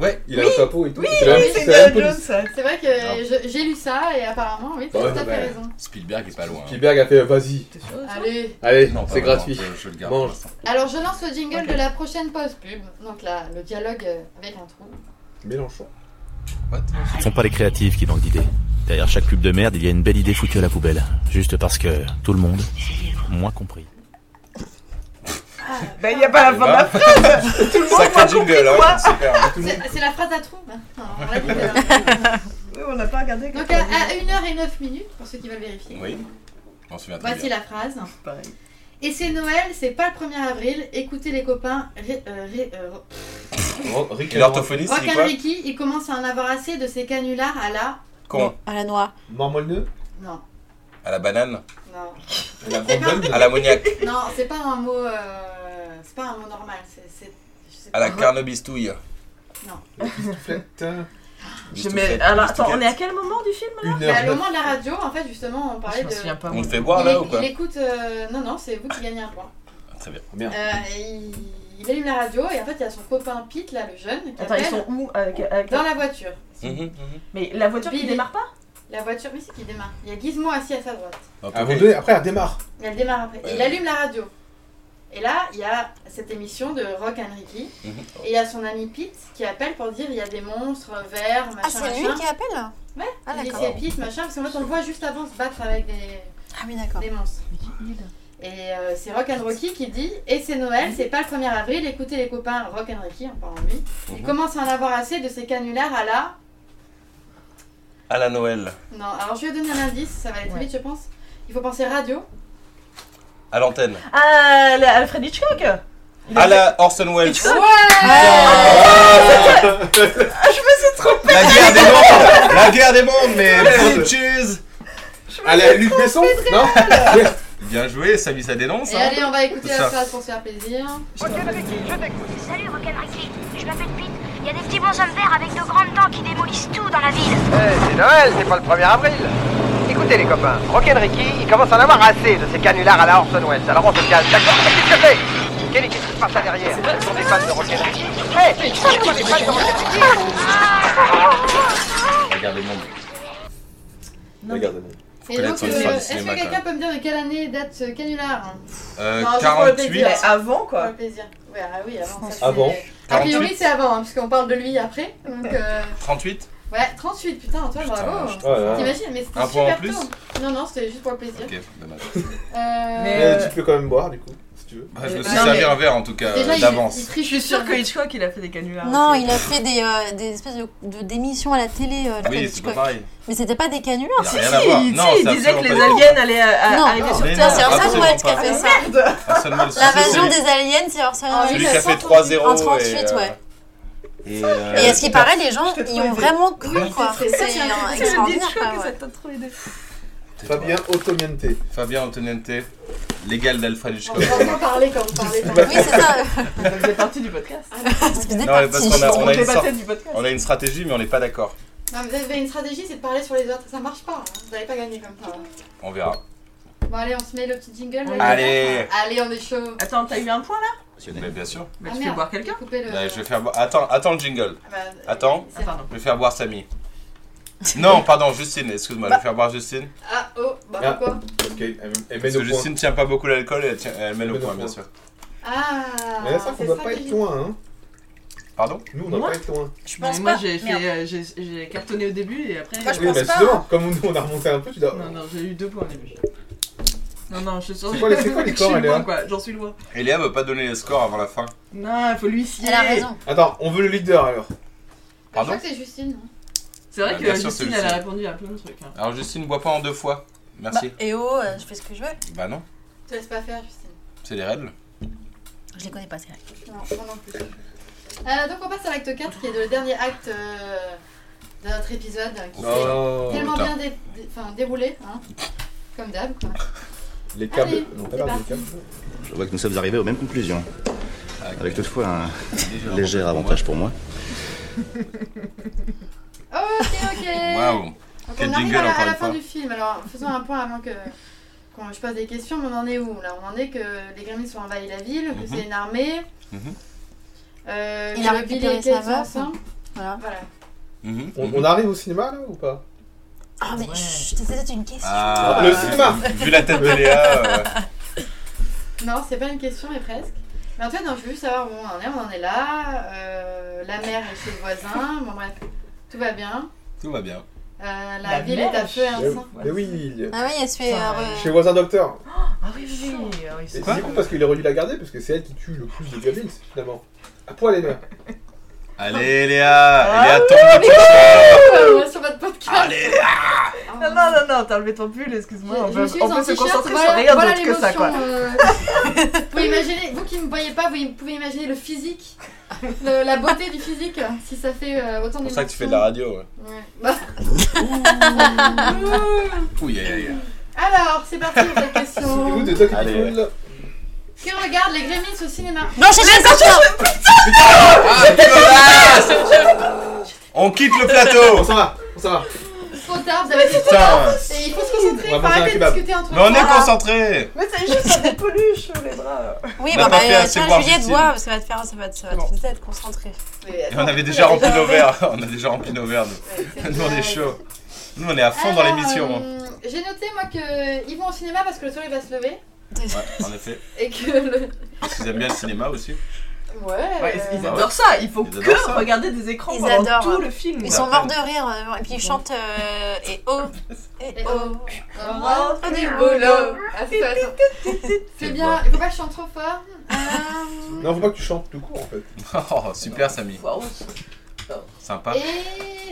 Speaker 4: Ouais.
Speaker 3: Il a un chapeau et tout.
Speaker 11: Oui,
Speaker 3: c'est la-
Speaker 11: oui,
Speaker 3: c'est
Speaker 11: c'est
Speaker 3: la même
Speaker 11: Indiana Jones.
Speaker 3: police.
Speaker 11: ça.
Speaker 1: C'est vrai que
Speaker 4: Ah.
Speaker 1: je- j'ai lu ça et apparemment, oui, tu as
Speaker 3: Ouais,
Speaker 1: tout à fait
Speaker 3: bah,
Speaker 1: raison.
Speaker 4: Spielberg est pas loin. hein.
Speaker 3: Spielberg a fait euh, vas-y.
Speaker 11: T'es sûr de ça
Speaker 1: Allez,
Speaker 3: Allez,
Speaker 4: Non, pas
Speaker 3: c'est
Speaker 4: vraiment,
Speaker 3: gratuit.
Speaker 4: Je, je le garde.
Speaker 3: Mange.
Speaker 4: pour l'instant.
Speaker 1: alors je lance le jingle
Speaker 11: Ok.
Speaker 1: de la prochaine pause pub. Donc là, le dialogue euh, avec un trou.
Speaker 3: Mélenchon.
Speaker 15: Ce ne sont pas les créatifs qui manquent d'idées. Derrière chaque pub de merde, il y a une belle idée foutue à la poubelle. Juste parce que tout le monde, moi compris.
Speaker 11: Ben, y a pas la fin de la phrase Tout le monde
Speaker 4: Sacré
Speaker 11: voit
Speaker 4: jingle,
Speaker 11: compris
Speaker 4: hein.
Speaker 11: quoi
Speaker 4: Super.
Speaker 1: C'est c'est la phrase à trou. hein. Non, on va écouter là.
Speaker 11: Oui, on n'a pas regardé.
Speaker 1: Donc à,
Speaker 11: quand on
Speaker 1: à
Speaker 11: dit-
Speaker 1: 1h09 minutes, pour ceux qui veulent vérifier.
Speaker 4: Oui. On se souvient très
Speaker 1: Voici
Speaker 4: bien.
Speaker 1: la phrase.
Speaker 11: Pareil.
Speaker 1: Et c'est Noël, c'est pas le 1er avril. Écoutez les copains. Ré, euh, ré- euh,
Speaker 3: Ro- Rick
Speaker 4: Et
Speaker 3: and
Speaker 4: l'orthophoniste, il dit
Speaker 1: Rockin'
Speaker 4: quoi
Speaker 1: Ricky, il commence à en avoir assez de ces canulars à la.
Speaker 4: Con.
Speaker 5: À la noix.
Speaker 3: Roll. Mormoneux.
Speaker 1: Non,
Speaker 4: À la banane.
Speaker 1: non,
Speaker 3: La
Speaker 1: C'est pas-
Speaker 3: bonbonne.
Speaker 4: À l'ammoniaque.
Speaker 1: non, c'est pas un mot. euh, c'est pas un mot normal. C'est. c'est- je sais
Speaker 4: À la
Speaker 1: pas.
Speaker 4: carnebistouille.
Speaker 3: Flette.
Speaker 11: Je
Speaker 4: Bistouffette,
Speaker 11: mets... Alors, attends, on
Speaker 4: bistouquette.
Speaker 11: est à quel moment du film là
Speaker 3: Une
Speaker 1: Mais à
Speaker 3: heure.
Speaker 1: Bah, le
Speaker 3: neuf.
Speaker 1: moment de la radio, en fait, justement, on parlait
Speaker 11: Je me
Speaker 1: de.
Speaker 11: souviens pas.
Speaker 4: On le
Speaker 11: moi.
Speaker 4: fait boire
Speaker 1: il,
Speaker 4: là ou quoi
Speaker 1: il écoute. euh, non, non, c'est vous qui gagnez un point.
Speaker 4: Ah, Très bien.
Speaker 3: Merde.
Speaker 1: Euh, il, il allume la radio et en fait, il y a son copain Pete, là, le jeune, qui
Speaker 11: Attends, ils
Speaker 1: appelle
Speaker 11: sont où avec- avec-
Speaker 1: dans la voiture.
Speaker 4: Mhm, mhm.
Speaker 11: Mais la voiture qui
Speaker 1: Billy.
Speaker 11: démarre pas
Speaker 1: La voiture, mais c'est qui démarre. Il y a Gizmo assis à sa droite.
Speaker 4: Donc,
Speaker 3: À un moment
Speaker 4: ok.
Speaker 3: donné, après, elle démarre.
Speaker 1: Et elle démarre après.
Speaker 4: Ouais.
Speaker 1: Il allume la radio. Et là, il y a cette émission de Rock and Ricky.
Speaker 4: Mhm.
Speaker 1: Et il y a son ami Pete qui appelle pour dire il y a des monstres verts, machin,
Speaker 5: Ah, c'est lui
Speaker 1: machin.
Speaker 5: qui appelle
Speaker 1: Ouais,
Speaker 5: Ah,
Speaker 1: il dit
Speaker 5: d'accord.
Speaker 1: c'est Pete, machin, parce qu'en fait, on le voit juste avant se battre avec des,
Speaker 5: Ah, oui, d'accord.
Speaker 1: des monstres. Et euh, c'est Rock and Rocky qui dit Et c'est Noël, c'est pas le 1er avril, écoutez les copains, Rock and Rocky, en parlant de lui. Il
Speaker 4: Mhm.
Speaker 1: commence à en avoir assez de ces canulars à la.
Speaker 4: À la Noël.
Speaker 1: Non, alors je vais donner un indice, ça va être
Speaker 11: Ouais.
Speaker 1: vite, je pense. Il faut penser radio.
Speaker 4: À l'antenne.
Speaker 11: Ah, la- Alfred Hitchcock Il a
Speaker 4: À
Speaker 11: fait-
Speaker 4: la Orson Welles. La guerre des mondes La guerre des mondes, mais bitches
Speaker 3: Allez, à Luc Besson Non
Speaker 4: Bien joué, Samy, ça dénonce.
Speaker 1: Et
Speaker 4: hein.
Speaker 1: allez, on va écouter
Speaker 4: Ça.
Speaker 1: la phrase pour se faire plaisir.
Speaker 14: Salut Rock'n'Ricky, je m'appelle Pete. Il y a des petits bonshommes verts avec de grandes dents qui démolissent tout dans la ville.
Speaker 8: c'est Noël, c'est pas le 1er avril. Écoutez
Speaker 16: Écoutez les copains, Rock'n'Ricky, il commence à en avoir assez de ces canulars à la Orson Welles. Alors on se calme, d'accord Mais qu'est-ce que c'est Quel est qu'est-ce qui se passe là derrière Ce sont des fans de Rock'n'Ricky Hé hey, Ce sont des fans de Rock'n'Ricky
Speaker 4: Regardez mon
Speaker 1: Non.
Speaker 4: Regardez mon
Speaker 1: Et donc, euh, est-ce que quelqu'un peut me dire de quelle année date ce canular hein,
Speaker 4: Euh,
Speaker 1: Non, juste pour le
Speaker 4: 48.
Speaker 1: plaisir.
Speaker 11: Avant
Speaker 1: Pour le plaisir. Ouais, ah oui, avant. Ça,
Speaker 4: Avant.
Speaker 1: c'est- A priori,
Speaker 4: 48.
Speaker 1: c'est avant, hein, parce qu'on parle de lui après. Donc, euh,
Speaker 4: 38
Speaker 1: ouais, 38, putain, Antoine, bravo.
Speaker 4: je- oh là là.
Speaker 1: T'imagines, mais c'était
Speaker 4: Un point en
Speaker 1: super
Speaker 4: plus
Speaker 1: tôt. Non, non, c'était juste pour le plaisir.
Speaker 4: Ok, dommage.
Speaker 1: Euh,
Speaker 3: Mais tu peux quand même boire, du coup, si tu veux.
Speaker 4: Bah, je me
Speaker 11: Euh,
Speaker 4: suis
Speaker 11: non,
Speaker 4: servi
Speaker 11: mais-
Speaker 4: un verre en tout cas euh, d'avance.
Speaker 11: Je suis sûre que Hitchcock il a fait des canulars.
Speaker 5: Non, il a fait des, euh, des espèces de, de- d'émissions à la télé. euh, Alfred
Speaker 4: Oui, c'est
Speaker 5: Hitchcock.
Speaker 4: pas pareil.
Speaker 5: Mais c'était pas des canulars.
Speaker 4: Y a rien à voir.
Speaker 11: il-
Speaker 4: Non,
Speaker 11: si, il
Speaker 4: c'est
Speaker 11: disait que les
Speaker 4: absolument
Speaker 11: aliens allaient euh,
Speaker 5: Non,
Speaker 11: arriver
Speaker 5: non,
Speaker 11: sur
Speaker 5: mais
Speaker 11: Terre.
Speaker 5: non, C'est Orson
Speaker 4: absolument
Speaker 5: Welles qui a
Speaker 4: pas.
Speaker 5: fait ça.
Speaker 4: pas Orson Welles,
Speaker 5: L'invasion
Speaker 4: c'est-
Speaker 5: des aliens, c'est Orson Welles.
Speaker 4: Celui qui a fait 3-0.
Speaker 5: En 38,
Speaker 4: et, euh,
Speaker 5: ouais.
Speaker 4: Et, euh,
Speaker 5: Et à ce qui paraît, les gens
Speaker 11: trouvé
Speaker 5: y ont
Speaker 11: des-
Speaker 5: vraiment cru,
Speaker 11: Ouais,
Speaker 5: quoi.
Speaker 11: c'est-
Speaker 5: C'est
Speaker 11: c'est-
Speaker 5: euh,
Speaker 11: c'est- c'est- c'est-
Speaker 5: extraordinaire,
Speaker 11: Hitchcock,
Speaker 5: quoi,
Speaker 11: ça
Speaker 5: ouais.
Speaker 11: t'a trop aidé.
Speaker 3: Fabien Otoniente.
Speaker 4: Fabien Antoniente, l'égal d'Alfred
Speaker 1: On
Speaker 4: Hitchcock.
Speaker 1: va en parler quand on parlait.
Speaker 5: Oui, c'est ça.
Speaker 11: Ça faisait partie du podcast.
Speaker 4: Non, mais parce qu'on a, on, a
Speaker 11: fait
Speaker 4: une sorte-
Speaker 11: partie du podcast.
Speaker 4: on a une stratégie, mais on n'est pas d'accord.
Speaker 1: Non, mais vous avez une stratégie, c'est de parler sur les autres. Ça marche pas, hein. vous n'allez pas gagner comme ça.
Speaker 4: On verra.
Speaker 1: Bon, allez, on se met le petit jingle. là,
Speaker 4: Allez.
Speaker 1: les gars. Allez, on est chaud.
Speaker 11: Attends, t'as eu un point là
Speaker 4: Mais bien sûr.
Speaker 11: Bah,
Speaker 1: Ah,
Speaker 11: tu fais
Speaker 1: merde.
Speaker 11: boire quelqu'un
Speaker 1: Couper le.
Speaker 4: Bah, je vais faire boire. Attends, attends le jingle.
Speaker 1: Ah, bah,
Speaker 4: Attends,
Speaker 1: c'est-
Speaker 4: je vais faire boire Samy. Non, pardon, Justine, excuse-moi, je vais faire boire Justine.
Speaker 1: Ah, oh, bah pourquoi
Speaker 3: Ok, elle, elle met
Speaker 4: Parce
Speaker 3: nos
Speaker 4: que
Speaker 3: points.
Speaker 4: Justine tient pas beaucoup l'alcool et elle, tient- elle met le
Speaker 3: met nos
Speaker 4: point, bien
Speaker 3: points.
Speaker 4: sûr.
Speaker 1: Ah
Speaker 3: Mais là, ça,
Speaker 1: c'est
Speaker 3: on doit pas
Speaker 1: stratégique.
Speaker 3: être loin, hein.
Speaker 4: Pardon
Speaker 3: Nous, on doit
Speaker 11: Moi
Speaker 3: pas être loin.
Speaker 5: Je
Speaker 11: Mais
Speaker 5: pense
Speaker 11: moi
Speaker 5: pas.
Speaker 11: j'ai fait,
Speaker 5: Merde.
Speaker 11: euh, j'ai- j'ai cartonné au début et après.
Speaker 4: Ah,
Speaker 11: euh,
Speaker 5: Moi, je
Speaker 3: oui,
Speaker 5: pense
Speaker 3: bah,
Speaker 5: pas,
Speaker 3: justement,
Speaker 5: hein.
Speaker 3: comme nous, on a remonté un peu, tu dois.
Speaker 11: Non, non, j'ai eu deux points au début. Non, non, je suis sûre
Speaker 3: C'est quoi les- c'est quoi les
Speaker 11: que je
Speaker 3: scores,
Speaker 11: suis
Speaker 3: Léa
Speaker 11: loin, quoi. J'en suis loin.
Speaker 4: Et Léa veut pas donner les scores avant la fin.
Speaker 11: Non, il faut lui scier.
Speaker 5: Elle a raison.
Speaker 3: Attends, on veut le leader alors.
Speaker 1: Je crois
Speaker 4: Pardon
Speaker 1: que c'est Justine.
Speaker 11: C'est vrai
Speaker 4: Bah,
Speaker 11: que
Speaker 4: bien sûr,
Speaker 11: Justine
Speaker 4: c'est
Speaker 11: elle a
Speaker 4: Justine.
Speaker 11: répondu à plein de trucs. hein.
Speaker 4: Alors Justine, bois pas en deux fois.
Speaker 5: Bah,
Speaker 4: Merci.
Speaker 5: et oh, euh, je fais ce que je veux.
Speaker 4: Bah, non,
Speaker 1: Te laisse pas faire, Justine.
Speaker 4: c'est les règles.
Speaker 5: Je les connais pas, c'est vrai.
Speaker 1: Non, moi non plus. Euh, donc on passe à l'acte 4 qui est le dernier acte euh, de notre épisode euh, qui s'est
Speaker 3: Oh,
Speaker 1: tellement
Speaker 3: putain.
Speaker 1: bien dé- dé- enfin, déroulé, hein, comme d'hab. quoi.
Speaker 3: Les câbles.
Speaker 1: Allez,
Speaker 3: non,
Speaker 1: c'est
Speaker 3: pas grave,
Speaker 1: parti.
Speaker 3: les câbles.
Speaker 9: Je vois que nous sommes arrivés aux mêmes conclusions. Avec toutefois un léger
Speaker 4: hein,
Speaker 9: avantage pour moi.
Speaker 1: Ok, ok
Speaker 4: Waouh.
Speaker 1: Donc
Speaker 4: Quel
Speaker 1: on arrive
Speaker 4: jingle
Speaker 1: à la,
Speaker 4: encore
Speaker 1: à la
Speaker 4: une
Speaker 1: fin
Speaker 4: fois.
Speaker 1: du film, alors faisons un point avant que quand je pose des questions, on en est où là On en est que les Gremlins ont envahi la ville, que
Speaker 4: Mhm.
Speaker 1: c'est une armée,
Speaker 4: Mhm.
Speaker 1: euh,
Speaker 5: Il
Speaker 1: que
Speaker 5: a
Speaker 1: le
Speaker 5: récupéré
Speaker 1: Billy et
Speaker 5: sa
Speaker 1: Kate sont
Speaker 5: meuf.
Speaker 1: ensemble.
Speaker 5: Voilà.
Speaker 1: Voilà.
Speaker 4: Mhm,
Speaker 3: On,
Speaker 4: mhm.
Speaker 3: on arrive au cinéma là ou pas
Speaker 5: Ah, mais chut, c'était une question.
Speaker 4: Ah,
Speaker 3: Le cinéma
Speaker 4: Vu la tête de Léa. euh,
Speaker 1: Non, c'est pas une question, mais presque. Mais en tout cas, non, je veux juste savoir où on en est. On en est là. euh, la mère est chez le voisin. Bon, bref, tout va bien.
Speaker 4: Tout va bien.
Speaker 1: Euh, la,
Speaker 11: La
Speaker 1: ville
Speaker 11: mère
Speaker 1: est à
Speaker 11: est
Speaker 1: feu et à
Speaker 3: Mais-
Speaker 1: sang.
Speaker 3: Mais Eh oui
Speaker 5: Ah oui, elle se fait.
Speaker 11: Putain,
Speaker 5: euh,
Speaker 11: ouais.
Speaker 3: Chez voisin docteur.
Speaker 11: Ah oui, oui, oui, ah oui,
Speaker 3: Et
Speaker 11: c'est
Speaker 3: c'est
Speaker 11: vrai.
Speaker 3: con parce qu'il aurait dû la garder parce que c'est elle qui tue le plus de gremlins finalement. À poil les mères.
Speaker 4: Allez Léa
Speaker 11: Ah
Speaker 4: Léa tombe du poil.
Speaker 1: Euh, sur votre podcast.
Speaker 4: Allez Léa
Speaker 1: Ah,
Speaker 11: Non, non, non, non, t'as enlevé ton pull, excuse-moi. On
Speaker 1: Je, je
Speaker 11: peut
Speaker 1: me suis
Speaker 11: on
Speaker 1: mise en
Speaker 11: peut se
Speaker 1: t-shirt,
Speaker 11: concentrer
Speaker 1: voilà,
Speaker 11: sur rien
Speaker 1: voilà
Speaker 11: d'autre que ça, quoi.
Speaker 1: l'émotion, euh, vous pouvez imaginer, vous qui ne me voyez pas, vous pouvez imaginer le physique, le- la beauté du physique, si ça fait euh, autant
Speaker 4: C'est
Speaker 1: d'émotions.
Speaker 4: pour ça que tu fais de la radio. ouais.
Speaker 1: Ouais. Bah,
Speaker 4: Ouh, yeah, yeah, yeah.
Speaker 1: Alors, c'est parti pour cette question.
Speaker 3: C'est vous de Doc
Speaker 4: Allez.
Speaker 3: Epicool, là
Speaker 1: Qui regarde les Gremlins au cinéma
Speaker 5: Non, j'ai fait ça
Speaker 4: Ah, dégueulasse On quitte le
Speaker 3: On
Speaker 4: plateau
Speaker 3: s'en va, on s'en va.
Speaker 1: Trop tard, vous avez dit trop tard.
Speaker 4: Putain
Speaker 1: Et il faut se concentrer,
Speaker 3: On
Speaker 1: faut
Speaker 3: va manger un
Speaker 1: arrêter de
Speaker 3: kebab.
Speaker 1: discuter entre
Speaker 4: Mais on est
Speaker 1: nous.
Speaker 4: concentrés
Speaker 11: Mais c'est juste des peluches, les bras.
Speaker 5: Oui,
Speaker 4: On a
Speaker 5: bah,
Speaker 4: pas
Speaker 5: bah,
Speaker 4: fait
Speaker 5: euh,
Speaker 4: assez
Speaker 5: tiens,
Speaker 4: boire,
Speaker 5: Juliette,
Speaker 4: Justine.
Speaker 5: bois, parce que ça va te faire, ça va te, ça va te- ça va te concentrer.
Speaker 1: Mais
Speaker 4: Et
Speaker 1: attends,
Speaker 4: on avait déjà rempli nos verres. On a déjà rempli nos verres.
Speaker 1: c'est
Speaker 4: Nous, nous, on est
Speaker 1: vrai.
Speaker 4: chaud. Nous on est à fond dans
Speaker 1: Alors,
Speaker 4: l'émission. hein.
Speaker 1: euh, J'ai noté moi que ils vont au cinéma parce que le soleil va se lever euh,
Speaker 4: Ouais, en effet.
Speaker 1: et que le.
Speaker 4: Parce qu'ils aiment bien le cinéma aussi.
Speaker 1: Ouais.
Speaker 11: Ouais,
Speaker 1: euh,
Speaker 11: ils adorent ça, il faut
Speaker 4: Ils adorent
Speaker 11: que
Speaker 4: ça.
Speaker 11: regarder des écrans
Speaker 5: Ils
Speaker 11: pendant
Speaker 5: adorent,
Speaker 11: tout
Speaker 5: hein.
Speaker 11: le film.
Speaker 5: Ils
Speaker 4: Ouais.
Speaker 5: sont morts de rire, euh, et puis ils chantent euh, et oh, et
Speaker 1: Et
Speaker 5: oh.
Speaker 1: on rentre du boulot. Ah, c'est ça, attends. C'est bien. Il faut pas que je chante trop fort. Euh,
Speaker 3: Non, faut pas que tu chantes tout court en fait.
Speaker 4: Oh, super Samy.
Speaker 11: Waouh.
Speaker 4: Sympa.
Speaker 1: Et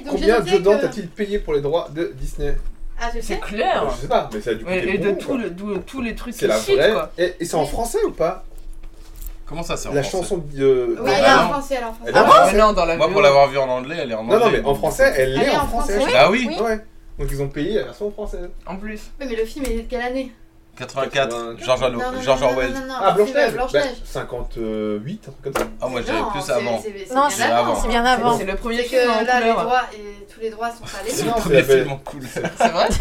Speaker 1: donc j'ai
Speaker 3: Combien
Speaker 1: noté
Speaker 3: Joe Dante
Speaker 1: que.
Speaker 3: a-t-il payé pour les droits de Disney
Speaker 1: Ah je
Speaker 11: C'est
Speaker 1: sais.
Speaker 11: clair.
Speaker 3: Je sais pas, mais ça a dû
Speaker 11: Ouais,
Speaker 3: coûter
Speaker 11: et de
Speaker 3: bon,
Speaker 11: tout
Speaker 3: quoi.
Speaker 11: le, d'où- tous les trucs
Speaker 3: C'est la
Speaker 11: qui chitent,
Speaker 3: vraie.
Speaker 11: quoi.
Speaker 3: Et, et c'est en français ou pas
Speaker 4: Comment ça c'est en
Speaker 3: La
Speaker 4: français
Speaker 3: chanson de. euh,
Speaker 1: Oui,
Speaker 4: Ah,
Speaker 1: elle est
Speaker 4: bah
Speaker 1: en
Speaker 4: non.
Speaker 1: français, elle est en français.
Speaker 3: Elle est en français.
Speaker 11: non, dans la
Speaker 4: Moi pour
Speaker 11: vidéo.
Speaker 4: l'avoir vue en anglais, elle est en anglais.
Speaker 3: Non, non, mais en français, elle
Speaker 1: Elle
Speaker 3: est en français.
Speaker 1: Oui.
Speaker 4: Ah oui
Speaker 5: Oui.
Speaker 3: Ouais. Donc ils ont payé la version française.
Speaker 11: En plus.
Speaker 1: Oui, mais le film est de quelle année
Speaker 4: 84, George Orwell.
Speaker 1: Non, non,
Speaker 4: Ah, George
Speaker 1: non, non,
Speaker 4: Orwell.
Speaker 1: non, non,
Speaker 3: Ah,
Speaker 1: c'est
Speaker 3: Blanche-Neige
Speaker 1: le Blanche-Neige.
Speaker 3: Bah, 58, un truc comme ça.
Speaker 4: Ah, moi j'avais
Speaker 1: Non,
Speaker 4: plus
Speaker 1: c'est-
Speaker 4: avant.
Speaker 1: c'est-
Speaker 5: Non, c'est
Speaker 4: avant.
Speaker 5: avant, c'est bien avant.
Speaker 11: C'est le premier
Speaker 1: C'est
Speaker 11: film en
Speaker 1: que là, les
Speaker 11: couleur.
Speaker 1: droits et tous les droits sont salés. euh,
Speaker 4: C'est le
Speaker 3: Non, c'est
Speaker 4: premier
Speaker 3: la belle-
Speaker 4: film en cool.
Speaker 11: C'est vrai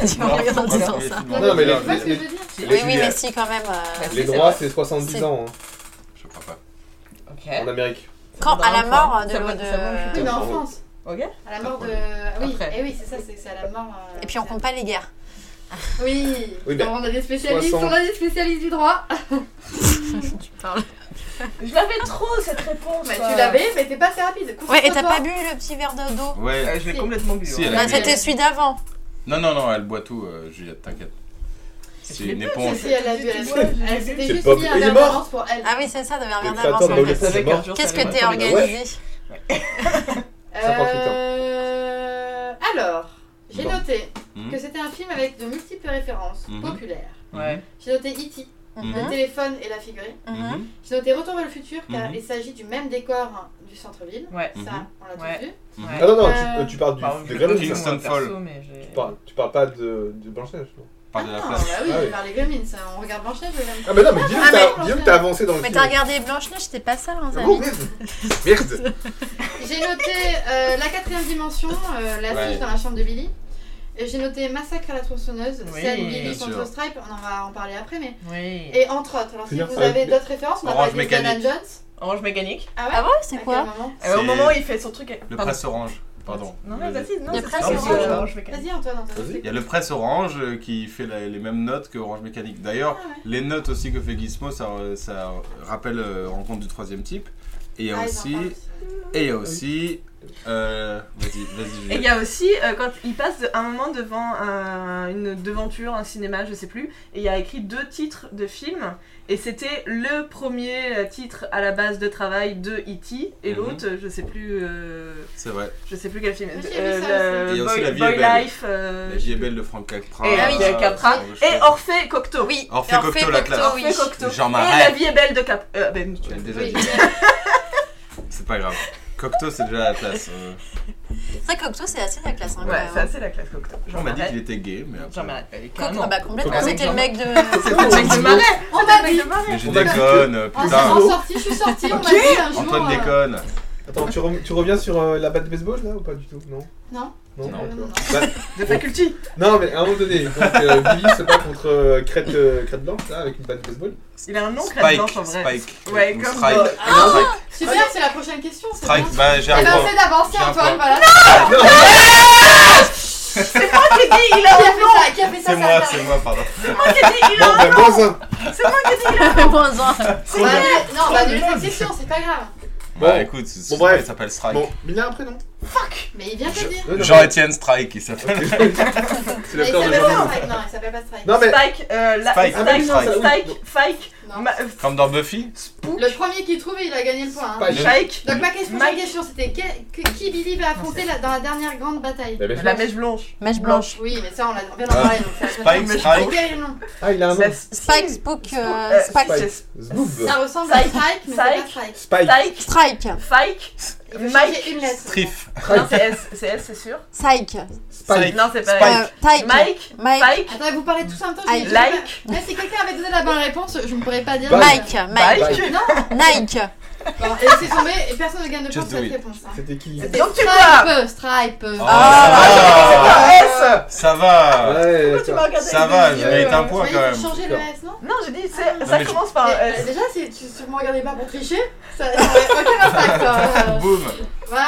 Speaker 5: Tu m'as regardé en disant ça.
Speaker 3: Non, mais là,
Speaker 1: Tu vois ce que
Speaker 3: les-
Speaker 1: je veux dire
Speaker 3: les-
Speaker 5: Oui, oui,
Speaker 3: les-
Speaker 5: mais si, quand même. euh,
Speaker 3: Les
Speaker 5: c'est
Speaker 3: droits,
Speaker 5: vrai.
Speaker 3: c'est 70
Speaker 5: C'est-
Speaker 3: ans hein,
Speaker 4: Je crois pas.
Speaker 11: Ok.
Speaker 3: en Amérique.
Speaker 5: Quand à la mort euh, de.
Speaker 11: Ça va- ça va,
Speaker 5: de-
Speaker 11: je-
Speaker 1: Oui, mais en France.
Speaker 11: Ok.
Speaker 1: À la mort de. ah Oui, et oui, c'est ça, c'est c'est à la mort. euh,
Speaker 5: Et puis on compte pas les guerres.
Speaker 1: Oui,
Speaker 3: Oui, mais
Speaker 1: on a des spécialistes,
Speaker 3: 60.
Speaker 1: on a des spécialistes du droit.
Speaker 5: Tu parles.
Speaker 11: Je l'avais trop cette réponse.
Speaker 1: Bah,
Speaker 11: euh.
Speaker 1: tu l'avais, mais t'es pas assez rapide.
Speaker 5: Ouais, et t'as pas
Speaker 1: Concentre-toi.
Speaker 5: bu le petit verre de- d'eau
Speaker 4: Ouais.
Speaker 11: Euh, Je l'ai complètement bu.
Speaker 4: Si,
Speaker 11: ouais.
Speaker 4: elle a
Speaker 5: Bah,
Speaker 4: bu.
Speaker 5: c'était celui d'avant.
Speaker 4: Non, non, non, elle boit tout, euh, Juliette, t'inquiète. C'est une
Speaker 1: Si,
Speaker 4: éponge.
Speaker 1: si, elle a bu, elle a bu. Elle s'était
Speaker 3: C'est
Speaker 1: juste
Speaker 3: pas-
Speaker 1: mis
Speaker 3: Il
Speaker 1: un
Speaker 3: est
Speaker 1: verre
Speaker 3: mort.
Speaker 1: d'avance pour elle.
Speaker 5: Ah oui, c'est ça, t'avais
Speaker 3: Le
Speaker 5: regardé
Speaker 3: créateur
Speaker 5: avant.
Speaker 3: de
Speaker 5: c'est vrai.
Speaker 3: Hollywood est
Speaker 11: Avec
Speaker 3: mort.
Speaker 11: un jour,
Speaker 5: Qu'est-ce
Speaker 11: ça
Speaker 5: que
Speaker 11: va.
Speaker 5: t'es
Speaker 3: Ah ouais.
Speaker 5: organisé
Speaker 3: 58 ans.
Speaker 1: Euh, Alors, j'ai
Speaker 4: Bon.
Speaker 1: noté
Speaker 4: Mhm.
Speaker 1: que c'était un film avec de multiples références
Speaker 4: Mhm.
Speaker 1: populaires.
Speaker 11: Ouais.
Speaker 1: J'ai noté E.T., le
Speaker 5: Mhm.
Speaker 1: téléphone et la figurine.
Speaker 5: Mhm.
Speaker 1: J'ai noté Retour vers le futur car
Speaker 4: Mhm.
Speaker 1: il s'agit du même décor hein, du centre-ville.
Speaker 11: Ouais.
Speaker 1: Ça,
Speaker 4: Mhm.
Speaker 1: on l'a tous
Speaker 11: Ouais.
Speaker 1: vu.
Speaker 4: Mhm.
Speaker 11: Ouais.
Speaker 3: Ah non, non,
Speaker 1: Euh,
Speaker 3: tu, tu parles du,
Speaker 4: Bah,
Speaker 11: Pardon,
Speaker 3: de
Speaker 11: je-
Speaker 3: Gremlins.
Speaker 11: je-
Speaker 3: hein.
Speaker 4: Kingston
Speaker 11: je- perso,
Speaker 4: Fall.
Speaker 11: mais j'ai-
Speaker 3: Tu parles, tu parles pas de, de Blanche-Neige. non
Speaker 4: Parle de la
Speaker 1: Ah,
Speaker 4: place.
Speaker 1: bah oui,
Speaker 3: Ah oui.
Speaker 1: par les Gremlins, on regarde Blanche-Neige, le Gremlins.
Speaker 3: Ah, mais non, mais Guillaume,
Speaker 5: Ah,
Speaker 3: t'as-
Speaker 1: mais-
Speaker 3: Guillaume, t'as avancé dans le
Speaker 5: Mais
Speaker 3: film.
Speaker 5: t'as regardé Blanche-Neige, c'était pas ça, hein,
Speaker 3: Ah
Speaker 5: Zami
Speaker 3: bon, merde Merde
Speaker 1: J'ai noté euh, la quatrième dimension, euh, la
Speaker 4: Ouais.
Speaker 1: fille dans la chambre de Billy. Et J'ai noté Massacre à la tronçonneuse,
Speaker 11: Oui,
Speaker 1: celle
Speaker 4: bien
Speaker 1: Billy
Speaker 4: sûr.
Speaker 1: contre Stripe, on en va en parler après. mais
Speaker 11: Oui.
Speaker 1: Et entre autres, alors si
Speaker 3: Bien.
Speaker 1: vous
Speaker 3: Avec
Speaker 1: avez
Speaker 3: les-
Speaker 1: d'autres références, on a
Speaker 4: Orange
Speaker 1: parlé d'Indiana
Speaker 4: Mécanique.
Speaker 1: Jones.
Speaker 11: Orange mécanique.
Speaker 1: Ah ouais
Speaker 5: Ah ouais,
Speaker 1: À
Speaker 5: c'est
Speaker 1: quel
Speaker 5: quoi
Speaker 1: moment
Speaker 11: Et au
Speaker 4: C'est-
Speaker 11: moment où il fait son truc.
Speaker 4: Le
Speaker 11: Pardon.
Speaker 4: presse orange, pardon.
Speaker 11: Non, mais vas-y, non,
Speaker 5: Le
Speaker 11: c'est
Speaker 5: presse
Speaker 11: pas
Speaker 5: orange.
Speaker 11: orange, orange mécanique.
Speaker 1: Vas-y Antoine, Antoine.
Speaker 3: Vas-y.
Speaker 1: c'est
Speaker 4: Il y a le presse orange euh, qui fait la- les mêmes notes que Orange Mécanique. D'ailleurs,
Speaker 1: Ah ouais.
Speaker 4: les notes aussi que fait Gizmo, ça, euh, ça rappelle euh, Rencontre du troisième type. Et il y a
Speaker 1: Ah, ils en
Speaker 4: aussi.
Speaker 1: parlent
Speaker 4: Et il y a aussi. euh, Vas-y, vas-y,
Speaker 11: Et il
Speaker 4: Juliette.
Speaker 11: y a aussi, euh, quand il passe de- un moment devant un- une devanture, un cinéma, je sais plus, et il y a écrit deux titres de films, et c'était le premier euh, titre à la base de travail de E.T., et
Speaker 4: Mhm.
Speaker 11: l'autre, euh, je sais plus, euh,
Speaker 4: C'est vrai.
Speaker 11: je sais plus quel film,
Speaker 1: Moi, j'ai
Speaker 11: Euh,
Speaker 1: vu ça
Speaker 4: aussi.
Speaker 11: le
Speaker 4: Et il y a aussi
Speaker 11: Boy,
Speaker 4: La vie
Speaker 11: Boy
Speaker 4: est belle.
Speaker 11: Life, euh,
Speaker 4: La vie est belle de Frank Capra.
Speaker 11: et,
Speaker 5: Ah oui,
Speaker 11: euh, Capra,
Speaker 4: ce genre de choses.
Speaker 11: et Orphée et Cocteau.
Speaker 5: Oui,
Speaker 4: Orphée Cocteau, la classe.
Speaker 5: oui.
Speaker 11: Orphée Cocteau.
Speaker 4: Jean
Speaker 11: et
Speaker 4: Marais.
Speaker 11: La vie est belle de Cap... euh, ben, tu
Speaker 4: Ouais,
Speaker 11: vois.
Speaker 4: déjà
Speaker 1: Oui,
Speaker 4: dit. C'est pas grave. Cocteau, c'est déjà la place. euh.
Speaker 5: C'est vrai que Cocteau, c'est assez la classe, hein, quand
Speaker 11: Ouais,
Speaker 5: même.
Speaker 11: c'est assez la classe Cocteau.
Speaker 4: On m'a dit
Speaker 11: Marais.
Speaker 4: qu'il était gay, mais
Speaker 11: Jean
Speaker 4: après.
Speaker 11: Marais, bah,
Speaker 5: Cocteau,
Speaker 11: carrément.
Speaker 5: bah complètement,
Speaker 11: Cocteau,
Speaker 5: c'était
Speaker 11: Jean
Speaker 5: le mec de.
Speaker 11: C'est le mec de Marais.
Speaker 1: On m'a
Speaker 11: C'est
Speaker 1: dit
Speaker 11: le mec de Marais.
Speaker 4: Mais je
Speaker 3: On m'a dit
Speaker 4: déconne, euh,
Speaker 1: En
Speaker 4: putain.
Speaker 1: en sortie, je suis sortie, on m'a dit un jour.
Speaker 4: Antoine
Speaker 1: euh,
Speaker 4: déconne.
Speaker 3: Attends, tu, rem- tu reviens sur euh, la batte de baseball là ou pas du tout Non
Speaker 1: Non.
Speaker 3: non,
Speaker 4: Non.
Speaker 3: d'accord.
Speaker 1: Non, non,
Speaker 3: Bah,
Speaker 11: De faculty.
Speaker 3: non, mais à un moment donné, donc, euh, Billy se bat contre euh, crête, euh, crête blanche là avec une batte de baseball.
Speaker 11: Il a un nom crête
Speaker 4: Spike,
Speaker 11: blanche en vrai.
Speaker 4: Spike.
Speaker 11: Ouais,
Speaker 4: Ou
Speaker 11: comme
Speaker 4: Strike.
Speaker 11: dans-
Speaker 4: Strike.
Speaker 1: Super, c'est la prochaine question. c'est
Speaker 4: Strike,
Speaker 1: bon.
Speaker 4: bah j'ai
Speaker 1: Eh
Speaker 4: un
Speaker 1: ben,
Speaker 4: point.
Speaker 1: c'est d'avancer
Speaker 4: J'ai un
Speaker 1: Antoine,
Speaker 4: point.
Speaker 1: voilà.
Speaker 11: C'est moi qui ai Ah, dit, il
Speaker 1: Qui
Speaker 4: Ah,
Speaker 11: a
Speaker 1: a
Speaker 11: un
Speaker 1: fait ça Qui a fait ça
Speaker 4: C'est
Speaker 1: ça,
Speaker 4: moi,
Speaker 1: ça
Speaker 4: c'est moi, pardon.
Speaker 11: nom qui a dit, il
Speaker 3: Bon,
Speaker 11: a un
Speaker 3: bah, moins un
Speaker 5: Moins un.
Speaker 1: Ouais, mais- Non, bah, nul cette question, c'est pas grave.
Speaker 3: Bon.
Speaker 4: Bah écoute, c'est-
Speaker 3: Bon, bref.
Speaker 4: Ah, il Ah, s'appelle Strike.
Speaker 3: Bon, mais il a un prénom.
Speaker 1: Mais il vient de le dire.
Speaker 3: Non, non,
Speaker 4: Jean-Étienne Strike, il s'appelle.
Speaker 3: mais- C'est
Speaker 1: Mais
Speaker 3: le
Speaker 1: il
Speaker 3: frère de
Speaker 1: s'appelle pas
Speaker 3: Jean-Louis.
Speaker 1: Strike, non, il s'appelle pas Strike.
Speaker 3: Non, mais.
Speaker 11: Spike, euh, la,
Speaker 4: Spike.
Speaker 11: Spike,
Speaker 4: Ah,
Speaker 11: Spike,
Speaker 3: non,
Speaker 4: mais
Speaker 3: ça-
Speaker 11: Spike, Spike,
Speaker 1: Non.
Speaker 11: ma-
Speaker 4: Comme dans Buffy
Speaker 11: Spook,
Speaker 1: Le premier qui trouve, il a gagné le point. hein.
Speaker 3: Spike.
Speaker 11: Shake,
Speaker 1: Donc ma question, ma
Speaker 11: Mike.
Speaker 1: question c'était que- que- qui Billy va affronter la- dans la dernière grande bataille
Speaker 3: La baisse
Speaker 11: la mèche blanche.
Speaker 5: Mèche blanche.
Speaker 1: Oui, mais ça on l'a- on vient
Speaker 4: Ah.
Speaker 1: d'en parler donc ça
Speaker 4: Spike,
Speaker 1: C'est
Speaker 4: Strike.
Speaker 1: quel nom
Speaker 3: Ah, il a un nom.
Speaker 11: La-
Speaker 5: Spike, Spook, euh,
Speaker 11: Euh,
Speaker 5: Spike.
Speaker 11: Spike,
Speaker 3: Zboob.
Speaker 1: Ça ressemble à Strike, mais c'est pas
Speaker 11: Strike.
Speaker 1: Strike.
Speaker 3: Spike.
Speaker 11: Spike,
Speaker 5: Strike.
Speaker 11: Spike,
Speaker 1: Il faut
Speaker 11: Mike.
Speaker 1: changer une lettre.
Speaker 4: Strif.
Speaker 11: Non, c'est S, c'est S, c'est sûr.
Speaker 5: Psyche.
Speaker 4: Spike.
Speaker 11: Non, c'est
Speaker 5: Euh,
Speaker 11: pas
Speaker 5: Tyke.
Speaker 11: S. Mike,
Speaker 5: Mike.
Speaker 11: Spike,
Speaker 1: Attends, vous parlez tous en même temps.
Speaker 5: Aïe.
Speaker 1: j'ai-
Speaker 11: Like.
Speaker 1: Là, si quelqu'un avait donné la bonne réponse, je ne pourrais pas dire.
Speaker 5: Mike. Mike.
Speaker 11: Mike.
Speaker 1: Non,
Speaker 5: Nike.
Speaker 1: bon, et c'est tombé et personne ne gagne de
Speaker 4: Just
Speaker 1: point pour cette
Speaker 4: do it.
Speaker 1: réponse. hein.
Speaker 3: C'était qui
Speaker 1: C'était
Speaker 11: Donc tu
Speaker 1: Stripe, Stripe.
Speaker 4: Ah,
Speaker 11: S.
Speaker 4: Oh, Ça va
Speaker 3: ah, Ouais,
Speaker 11: Pourquoi tu m'as
Speaker 3: attends.
Speaker 11: regardé
Speaker 4: Ça
Speaker 11: avec
Speaker 4: va,
Speaker 11: des
Speaker 4: je
Speaker 11: yeux,
Speaker 4: mérite un
Speaker 11: euh,
Speaker 4: point
Speaker 1: Mais
Speaker 4: quand
Speaker 1: il
Speaker 4: même.
Speaker 1: faut changer le S, non
Speaker 11: Non, j'ai dit, c'est- ça
Speaker 4: mais je-
Speaker 11: commence par un
Speaker 1: Mais, euh,
Speaker 11: S.
Speaker 1: Déjà, si tu ne me regardais pas pour tricher, ça ça aurait aucun impact. euh,
Speaker 4: Boum
Speaker 1: Voilà.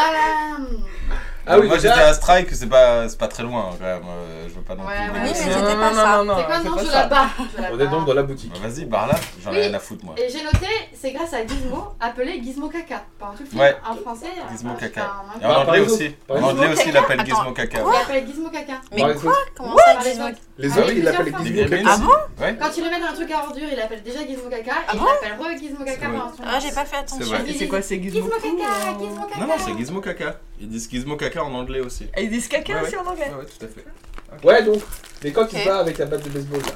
Speaker 3: Ah oui,
Speaker 4: Moi j'étais
Speaker 3: déjà.
Speaker 4: à Strike, c'est pas, c'est pas très loin quand même. euh, je veux pas non
Speaker 1: Ouais,
Speaker 4: plus.
Speaker 1: ouais,
Speaker 4: vous
Speaker 1: mais
Speaker 4: laisser.
Speaker 5: c'était
Speaker 11: Non,
Speaker 5: pas
Speaker 11: non,
Speaker 5: ça.
Speaker 11: non, non,
Speaker 1: C'est quoi le nom
Speaker 11: pas
Speaker 1: Je
Speaker 11: ça.
Speaker 1: la bats. Je la
Speaker 3: On est
Speaker 1: bats.
Speaker 3: donc dans la boutique.
Speaker 4: Bah, Vas-y, barre là, j'en ai
Speaker 1: Oui.
Speaker 4: rien à foutre moi.
Speaker 1: Et j'ai noté, c'est grâce à Gizmo, appelé Gizmo Caca. Pendant tout le film,
Speaker 4: Ouais.
Speaker 1: en français.
Speaker 4: Gizmo
Speaker 1: euh,
Speaker 4: Caca.
Speaker 1: enfin,
Speaker 4: Et
Speaker 1: en anglais,
Speaker 4: en
Speaker 3: Bah, Par
Speaker 4: anglais
Speaker 3: exemple.
Speaker 4: aussi.
Speaker 3: Par
Speaker 4: En
Speaker 3: exemple.
Speaker 4: anglais aussi, il l'appelle
Speaker 5: Attends.
Speaker 4: Gizmo Caca.
Speaker 1: Il l'appelle Gizmo Caca.
Speaker 3: Par
Speaker 5: Mais
Speaker 3: les
Speaker 5: quoi
Speaker 3: autres-
Speaker 5: Comment ça,
Speaker 1: Par les
Speaker 5: Gizmo
Speaker 1: autres.
Speaker 3: Les
Speaker 1: Ah,
Speaker 3: autres,
Speaker 1: oui,
Speaker 3: il l'appelle
Speaker 1: plusieurs
Speaker 3: Gizmo
Speaker 4: Les Gremlins
Speaker 3: Caca.
Speaker 5: Ah bon
Speaker 4: Ouais.
Speaker 1: Quand ils remettent un truc à ordures, ils l'appellent déjà Gizmo Caca.
Speaker 5: Ah
Speaker 1: et
Speaker 5: bon
Speaker 1: ils l'appellent re Gizmo Caca
Speaker 4: C'est vrai.
Speaker 1: pendant son
Speaker 5: Ah, j'ai pas fait
Speaker 4: C'est
Speaker 5: attention.
Speaker 4: vrai.
Speaker 11: Et c'est quoi, c'est Gizmo
Speaker 1: Gizmo Caca,
Speaker 11: Coo,
Speaker 1: Gizmo Caca.
Speaker 4: Non, non, c'est Gizmo Caca. Ils disent Gizmo Caca en anglais aussi.
Speaker 11: Et ils disent
Speaker 4: Ouais,
Speaker 11: caca aussi en anglais.
Speaker 4: Ouais, ouais, tout à fait.
Speaker 3: Ouais, donc. Mais quand il
Speaker 5: Ok.
Speaker 3: va avec la batte de baseball là.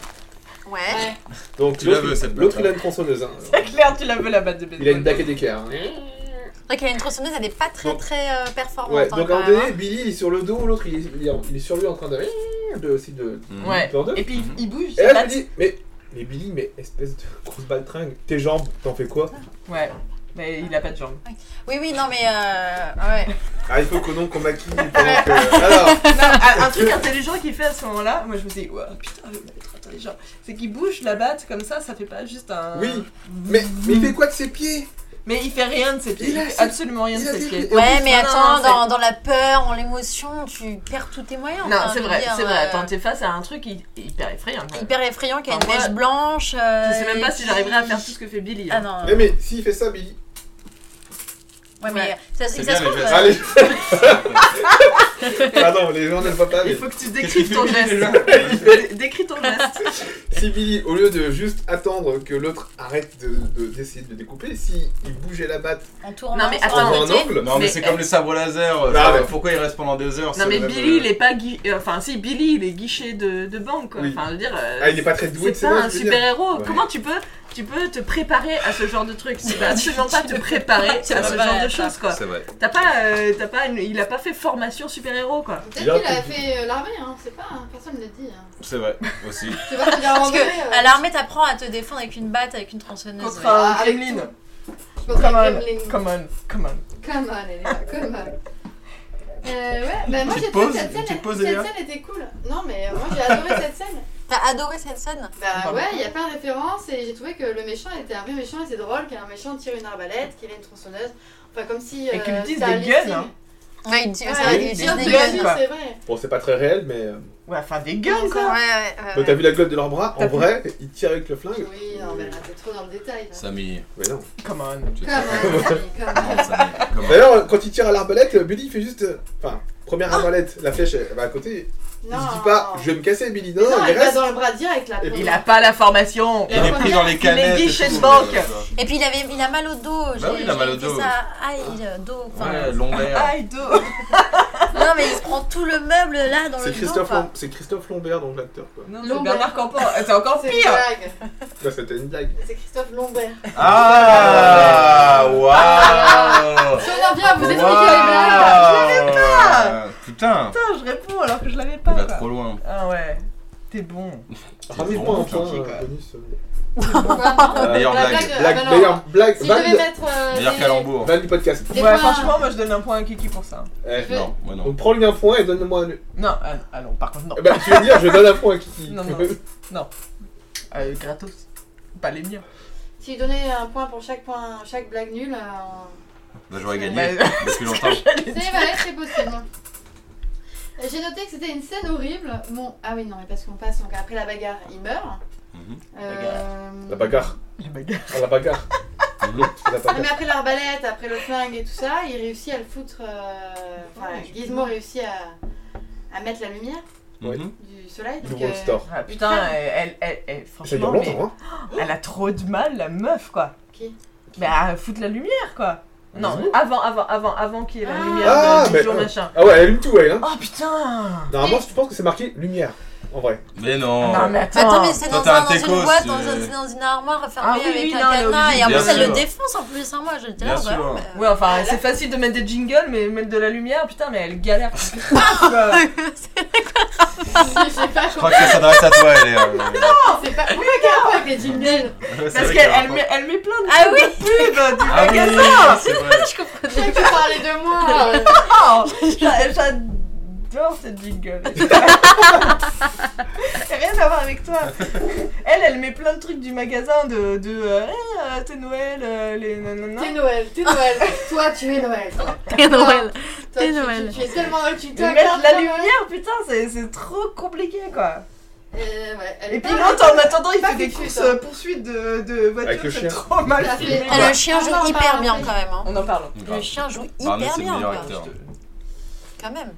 Speaker 5: Ouais.
Speaker 1: Ouais.
Speaker 3: Donc
Speaker 4: Tu la
Speaker 3: l'autre,
Speaker 4: veux, cette
Speaker 3: L'autre,
Speaker 4: batte,
Speaker 3: il a une tronçonneuse. hein.
Speaker 11: Claire, tu la veux la batte de baseball.
Speaker 3: Il a une dague d'équerre. hein.
Speaker 5: C'est vrai qu'elle a une tronçonneuse, elle est pas très
Speaker 3: Donc-
Speaker 5: très euh, performante.
Speaker 3: Ouais,
Speaker 5: hein,
Speaker 3: donc à un
Speaker 5: quand
Speaker 3: moment
Speaker 5: même, hein.
Speaker 3: donné, Billy il est sur le dos, l'autre il, est- il est en- il est sur lui en train de. de aussi de.
Speaker 4: Mhm.
Speaker 11: Ouais.
Speaker 3: Peur d'eux.
Speaker 11: Et puis il bouge.
Speaker 3: Et
Speaker 11: ses
Speaker 3: là je me
Speaker 11: pattes.
Speaker 3: dis, mais. Mais Billy, mais espèce de grosse baltringue, tes jambes, t'en fais quoi
Speaker 11: Ouais, mais il a pas de jambes.
Speaker 5: hein. Oui, oui, non, mais. euh, ouais.
Speaker 3: Ah, il faut que non qu'on maquille pendant que. Ah, Alors
Speaker 11: Non, un- un truc intelligent qu'il fait à ce moment-là, moi je me dis, ouais, putain, le mec est trop intelligent. C'est qu'il bouge la batte comme ça, ça fait pas juste un.
Speaker 3: Oui, mais, mais il fait quoi de ses pieds
Speaker 11: Mais il fait rien de ses pieds,
Speaker 3: Il
Speaker 11: il,
Speaker 3: a
Speaker 11: fait
Speaker 3: ses-
Speaker 11: absolument rien de
Speaker 3: il a
Speaker 11: ses
Speaker 3: des-
Speaker 11: pieds.
Speaker 5: Ouais, mais
Speaker 11: Non, non,
Speaker 5: attends,
Speaker 11: non,
Speaker 5: dans,
Speaker 11: c'est-
Speaker 5: dans la peur, dans l'émotion, tu perds tous tes moyens.
Speaker 11: Non,
Speaker 5: enfin,
Speaker 11: c'est
Speaker 5: je veux
Speaker 11: vrai,
Speaker 5: dire,
Speaker 11: c'est vrai.
Speaker 5: euh,
Speaker 11: Attends, t'es face à un truc hy- hyper effrayant. quand même.
Speaker 5: Hyper effrayant, qu'il y a une
Speaker 11: Enfin, moi,
Speaker 5: neige blanche. euh,
Speaker 11: Je sais même pas si
Speaker 5: et
Speaker 11: j'arriverai à
Speaker 5: puis-
Speaker 11: faire tout ce que fait Billy.
Speaker 5: Ah
Speaker 11: hein.
Speaker 5: non.
Speaker 3: Mais, mais s'il fait ça, Billy.
Speaker 5: Ouais, mais ça,
Speaker 11: C'est
Speaker 5: ça se
Speaker 11: bien,
Speaker 5: trouve.
Speaker 11: les
Speaker 5: euh,
Speaker 3: Allez Pardon, les gens ne le voient pas, Ah, mais.
Speaker 11: Il faut que tu décrives ton
Speaker 3: Qu'est-ce qu'il fait,
Speaker 11: geste. Dé- Décris ton
Speaker 5: Ah.
Speaker 11: geste.
Speaker 3: Si Billy, au lieu de juste attendre que l'autre arrête de- de- d'essayer de, le découper, si il bougeait la batte
Speaker 5: euh, En tournant.
Speaker 11: Non, mais
Speaker 3: en
Speaker 11: attends,
Speaker 3: faisant un angle,
Speaker 4: Non, mais, c'est comme les sabres laser. euh,
Speaker 3: Non,
Speaker 4: ça,
Speaker 3: mais-
Speaker 4: Pourquoi il reste pendant des heures
Speaker 11: Non
Speaker 4: ce
Speaker 11: mais
Speaker 4: même-
Speaker 11: Billy il est pas gui- euh, enfin si Billy il est guichet de, de banque quoi.
Speaker 3: Oui.
Speaker 11: Enfin je veux dire euh,
Speaker 3: Ah, il est pas très doué,
Speaker 11: C'est
Speaker 3: c'est
Speaker 11: pas
Speaker 3: vrai,
Speaker 11: un
Speaker 3: je veux dire.
Speaker 11: super héros.
Speaker 3: Ouais.
Speaker 11: Comment tu peux tu peux te préparer à ce genre de truc Tu peux absolument pas te préparer à
Speaker 5: Tu
Speaker 11: ce
Speaker 5: vas pas
Speaker 11: genre de
Speaker 5: à ça.
Speaker 11: choses quoi.
Speaker 4: C'est vrai.
Speaker 11: T'as pas euh, t'as pas une- il a pas fait formation super héros quoi.
Speaker 1: Peut-être qu'il a fait euh, l'armée, hein, on sait pas, hein, personne ne le dit. hein.
Speaker 4: C'est vrai, aussi.
Speaker 1: Tu vois, c'est-à-dire, à un moment
Speaker 5: Parce
Speaker 1: donné,
Speaker 5: que à l'armée, t'apprends à te défendre avec une batte, avec une tronçonneuse.
Speaker 11: euh, Contre
Speaker 5: ouais.
Speaker 11: un
Speaker 1: Ah, avec
Speaker 11: gremlin.
Speaker 1: Contre un
Speaker 11: Come
Speaker 1: gremlin.
Speaker 11: on, come on, come on.
Speaker 1: Come on, Elena, come on. Euh, ouais, bah moi
Speaker 4: Petite
Speaker 1: j'ai trouvé
Speaker 4: pause,
Speaker 1: cette scène,
Speaker 4: petite pause,
Speaker 1: cette
Speaker 4: Elia.
Speaker 1: scène était cool. Non mais euh, moi j'ai adoré cette scène.
Speaker 5: T'as adoré cette scène
Speaker 1: Bah
Speaker 11: Pardon.
Speaker 1: ouais, il y a plein de références et j'ai trouvé que le méchant était un vrai méchant et c'est drôle qu'un méchant tire une arbalète, qu'il ait une tronçonneuse. Enfin comme si...
Speaker 11: Et
Speaker 1: euh,
Speaker 11: qu'ils me disent
Speaker 1: c'était un
Speaker 11: des
Speaker 1: listing.
Speaker 11: guns, hein.
Speaker 5: Ouais, il dit
Speaker 1: Ouais,
Speaker 5: c'est vrai,
Speaker 1: ils
Speaker 5: il dit
Speaker 1: tirent
Speaker 5: des
Speaker 1: dessus,
Speaker 11: guns, quoi.
Speaker 1: c'est vrai.
Speaker 3: Bon, c'est pas très réel, mais. euh,
Speaker 11: Ouais, enfin des
Speaker 1: Comment
Speaker 11: guns
Speaker 1: ça
Speaker 11: quoi.
Speaker 5: Ouais,
Speaker 3: donc, t'as vu la glotte de leur bras En
Speaker 11: T'as vu-
Speaker 3: vrai, ils tirent avec le flingue
Speaker 1: Oui, non mais là t'es trop dans le détail. là.
Speaker 4: Samy.
Speaker 3: Mais non.
Speaker 11: Come on.
Speaker 4: tu te-
Speaker 1: Come on, Samy, come on.
Speaker 4: Comment, Samy Comment
Speaker 3: D'ailleurs, quand il tire à l'arbalète, Billy il fait juste. euh, Enfin, première arbalète, la flèche elle va à côté.
Speaker 1: Ah Non.
Speaker 3: Il se dit pas, je vais me casser, Billy. Non,
Speaker 1: Mais non,
Speaker 3: il
Speaker 1: elle va
Speaker 3: reste.
Speaker 1: dans le bras direct là.
Speaker 3: Et
Speaker 11: Il a pas la formation.
Speaker 4: Il est pris dans les canettes. et
Speaker 11: guichets de
Speaker 4: tout,
Speaker 11: banque.
Speaker 4: euh, ça.
Speaker 5: Et puis il, avait, il a mal au dos.
Speaker 4: Bah oui, il a mal au
Speaker 5: noté
Speaker 4: dos.
Speaker 5: Ça. Aïe, euh, dos. Enfin,
Speaker 4: Ouais,
Speaker 5: Ah,
Speaker 4: lombaire.
Speaker 11: Aïe dos.
Speaker 5: Non, mais il se prend tout le meuble là dans le
Speaker 3: C'est
Speaker 5: dos,
Speaker 3: Christophe,
Speaker 5: quoi.
Speaker 3: Lom- c'est Christophe Lombert, donc l'acteur. quoi.
Speaker 11: Non, c'est
Speaker 1: Lombaire.
Speaker 11: Bernard Campan. Euh, C'est encore
Speaker 1: C'est une
Speaker 11: pire.
Speaker 1: blague.
Speaker 3: Là, c'était une blague.
Speaker 1: C'est Christophe Lombert.
Speaker 4: Ah Waouh
Speaker 1: Si on en vient à vous expliquer les blagues.
Speaker 4: Waouh Putain
Speaker 11: Putain, je réponds alors que je l'avais
Speaker 4: Il
Speaker 11: pas.
Speaker 4: va
Speaker 11: quoi.
Speaker 4: trop loin.
Speaker 11: Ah ouais. T'es bon.
Speaker 3: Ramenez-moi
Speaker 4: bon,
Speaker 3: un point
Speaker 4: gentil,
Speaker 3: euh,
Speaker 4: quoi.
Speaker 3: bonus. euh,
Speaker 1: Voilà.
Speaker 4: Meilleure
Speaker 1: La
Speaker 4: blague.
Speaker 1: blague,
Speaker 3: Blague,
Speaker 1: ah bah
Speaker 3: Bah,
Speaker 1: non.
Speaker 3: meilleure blague,
Speaker 1: Si je
Speaker 3: vanne-
Speaker 1: devais mettre. euh,
Speaker 4: Meilleur
Speaker 1: des-
Speaker 4: calembour.
Speaker 3: vanne du podcast.
Speaker 1: Des
Speaker 11: ouais,
Speaker 1: points.
Speaker 11: franchement, moi je donne un point à Kiki pour ça.
Speaker 3: Eh,
Speaker 1: Je-
Speaker 4: Non, moi non.
Speaker 3: Donc prends-lui un point et donne-moi un.
Speaker 11: Non, ah, ah non, par contre, non.
Speaker 3: Eh ben, tu veux dire, je donne un point à Kiki.
Speaker 11: Non, non. Euh, gratos. Pas les miens.
Speaker 1: Si je donnais un point pour chaque point, chaque blague nulle. euh,
Speaker 4: Bah, j'aurais
Speaker 11: Bah,
Speaker 4: gagné depuis longtemps.
Speaker 1: C'est vrai, c'est possible. J'ai noté que c'était une scène horrible. Bon, ah oui, non, mais parce qu'on passe donc après la bagarre, il meurt.
Speaker 4: Mhm.
Speaker 1: Euh,
Speaker 3: La bagarre.
Speaker 11: les bagarres.
Speaker 3: Ah, la bagarre. La
Speaker 1: Non, ah, mais
Speaker 3: bagarre.
Speaker 1: après l'arbalète, après le flingue et tout ça, il réussit à le foutre. euh, Enfin, Gizmo réussit à, à mettre la lumière
Speaker 3: Ouais.
Speaker 4: Mhm.
Speaker 1: du soleil.
Speaker 3: Du
Speaker 1: Donc,
Speaker 3: World
Speaker 1: euh,
Speaker 3: Star.
Speaker 11: Ah putain, elle, elle, elle,
Speaker 3: Ça
Speaker 11: elle-
Speaker 3: dure
Speaker 11: franchement, mais
Speaker 3: longtemps, hein.
Speaker 11: elle a trop de mal, la meuf, quoi.
Speaker 1: Qui
Speaker 11: Bah, foutre la lumière, quoi. Non,
Speaker 3: Bisous.
Speaker 11: avant, avant, avant, avant qu'il y ait la
Speaker 1: Ah.
Speaker 11: lumière
Speaker 3: Ah,
Speaker 11: de
Speaker 3: mais-
Speaker 11: jour, machin.
Speaker 3: Ah ouais, elle allume tout, elle. Hein.
Speaker 11: Oh putain
Speaker 3: Normalement, je pense que c'est marqué lumière. En vrai.
Speaker 4: Mais
Speaker 3: Oh.
Speaker 4: non
Speaker 11: Non, mais
Speaker 5: Mais
Speaker 11: attends.
Speaker 5: Attends, mais c'est
Speaker 4: Toi,
Speaker 5: dans,
Speaker 4: t'as
Speaker 5: un-
Speaker 4: un
Speaker 5: dans une
Speaker 4: techos,
Speaker 5: boîte,
Speaker 4: c'est-
Speaker 5: dans, un- c'est dans une armoire fermée
Speaker 11: Ah oui,
Speaker 5: avec
Speaker 11: oui,
Speaker 5: un
Speaker 11: non, elle est
Speaker 5: cadenas, et
Speaker 11: obligée.
Speaker 5: en
Speaker 4: Bien
Speaker 5: plus elle
Speaker 4: sûr.
Speaker 5: le défonce en plus, hein, moi j'étais là,
Speaker 4: Bien
Speaker 5: bah,
Speaker 4: sûr.
Speaker 5: bah,
Speaker 11: Ouais, enfin, c'est facile de mettre des jingles, mais mettre de la lumière, putain, mais elle galère. quoi.
Speaker 1: Je sais pas
Speaker 4: Je crois que ça s'adresse à toi, elle est. euh,
Speaker 1: comment c'est pas. Oui, regarde avec les jingles.
Speaker 4: c'est
Speaker 11: Parce
Speaker 4: vrai
Speaker 11: qu'elle
Speaker 4: qu'il y a un
Speaker 11: elle met, elle met plein de
Speaker 5: Ah oui
Speaker 11: pubs du
Speaker 4: Ah oui,
Speaker 11: magasin.
Speaker 4: c'est vrai.
Speaker 1: Je sais que tu parlais de moi. euh.
Speaker 11: Oh, j'a- J'adore cette jingle. C'est rien à voir avec toi. Elle, elle met plein de trucs du magasin de. de euh, Eh, euh, t'es Noël, euh, les nanana.
Speaker 1: T'es Noël, t'es Noël. Toi, tu es Noël. Toi,
Speaker 5: Père Noël.
Speaker 1: tu- tu-
Speaker 5: Noël.
Speaker 1: Tu es tellement Noël, tu te
Speaker 11: Mais mettre de la lumière, putain, c'est c'est trop compliqué quoi.
Speaker 1: Euh, ouais, elle est
Speaker 11: Et puis
Speaker 1: pas-
Speaker 11: l'autre en attendant, il
Speaker 1: pas
Speaker 11: fait des
Speaker 1: fichue,
Speaker 11: courses
Speaker 1: ça.
Speaker 11: euh, poursuites de,
Speaker 3: Avec le
Speaker 11: de voitures, c'est
Speaker 3: chien.
Speaker 11: trop mal
Speaker 1: Ça fait-
Speaker 11: filmé.
Speaker 1: Elle
Speaker 5: Ah,
Speaker 11: quoi.
Speaker 5: le chien joue
Speaker 1: Ah, non,
Speaker 5: hyper
Speaker 1: bah,
Speaker 5: bien
Speaker 1: oui.
Speaker 5: quand même. hein.
Speaker 11: On en parle.
Speaker 5: Le
Speaker 4: Grave.
Speaker 5: chien joue
Speaker 4: Barney,
Speaker 5: hyper
Speaker 4: c'est le
Speaker 5: bien
Speaker 4: meilleur
Speaker 5: quoi.
Speaker 4: acteur.
Speaker 5: quand même.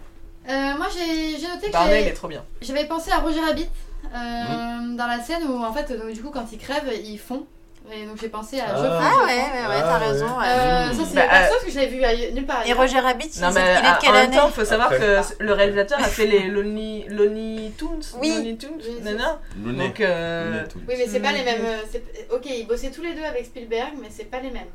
Speaker 1: Euh, moi, j'ai j'ai noté que
Speaker 11: Barney, il
Speaker 1: j'ai-
Speaker 11: Bah, est Mm. trop bien.
Speaker 1: j'avais pensé à Roger Rabbit euh, dans la scène où, en fait, donc, du coup, quand ils crèvent, ils font. Et donc, j'ai pensé à Je
Speaker 3: Ah.
Speaker 1: fonds,
Speaker 5: Ah
Speaker 1: je
Speaker 5: ouais, ouais,
Speaker 3: Ah
Speaker 5: ouais, t'as
Speaker 3: ouais.
Speaker 5: raison.
Speaker 1: fonds.
Speaker 5: ouais.
Speaker 1: Euh,
Speaker 4: Mmh.
Speaker 1: Ça, c'est
Speaker 11: Bah,
Speaker 1: une perso
Speaker 11: euh,
Speaker 1: que j'avais vu ailleurs- nulle part.
Speaker 5: Et
Speaker 1: ailleurs.
Speaker 5: Roger Rabbit, il
Speaker 11: Non, mais
Speaker 5: est de
Speaker 11: à-
Speaker 5: quelle
Speaker 11: en même
Speaker 5: année
Speaker 11: temps, faut savoir
Speaker 3: Après.
Speaker 11: que le réalisateur a fait les Lonely, Lonely Toons.
Speaker 5: Oui.
Speaker 11: Lonely Toons,
Speaker 1: Oui,
Speaker 11: nana.
Speaker 4: Luné.
Speaker 11: Donc, euh,
Speaker 4: Luné, tout.
Speaker 1: Oui, mais c'est
Speaker 11: Mm.
Speaker 1: pas les mêmes. euh, c'est- Ok, ils bossaient tous les deux avec Spielberg, mais c'est pas les mêmes.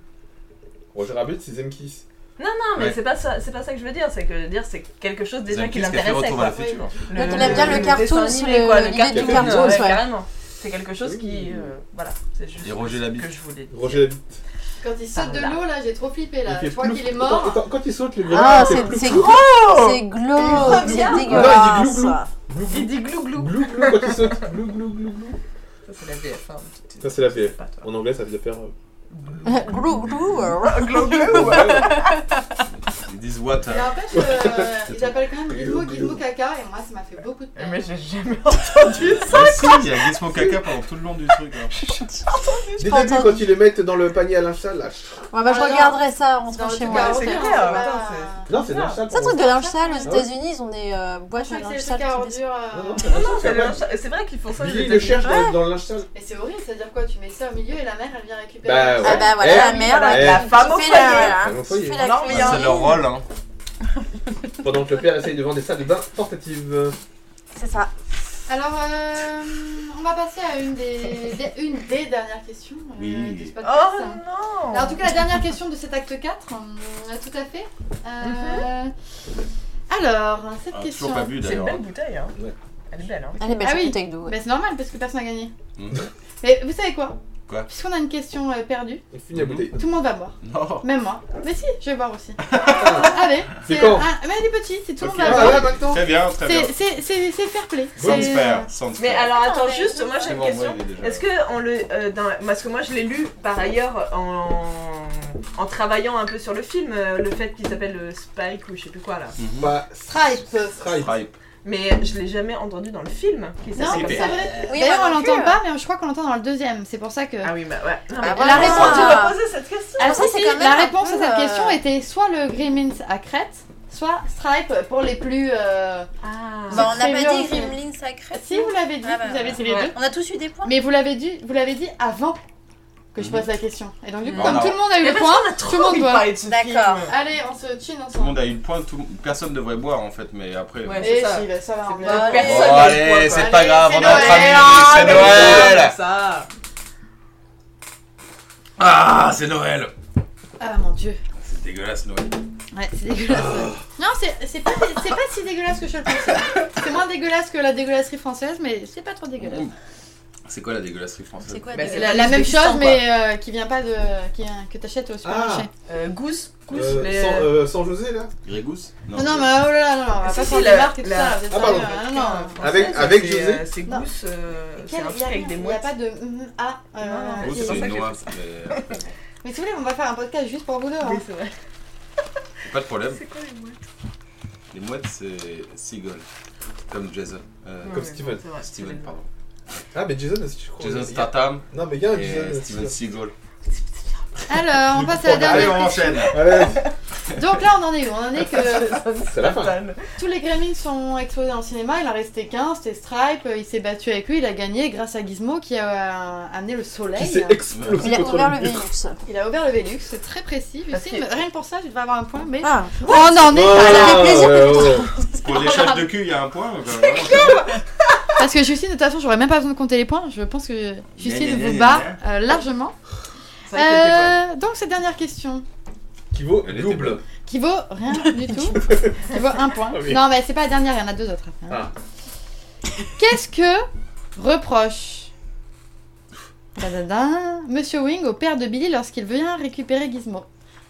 Speaker 3: Roger Rabbit, c'est Zemkiss.
Speaker 11: non, mais
Speaker 4: Ouais.
Speaker 11: c'est pas ça, c'est pas ça que je veux dire. C'est que je veux dire, c'est quelque chose déjà qui
Speaker 4: Zemeckis qui a fait
Speaker 11: l'intéressait.
Speaker 4: Retour vers
Speaker 11: quoi.
Speaker 4: le futur.
Speaker 11: Le-
Speaker 5: Donc, il aime bien le
Speaker 11: dessin
Speaker 5: cartoon,
Speaker 11: animé,
Speaker 5: le-
Speaker 11: quoi,
Speaker 5: l'idée
Speaker 11: cartoon,
Speaker 5: du cartoon, ouais.
Speaker 11: carrément. C'est quelque chose qui. euh, voilà, c'est juste
Speaker 4: Et Roger
Speaker 11: ce
Speaker 4: Labitte.
Speaker 11: que je voulais dire.
Speaker 3: Roger Labitte.
Speaker 1: Quand il saute de
Speaker 11: Par Ah, là.
Speaker 1: l'eau, là, j'ai trop flippé, là.
Speaker 3: fait
Speaker 1: Je vois
Speaker 3: plouf.
Speaker 1: qu'il est mort.
Speaker 3: Attends, attends, quand il saute, le
Speaker 5: Ah,
Speaker 3: gars,
Speaker 5: c'est
Speaker 3: plouf,
Speaker 5: c'est
Speaker 3: plouf.
Speaker 5: gros, c'est glauque,
Speaker 11: revient.
Speaker 5: c'est
Speaker 11: Non, il dit
Speaker 5: dégueulasse.
Speaker 3: glou-glou.
Speaker 11: Il dit glou glou.
Speaker 3: Glou glou quand il saute. Glou glou glou glou.
Speaker 11: Ça, c'est la hein, VF1.
Speaker 3: Ça, c'est la VF. En anglais, ça veut dire faire. euh,
Speaker 5: glou glou.
Speaker 11: glou
Speaker 4: Ils disent what
Speaker 1: Mais en fait, euh, ils appellent quand même Gizmo Gizmo Caca et moi ça m'a fait beaucoup de peine.
Speaker 11: Mais j'ai jamais entendu ça.
Speaker 4: Ah si, il y a Gizmo Caca pendant tout le long du truc. hein.
Speaker 3: Dès le début, quand ils les mettent dans le panier à linge sale, là.
Speaker 5: Ouais, bah, je
Speaker 1: Ah, non.
Speaker 5: regarderai ça en rentrant
Speaker 1: Dans
Speaker 5: chez
Speaker 1: le
Speaker 5: moi.
Speaker 1: Caca
Speaker 11: c'est
Speaker 1: ordure,
Speaker 11: clair,
Speaker 1: on va-
Speaker 11: attends,
Speaker 3: Non, c'est linge sale.
Speaker 5: C'est un truc de
Speaker 3: pardon.
Speaker 5: linge sale. Aux
Speaker 3: Ah ouais.
Speaker 5: États-Unis, ils ont des euh, boîtes
Speaker 1: Je
Speaker 5: à
Speaker 1: crois que
Speaker 5: linge
Speaker 1: c'est le
Speaker 5: sale.
Speaker 1: Caca
Speaker 5: qui baissent.
Speaker 1: ordure. euh,
Speaker 3: Non, non,
Speaker 11: Non, non,
Speaker 3: c'est
Speaker 11: c'est
Speaker 3: linge
Speaker 11: le- c'est vrai qu'ils font ça.
Speaker 3: Billy,
Speaker 11: les
Speaker 3: il le cherche
Speaker 11: États-Unis.
Speaker 3: dans, dans le linge sale.
Speaker 1: Mais c'est horrible, c'est-à-dire quoi Tu mets ça au milieu et la mère elle vient récupérer.
Speaker 3: Bah, ouais.
Speaker 5: Ah bah voilà,
Speaker 3: Eh,
Speaker 5: la mère,
Speaker 11: voilà,
Speaker 5: elle
Speaker 3: la
Speaker 11: femme au
Speaker 5: fait
Speaker 11: foyer.
Speaker 3: Femme
Speaker 5: la-
Speaker 3: au
Speaker 5: voilà,
Speaker 3: foyer.
Speaker 5: fait Ah, la
Speaker 11: Non,
Speaker 5: cuisine.
Speaker 11: mais
Speaker 4: C'est leur rôle, hein.
Speaker 3: Pendant que le père essaye de vendre des salles de bain portatives. euh,
Speaker 5: C'est ça.
Speaker 1: Alors, euh, on va passer à une des, des- une des dernières questions euh,
Speaker 4: Oui.
Speaker 1: de ce podcast.
Speaker 11: Oh non
Speaker 1: Alors, en tout cas, la dernière question de cet acte 4, euh, tout à fait. Euh, Alors, cette
Speaker 4: Ah,
Speaker 1: question.
Speaker 4: toujours pas bu
Speaker 11: C'est une
Speaker 4: d'ailleurs.
Speaker 11: belle bouteille, hein.
Speaker 3: Ouais.
Speaker 11: Elle est belle, hein.
Speaker 5: Elle est belle,
Speaker 1: Ah
Speaker 5: cette
Speaker 1: oui.
Speaker 5: bouteille d'eau. ouais.
Speaker 1: Bah, c'est normal parce que personne n'a gagné.
Speaker 4: Mhm.
Speaker 1: Mais vous savez quoi
Speaker 4: Quoi
Speaker 1: Puisqu'on a une question euh, perdue,
Speaker 3: Et finit la bouteille.
Speaker 1: tout le monde va boire.
Speaker 4: Non.
Speaker 1: Même moi. Mais si, je vais boire aussi. Allez,
Speaker 3: C'est quand
Speaker 1: ah, Mais elle est petite, c'est tout le
Speaker 4: Ok.
Speaker 1: monde va
Speaker 3: Ah
Speaker 1: boire.
Speaker 3: ouais, maintenant
Speaker 4: Très bien, très bien.
Speaker 1: C'est- C'est c'est- c'est fair play.
Speaker 4: Sans
Speaker 1: C'est-
Speaker 4: faire, sans
Speaker 11: Mais
Speaker 4: faire.
Speaker 11: alors
Speaker 1: Ah,
Speaker 11: attends
Speaker 1: mais-
Speaker 11: juste, moi j'ai
Speaker 4: C'est
Speaker 11: une
Speaker 4: bon,
Speaker 11: question.
Speaker 4: moi, il est déjà-
Speaker 11: Est-ce que on le, euh, dans- parce que moi je l'ai lu par ailleurs en, en travaillant un peu sur le film, euh, le fait qu'il s'appelle euh, Spike ou je sais plus quoi là.
Speaker 3: Bah,
Speaker 1: Stripe.
Speaker 3: Stripe. Euh,
Speaker 4: Stripe.
Speaker 11: Mais je l'ai jamais entendu dans le film. qu'il
Speaker 1: Non,
Speaker 11: s'appelle
Speaker 1: c'est
Speaker 11: comme ça.
Speaker 1: vrai.
Speaker 5: Oui,
Speaker 1: D'ailleurs,
Speaker 5: moi
Speaker 1: on
Speaker 5: non
Speaker 1: l'entend
Speaker 5: plus.
Speaker 1: pas, mais je crois qu'on l'entend dans le deuxième. C'est pour ça que.
Speaker 11: Ah oui, bah ouais. Non,
Speaker 5: euh. Ah,
Speaker 11: mais
Speaker 5: voilà.
Speaker 11: la réponse, tu
Speaker 5: Ah.
Speaker 11: m'as posé cette question.
Speaker 5: Alors ça,
Speaker 1: Si,
Speaker 5: c'est
Speaker 1: si,
Speaker 5: quand même
Speaker 1: la
Speaker 5: un
Speaker 1: réponse
Speaker 5: peu,
Speaker 1: à cette
Speaker 5: euh,
Speaker 1: question était soit le Grimmins à Crète, soit Stripe pour les plus. euh,
Speaker 11: Ah.
Speaker 5: Bah, on n'a
Speaker 1: C'est
Speaker 5: pas
Speaker 1: bien
Speaker 5: dit
Speaker 1: aussi.
Speaker 5: Gremlin sacré.
Speaker 1: Si vous l'avez dit,
Speaker 5: Ah bah,
Speaker 1: vous avez dit les
Speaker 11: ouais.
Speaker 1: deux.
Speaker 5: On a tous eu des points.
Speaker 1: Mais vous l'avez dit, vous l'avez dit avant que je pose la question. Et donc du coup,
Speaker 4: Non,
Speaker 1: comme
Speaker 4: non.
Speaker 1: tout le monde a eu le
Speaker 11: Mais parce
Speaker 1: point,
Speaker 11: qu'on a
Speaker 1: tout
Speaker 11: trop
Speaker 1: le monde
Speaker 11: envie de
Speaker 1: doit.
Speaker 11: parler de ce
Speaker 5: D'accord.
Speaker 11: film.
Speaker 1: Allez, on se chine
Speaker 4: Tout le
Speaker 1: ensemble.
Speaker 4: monde a eu le point, tout- personne devrait boire en fait, mais après.
Speaker 11: Ouais.
Speaker 1: Et
Speaker 11: C'est ça.
Speaker 1: si, bah, ça va, on
Speaker 11: C'est
Speaker 1: verra.
Speaker 5: pas-
Speaker 11: Personne
Speaker 4: Bon,
Speaker 11: n'a eu le point,
Speaker 4: allez,
Speaker 11: quoi.
Speaker 4: c'est pas
Speaker 1: Allez,
Speaker 4: grave,
Speaker 1: c'est
Speaker 4: on est entre
Speaker 1: Noël.
Speaker 4: amis,
Speaker 11: Ah,
Speaker 4: c'est Noël
Speaker 11: Comme ça.
Speaker 4: Ah, c'est Noël
Speaker 1: Ah mon dieu.
Speaker 4: C'est dégueulasse Noël.
Speaker 1: Ouais, c'est dégueulasse. Non, c'est c'est pas, c'est pas si dégueulasse que je le pensais. C'est moins dégueulasse que la dégueulasserie française, mais c'est pas trop dégueulasse.
Speaker 4: Mm. C'est quoi la dégueulasserie française
Speaker 5: C'est quoi
Speaker 11: Bah,
Speaker 5: des-
Speaker 1: C'est
Speaker 11: c'est
Speaker 1: la,
Speaker 11: pas
Speaker 1: la même
Speaker 11: Ouzbékistan,
Speaker 1: chose, mais euh, qui vient pas de. Qui, vient- que t'achètes au supermarché.
Speaker 11: Euh, Goose, Goose,
Speaker 3: Euh,
Speaker 11: les-
Speaker 3: sans, euh, sans José là
Speaker 4: Grégousse
Speaker 1: non, non, mais oh là là, non, non, on va
Speaker 11: Si,
Speaker 1: pas
Speaker 11: si,
Speaker 1: prendre
Speaker 11: la-
Speaker 1: des marques et tout
Speaker 11: la-
Speaker 1: ça. vous êtes
Speaker 3: Ah,
Speaker 1: sérieux,
Speaker 3: pardon.
Speaker 1: hein, non, non.
Speaker 11: Française,
Speaker 3: Avec- avec
Speaker 11: c'est,
Speaker 3: José.
Speaker 11: euh, C'est
Speaker 1: Non.
Speaker 11: Goose, euh,
Speaker 1: Quel-
Speaker 11: c'est un
Speaker 1: Il n'y
Speaker 11: truc avec des
Speaker 1: a,
Speaker 11: mouettes.
Speaker 1: pas de mm, ah. euh,
Speaker 11: Non, non,
Speaker 4: Grégousse,
Speaker 1: qui-
Speaker 4: Oh,
Speaker 11: pour
Speaker 4: c'est
Speaker 11: ça
Speaker 4: une
Speaker 11: que j'ai
Speaker 4: noix.
Speaker 11: fait ça.
Speaker 4: mais- euh,
Speaker 1: Mais si vous voulez, on va faire un podcast juste pour vous deux.
Speaker 11: Oui,
Speaker 1: Hein.
Speaker 11: c'est vrai.
Speaker 4: Pas de problème.
Speaker 11: C'est quoi les mouettes
Speaker 4: Les mouettes, c'est Seagull. Comme Jason. Euh,
Speaker 3: Comme Steven.
Speaker 11: C'est vrai,
Speaker 4: Steven,
Speaker 11: c'est
Speaker 4: pardon.
Speaker 3: Ah, mais Jason aussi, je crois.
Speaker 4: Jason
Speaker 3: Il y a-
Speaker 4: Statham
Speaker 3: Non, mais il y a un
Speaker 4: et
Speaker 3: Jason.
Speaker 4: Steven
Speaker 3: aussi.
Speaker 4: Seagal.
Speaker 1: Alors, on passe à la
Speaker 4: Allez, on
Speaker 1: dernière question.
Speaker 4: enchaîne.
Speaker 3: Allez,
Speaker 1: Donc là, on en est où On en est que
Speaker 3: c'est la fin.
Speaker 11: Satan.
Speaker 1: tous les Gremlins sont explosés dans le cinéma. Il en restait 15. C'était Stripe. euh, Il s'est battu avec lui. Il a gagné grâce à Gizmo qui a euh, amené le
Speaker 3: Qui
Speaker 1: soleil.
Speaker 3: s'est explosé
Speaker 5: Il a
Speaker 3: contre
Speaker 5: ouvert le
Speaker 3: mur.
Speaker 5: Vénus.
Speaker 1: Il a ouvert le Velux. C'est très précis.
Speaker 11: Parce
Speaker 1: Justine.
Speaker 11: que-
Speaker 1: Rien que pour ça, je devais avoir un point. Mais
Speaker 5: Ah,
Speaker 1: on en est pas là.
Speaker 3: Voilà, ouais, ouais.
Speaker 4: Pour l'échelle de cul, il y a un point. quoi, vraiment.
Speaker 1: Parce que Justine, de toute façon, j'aurais même pas besoin de compter les points. Je pense que Justine
Speaker 4: Gna, gna,
Speaker 1: vous
Speaker 4: gna,
Speaker 1: bat
Speaker 4: gna,
Speaker 1: euh, largement.
Speaker 11: Ça a été quoi
Speaker 1: Euh, donc, cette dernière question.
Speaker 3: Qui vaut
Speaker 4: Elle était
Speaker 3: double.
Speaker 4: bonne.
Speaker 1: Qui vaut rien du tout. Qui vaut un point.
Speaker 3: Ah oui.
Speaker 1: Non, mais c'est pas la dernière, il y en a deux autres après. hein. Qu'est-ce que reproche Tadadin, Monsieur Wing au père de Billy lorsqu'il vient récupérer Gizmo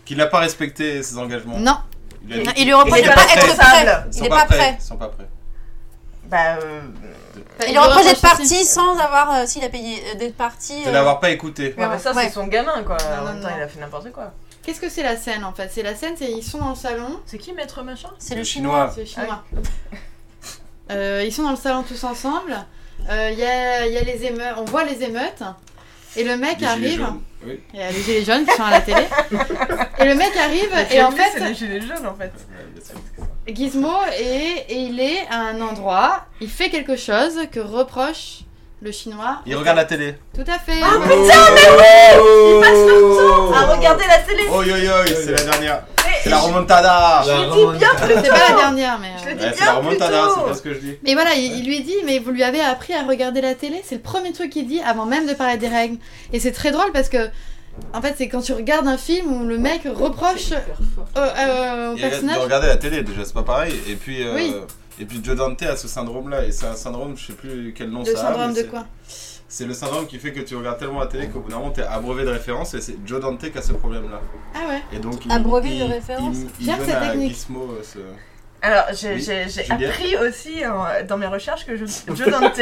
Speaker 4: Qu'il n'a pas respecté ses engagements.
Speaker 1: Non,
Speaker 4: a dit
Speaker 5: Il lui
Speaker 4: qu'ils
Speaker 5: reproche de
Speaker 4: étaient
Speaker 5: pas être
Speaker 4: prêts.
Speaker 5: prêt.
Speaker 4: Ils
Speaker 5: Il
Speaker 4: sont
Speaker 5: n'est pas prêt.
Speaker 4: Ils sont pas
Speaker 1: Euh.
Speaker 4: prêts.
Speaker 11: Bah, euh,
Speaker 5: Il lui reproche d'être
Speaker 1: aussi-
Speaker 5: parti sans avoir. euh, S'il a payé. euh, d'être parti.
Speaker 4: De
Speaker 5: euh,
Speaker 4: l'avoir pas écouté.
Speaker 11: ouais, mais ça,
Speaker 5: Ouais.
Speaker 11: c'est son gamin, quoi.
Speaker 1: Non,
Speaker 11: en
Speaker 1: non,
Speaker 11: même temps,
Speaker 1: non.
Speaker 11: il a fait n'importe quoi.
Speaker 1: Qu'est-ce que c'est la scène en fait C'est la scène, c'est ils sont dans le salon,
Speaker 11: C'est qui, Maître Machin
Speaker 5: C'est le
Speaker 4: Les
Speaker 5: chinois.
Speaker 4: chinois.
Speaker 11: Ah.
Speaker 1: c'est chinois. Euh, ils sont dans le salon tous ensemble. Euh, Il y, a, il y a les émeutes, on voit les émeutes. Et le mec
Speaker 4: Les gilets
Speaker 1: arrive.
Speaker 4: jaunes. Oui.
Speaker 1: Il y a les gilets jaunes qui sont à la télé. et le mec arrive
Speaker 11: Les
Speaker 1: et en
Speaker 11: Gremlins,
Speaker 1: fait.
Speaker 11: C'est les gilets jaunes, en fait.
Speaker 4: Ouais, bien sûr.
Speaker 1: Gizmo est, et il est à un endroit, il fait quelque chose que reproche le chinois.
Speaker 4: Il regarde la télé.
Speaker 1: Tout à fait.
Speaker 11: Ah,
Speaker 1: Ouais.
Speaker 3: Il passe son
Speaker 11: Ah, regardez la télé
Speaker 4: Oh yo yo, c'est la dernière. C'est la
Speaker 3: La
Speaker 4: remontada.
Speaker 11: Je dis bien
Speaker 3: remontada.
Speaker 11: plus
Speaker 1: C'est pas la dernière, mais.
Speaker 11: Je
Speaker 1: euh,
Speaker 11: l'ai
Speaker 4: Ouais,
Speaker 11: dit
Speaker 4: c'est la
Speaker 11: bien plus
Speaker 4: remontada, c'est pas ce
Speaker 11: tôt
Speaker 4: que je dis.
Speaker 1: Mais voilà, il, il lui dit, mais vous lui avez appris à regarder la télé. C'est le premier truc qu'il dit avant même de parler des règles. Et c'est très drôle parce que, en fait, c'est quand tu regardes un film où le mec reproche au, euh, au
Speaker 4: Et de
Speaker 1: personnage.
Speaker 4: regarder la télé déjà, c'est pas pareil. Et puis, euh,
Speaker 1: Oui.
Speaker 4: et puis Joe Dante a ce syndrome-là, et c'est un syndrome, je sais plus quel nom
Speaker 1: Le
Speaker 4: ça a.
Speaker 1: syndrome
Speaker 4: mais
Speaker 1: de
Speaker 4: c'est-
Speaker 1: quoi
Speaker 4: C'est le syndrome qui fait que tu regardes tellement la télé qu'au bout d'un moment, t'es abreuvé de références et c'est Joe Dante qui a ce problème-là.
Speaker 1: Ah ouais
Speaker 4: Et donc,
Speaker 5: Abreuvé de
Speaker 4: références Il,
Speaker 1: J'aime
Speaker 4: donne
Speaker 1: cette
Speaker 4: à
Speaker 1: technique.
Speaker 4: Gizmo, euh, ce-
Speaker 11: Alors, j'ai
Speaker 4: Oui,
Speaker 11: j'ai- j'ai
Speaker 4: Juliette
Speaker 11: appris aussi euh, dans mes recherches que je- Joe Dante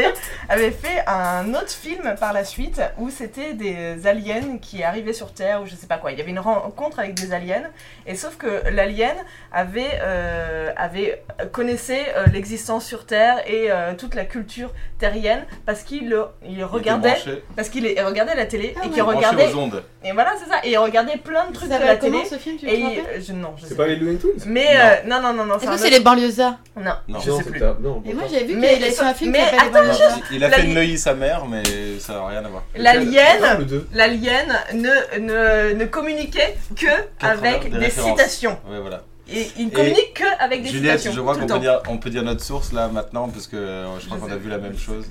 Speaker 11: avait fait un autre film par la suite où c'était des aliens qui arrivaient sur Terre ou je sais pas quoi. Il y avait une rencontre avec des aliens et sauf que l'alien avait, euh, avait connaissait euh, l'existence sur Terre et euh, toute la culture terrienne parce qu'il le- il regardait
Speaker 4: branché.
Speaker 11: parce qu'il est- regardait la télé
Speaker 1: Ah
Speaker 11: et
Speaker 4: ouais.
Speaker 11: qu'il
Speaker 4: Branché
Speaker 11: regardait
Speaker 4: aux ondes.
Speaker 11: et voilà c'est ça et il regardait plein de trucs de la
Speaker 1: s'appelle
Speaker 11: télé
Speaker 1: comment, ce film, tu
Speaker 11: et
Speaker 1: te
Speaker 11: il-
Speaker 1: rappelles
Speaker 11: je- non je sais
Speaker 3: C'est pas les Looney Tunes
Speaker 11: mais euh, non, non, non, non.
Speaker 1: Est-ce
Speaker 11: un
Speaker 1: que c'est
Speaker 11: autre-
Speaker 1: les banlieusards
Speaker 11: Non.
Speaker 4: Non,
Speaker 3: Non, c'est ça. Non.
Speaker 1: Et moi j'avais vu qu'il y
Speaker 11: Mais-
Speaker 1: avait sur un film
Speaker 11: mais
Speaker 1: qui s'appelle
Speaker 11: attends,
Speaker 1: Les
Speaker 4: Non,
Speaker 1: Banlieusards.
Speaker 4: il, il a
Speaker 11: La
Speaker 4: fait
Speaker 11: li-
Speaker 4: de Neuilly sa mère, mais ça n'a rien à voir.
Speaker 11: L'alien,
Speaker 3: deux.
Speaker 11: l'alien ne, ne, ne communiquait que
Speaker 4: travers
Speaker 11: avec des,
Speaker 4: références.
Speaker 11: citations.
Speaker 4: Ouais, voilà.
Speaker 11: Et il ne communique que avec des
Speaker 4: Juliette,
Speaker 11: citations.
Speaker 4: je crois
Speaker 11: tout le
Speaker 4: qu'on
Speaker 11: temps.
Speaker 4: peut dire, on peut dire notre source là maintenant, parce que euh, je crois
Speaker 11: Je
Speaker 4: qu'on
Speaker 11: sais.
Speaker 4: a vu la même chose.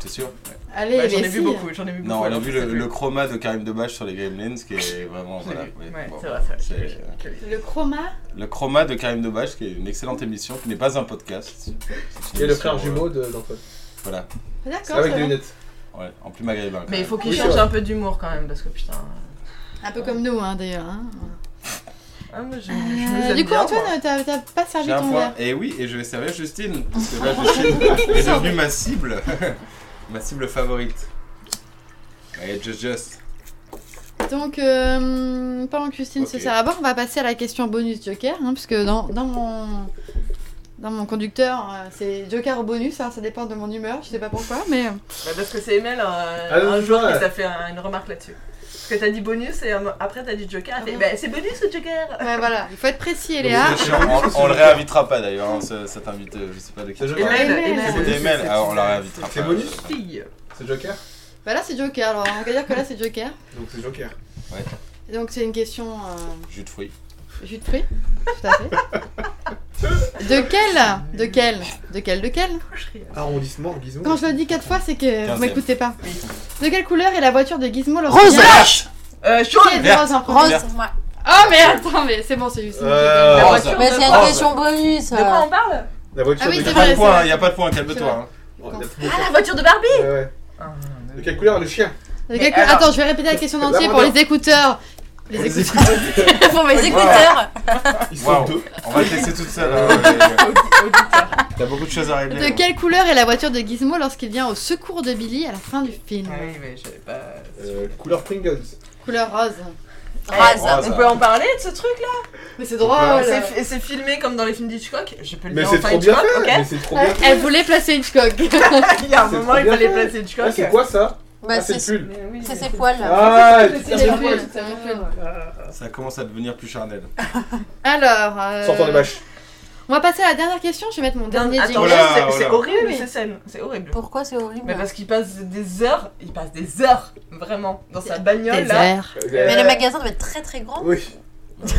Speaker 4: T'es sûr Ouais.
Speaker 1: Allez,
Speaker 11: Bah, j'en ai
Speaker 1: les
Speaker 11: vu
Speaker 1: filles.
Speaker 11: beaucoup, j'en ai vu
Speaker 4: Non,
Speaker 11: beaucoup.
Speaker 4: on a vu
Speaker 11: alors,
Speaker 4: le,
Speaker 11: ça
Speaker 4: le
Speaker 11: fait-
Speaker 4: chroma de Karim Debache sur les Gremlins, qui est vraiment.
Speaker 11: Je l'ai
Speaker 4: Voilà,
Speaker 11: vu.
Speaker 4: oui,
Speaker 11: Ouais,
Speaker 4: bon,
Speaker 11: c'est vrai, c'est vrai,
Speaker 4: c'est-
Speaker 1: Le chroma
Speaker 4: Le chroma de Karim Debache, qui est une excellente émission, qui n'est pas un podcast. C'est une
Speaker 3: Et le
Speaker 4: émission,
Speaker 3: frère
Speaker 4: euh,
Speaker 3: jumeau de- d'Antoine.
Speaker 4: Voilà.
Speaker 1: D'accord,
Speaker 4: Ah
Speaker 1: ça
Speaker 3: Avec des
Speaker 1: va.
Speaker 3: lunettes.
Speaker 4: Ouais, en plus maghrébin. quand
Speaker 11: Mais il faut
Speaker 4: même.
Speaker 11: qu'il
Speaker 3: Oui,
Speaker 11: change
Speaker 3: c'est
Speaker 11: un peu d'humour quand même, parce que putain.
Speaker 1: Un peu comme nous, hein, d'ailleurs. hein.
Speaker 11: Ah, moi, je, je
Speaker 1: Euh,
Speaker 11: vous aime
Speaker 1: du coup,
Speaker 11: bien, moi.
Speaker 1: Antoine, t'as t'as pas servi
Speaker 4: J'ai un
Speaker 1: ton
Speaker 4: point.
Speaker 1: verre.
Speaker 4: Et oui, et je vais servir Justine, parce que là, Justine est devenue ma cible. ma cible favorite. Et Just Just.
Speaker 1: Donc, euh, pendant que Christine se
Speaker 4: Ok.
Speaker 1: sert à boire, on va passer à la question bonus Joker, hein, puisque dans, dans mon dans mon conducteur, euh, c'est Joker au bonus, hein, ça dépend de mon humeur, je sais pas pourquoi, mais euh,
Speaker 11: Bah, parce que c'est Emel euh,
Speaker 3: Ah, non,
Speaker 11: un
Speaker 3: je
Speaker 11: jour
Speaker 3: vois.
Speaker 11: qui t'a fait un- une remarque là-dessus. Parce que t'as dit bonus et euh, après t'as dit joker. elle fait,
Speaker 1: bon
Speaker 11: bah, c'est bonus ou joker
Speaker 1: ouais, voilà, il faut être précis,
Speaker 11: Ah.
Speaker 1: Léa.
Speaker 4: Bien sûr, On, on le réinvitera pas d'ailleurs, hein, ce- cet invité, je sais pas de qui.
Speaker 3: C'est
Speaker 4: tu
Speaker 3: Joker.
Speaker 4: parles.
Speaker 11: Emel,
Speaker 1: Emel.
Speaker 11: Emel.
Speaker 4: C'était Emel, alors Ah, on la réinvitera pas.
Speaker 3: C'est bonus
Speaker 11: Fille.
Speaker 3: C'est Joker
Speaker 1: Bah là, c'est Joker, alors on va dire que là, c'est Joker.
Speaker 3: Donc c'est Joker.
Speaker 4: Ouais,
Speaker 1: Et Donc, c'est une question euh,
Speaker 4: jus de fruits.
Speaker 1: jus de fruits, tout à fait. De quel De quel De quel De quel
Speaker 3: Arrondissement, Guizmo.
Speaker 1: Quand je le dis quatre fois, c'est que vous
Speaker 4: Quinzième.
Speaker 1: m'écoutez pas. De quelle couleur est la voiture de Gizmo le
Speaker 5: Rose
Speaker 11: Euh,
Speaker 1: Qui
Speaker 11: Jaune
Speaker 1: a dit
Speaker 4: Verte.
Speaker 1: rose en premier
Speaker 5: Rose,
Speaker 4: Verte.
Speaker 5: ouais.
Speaker 1: Oh mais attends, mais c'est bon, c'est juste. une
Speaker 3: Euh,
Speaker 1: blague.
Speaker 11: La
Speaker 4: Rose.
Speaker 11: voiture
Speaker 5: Mais
Speaker 11: de
Speaker 5: c'est une
Speaker 11: Rose.
Speaker 5: question bonus.
Speaker 11: De quoi
Speaker 5: euh.
Speaker 11: on parle
Speaker 3: La voiture
Speaker 1: Ah oui,
Speaker 3: de
Speaker 1: c'est
Speaker 3: Guizmo.
Speaker 4: Y'a pas
Speaker 1: vrai,
Speaker 4: de point,
Speaker 1: vrai.
Speaker 4: hein, y a pas de point,
Speaker 1: C'est
Speaker 4: calme-toi.
Speaker 1: vrai.
Speaker 4: hein.
Speaker 3: Ouais, la petite
Speaker 11: Ah, la voiture de Barbie
Speaker 3: voiture. Ouais,
Speaker 4: Ah,
Speaker 3: ouais. De quelle couleur le chien
Speaker 1: De quelle
Speaker 11: Mais
Speaker 1: couleur-
Speaker 11: alors-
Speaker 1: Attends, je vais répéter la question
Speaker 3: La
Speaker 1: entière pour
Speaker 3: vendeur.
Speaker 1: les écouteurs. Les écouteurs.
Speaker 5: Pour mes écouteurs.
Speaker 3: Ils sont
Speaker 4: Waouh,
Speaker 3: deux.
Speaker 4: on va te laisser toute seule.
Speaker 3: Euh,
Speaker 4: hein, ouais. T'as beaucoup de choses à régler.
Speaker 1: De
Speaker 4: hein.
Speaker 1: quelle couleur est la voiture de Gizmo lorsqu'il vient au secours de Billy à la fin du film
Speaker 11: Ah oui, mais j'avais pas.
Speaker 3: Euh, couleur Pringles.
Speaker 1: Couleur rose.
Speaker 5: Rose.
Speaker 1: hein,
Speaker 4: Rose.
Speaker 11: On peut en parler de ce truc là
Speaker 1: Mais c'est drôle.
Speaker 11: Ah, C'est fi- C'est filmé comme dans les films d'Hitchcock. Je peux le
Speaker 3: Mais
Speaker 11: dire
Speaker 3: c'est
Speaker 11: enfin
Speaker 3: trop bien
Speaker 11: Hitchcock,
Speaker 3: fait
Speaker 11: ok
Speaker 3: Mais c'est trop bien fait
Speaker 1: Elle voulait placer Hitchcock.
Speaker 11: Il y a un
Speaker 3: C'est
Speaker 11: moment,
Speaker 3: trop
Speaker 11: il
Speaker 3: bien
Speaker 11: fallait
Speaker 3: fait.
Speaker 11: placer
Speaker 3: Ah,
Speaker 11: Hitchcock.
Speaker 3: c'est quoi ça
Speaker 5: Bah,
Speaker 3: Ah, c'est le
Speaker 5: c'est
Speaker 3: pull.
Speaker 11: Mais oui,
Speaker 5: c'est
Speaker 11: mais-
Speaker 5: ses poils.
Speaker 3: Ah,
Speaker 11: c'est-
Speaker 3: putain,
Speaker 11: c'est-
Speaker 3: c'est
Speaker 11: c'est-
Speaker 3: quoi
Speaker 11: c'est-
Speaker 1: Euh,
Speaker 4: Ça commence à devenir plus charnel.
Speaker 1: Alors. euh,
Speaker 3: Sortons les mâches.
Speaker 1: On va passer à la dernière question. Je vais mettre mon dernier
Speaker 11: Attends,
Speaker 1: jingle.
Speaker 4: Voilà,
Speaker 11: c'est- c'est
Speaker 4: voilà.
Speaker 11: horrible
Speaker 1: Oui.
Speaker 11: ces scènes. C'est horrible.
Speaker 5: Pourquoi c'est horrible
Speaker 11: Mais parce qu'il passe des heures, il passe des heures, vraiment, dans sa bagnole là.
Speaker 1: Désert.
Speaker 5: Mais
Speaker 11: Euh,
Speaker 5: le magasin doit être très très grand.
Speaker 3: Euh, Oui.
Speaker 11: Ok.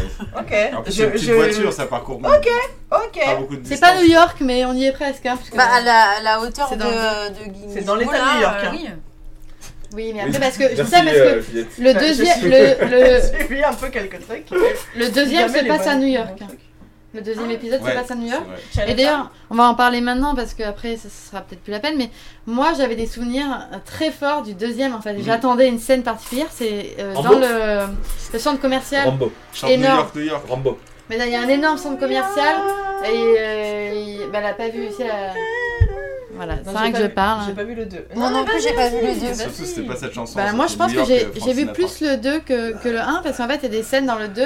Speaker 4: En plus,
Speaker 11: Je-
Speaker 4: c'est une petite
Speaker 11: je-
Speaker 4: voiture, ça parcourt même
Speaker 11: Ok.
Speaker 3: Ah
Speaker 4: pas beaucoup de
Speaker 1: C'est pas
Speaker 4: distance.
Speaker 1: New York, mais on y est presque. hein, parce que-
Speaker 5: Bah, à la, à la hauteur
Speaker 1: C'est
Speaker 5: de,
Speaker 1: dans-
Speaker 5: de Guinness.
Speaker 11: c'est dans l'État de
Speaker 5: Voilà,
Speaker 11: New York,
Speaker 5: euh,
Speaker 11: hein.
Speaker 5: Oui.
Speaker 1: Oui, mais
Speaker 3: Oui.
Speaker 1: après, parce que. Je dis
Speaker 3: Merci,
Speaker 1: ça parce que.
Speaker 3: euh, Juliette.
Speaker 1: Le
Speaker 11: Je
Speaker 1: deuxième,
Speaker 11: suis-
Speaker 1: le, le,
Speaker 11: J'ai vu un peu quelques trucs.
Speaker 1: le deuxième
Speaker 11: Jamais
Speaker 1: se
Speaker 11: les
Speaker 1: passe à
Speaker 11: bonnes-
Speaker 1: New York.
Speaker 11: bons trucs.
Speaker 1: Le deuxième épisode
Speaker 4: Ouais,
Speaker 1: se passe à New York.
Speaker 4: c'est vrai.
Speaker 1: Et d'ailleurs, on va en parler maintenant parce que après, ça sera peut-être plus la peine. Mais moi, j'avais des souvenirs euh, très forts du deuxième. En fait,
Speaker 4: Mhm.
Speaker 1: j'attendais une scène particulière. C'est euh,
Speaker 3: En
Speaker 1: dans
Speaker 3: boxe
Speaker 1: le, le centre commercial.
Speaker 3: Rambo.
Speaker 4: Chante New
Speaker 1: Énorme.
Speaker 4: York, New York.
Speaker 3: Rambo.
Speaker 1: Mais là, il y a un énorme centre commercial. Et euh, il- bah, elle a pas vu aussi. la- Voilà,
Speaker 11: Non,
Speaker 1: c'est
Speaker 11: j'ai
Speaker 1: vrai que
Speaker 11: pas
Speaker 1: je
Speaker 11: vu-
Speaker 1: parle. hein.
Speaker 11: J'ai pas vu le 2.
Speaker 5: Moi non plus, j'ai pas vu le deux.
Speaker 4: Surtout, c'était pas cette chanson.
Speaker 1: Bah, moi, je
Speaker 4: c'était
Speaker 1: pense
Speaker 4: New
Speaker 1: que
Speaker 4: York,
Speaker 1: j'ai
Speaker 4: euh,
Speaker 1: j'ai vu
Speaker 4: Frank
Speaker 1: plus le 2 que, que le 1 parce qu'en fait, il y a des scènes dans le 2.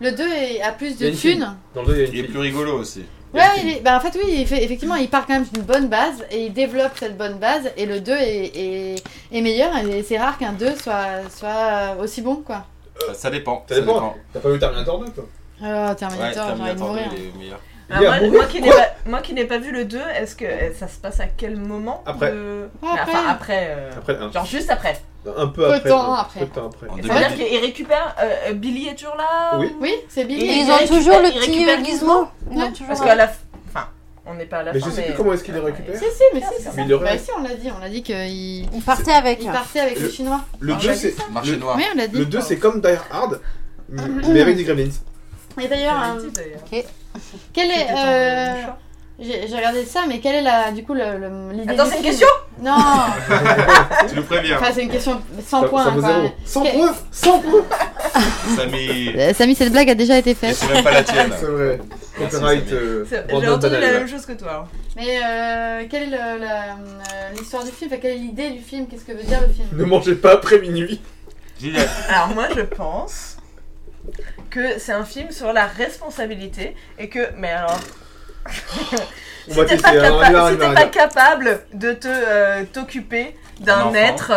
Speaker 1: Le 2 est- a plus
Speaker 3: Il y
Speaker 1: de
Speaker 3: a une fille.
Speaker 1: thunes.
Speaker 3: Dans le 2, il y a une
Speaker 4: Sinatra. Il est
Speaker 3: fille.
Speaker 4: plus rigolo aussi.
Speaker 1: Ouais, il est- bah, en fait, oui, il fait- effectivement, il part quand même d'une bonne base et il développe cette bonne base. Et le 2 est, est- est meilleur et c'est rare qu'un 2 soit, soit aussi bon, quoi.
Speaker 4: Bah, Ça dépend.
Speaker 3: Ça dépend. T'as pas vu Terminator 2, toi
Speaker 1: Oh,
Speaker 4: Ouais,
Speaker 1: Terminator, hein. j'ai envie de
Speaker 4: Terminator
Speaker 1: mourir.
Speaker 4: il est meilleur.
Speaker 11: Alors,
Speaker 3: Il y a
Speaker 11: moi,
Speaker 3: beaucoup-
Speaker 11: moi qui n'ai pas, moi qui n'ai pas vu le 2, est-ce que eh, ça se passe à quel moment
Speaker 3: Après.
Speaker 11: de-
Speaker 1: Ouais,
Speaker 11: Mais Enfin,
Speaker 1: après.
Speaker 11: après. euh,
Speaker 3: Après le 1.
Speaker 11: Genre juste après.
Speaker 3: Un peu après.
Speaker 1: Peu de temps
Speaker 3: ouais.
Speaker 1: après.
Speaker 3: Peu de temps après.
Speaker 4: En
Speaker 11: Ça veut dire
Speaker 4: 2000.
Speaker 11: qu'il récupère. euh, euh, Billy est toujours là
Speaker 3: Oui.
Speaker 11: ou-
Speaker 1: Oui, c'est
Speaker 5: Et
Speaker 1: Billy.
Speaker 11: il
Speaker 5: ils
Speaker 11: récupère-
Speaker 5: ont toujours le
Speaker 11: il
Speaker 5: petit
Speaker 11: récupère
Speaker 5: euh, gizmo. Ils
Speaker 1: Ouais.
Speaker 5: ont toujours
Speaker 11: Parce
Speaker 5: un-
Speaker 11: qu'à la. f- Enfin, on n'est pas à la
Speaker 3: Mais
Speaker 11: fin.
Speaker 3: je sais plus comment est-ce qu'il les récupère.
Speaker 1: Si, si, mais si, c'est ça.
Speaker 3: Mais il le
Speaker 1: Bah,
Speaker 3: rêve.
Speaker 1: si, on l'a dit, on l'a dit qu'il
Speaker 5: Il partait avec. hein.
Speaker 1: il partait avec
Speaker 3: Le-
Speaker 1: les Chinois.
Speaker 3: Le
Speaker 11: Ah,
Speaker 3: 2,
Speaker 11: bah,
Speaker 3: c'est.
Speaker 4: Marché
Speaker 3: le-
Speaker 4: noir.
Speaker 1: Oui, on l'a dit.
Speaker 3: Le 2, c'est comme Die Hard, mais avec des gremlins.
Speaker 1: Et d'ailleurs,
Speaker 11: Ah,
Speaker 1: euh,
Speaker 11: d'ailleurs.
Speaker 1: quel est.
Speaker 11: C'était dans
Speaker 1: euh,
Speaker 11: le chat.
Speaker 1: J'ai j'ai regardé ça, mais quelle est la, du coup le- le- l'idée
Speaker 11: Attends,
Speaker 1: du
Speaker 11: c'est
Speaker 1: film
Speaker 11: une question
Speaker 1: Non
Speaker 4: Tu nous préviens.
Speaker 1: Enfin, c'est une question 100
Speaker 4: Ça-
Speaker 1: points.
Speaker 4: ça vaut
Speaker 1: quoi.
Speaker 4: zéro.
Speaker 1: 100 points 100 points
Speaker 4: Samy.
Speaker 1: Euh, Samy, cette blague a déjà été faite.
Speaker 4: C'est même pas la tienne.
Speaker 3: C'est vrai.
Speaker 4: Merci,
Speaker 3: Copyright,
Speaker 4: Samy.
Speaker 3: euh,
Speaker 11: C'est- J'ai
Speaker 3: Brandon
Speaker 11: entendu la
Speaker 3: Banal.
Speaker 11: même chose que toi. alors.
Speaker 1: Mais euh, quelle est le- la- euh, l'histoire du film Enfin, Quelle est l'idée du film Qu'est-ce que veut dire le film
Speaker 3: Ne mangez pas après minuit.
Speaker 11: Alors moi je pense que c'est un film sur la responsabilité et que mais alors
Speaker 3: On
Speaker 11: si
Speaker 3: va
Speaker 11: t'es
Speaker 3: tester,
Speaker 11: pas,
Speaker 3: hein,
Speaker 11: capa-
Speaker 3: on y va, on
Speaker 11: si
Speaker 3: y
Speaker 11: t'es
Speaker 3: va, on y
Speaker 11: pas
Speaker 3: va.
Speaker 11: capable de te euh, t'occuper
Speaker 4: Un
Speaker 11: d'un
Speaker 4: enfant.
Speaker 11: être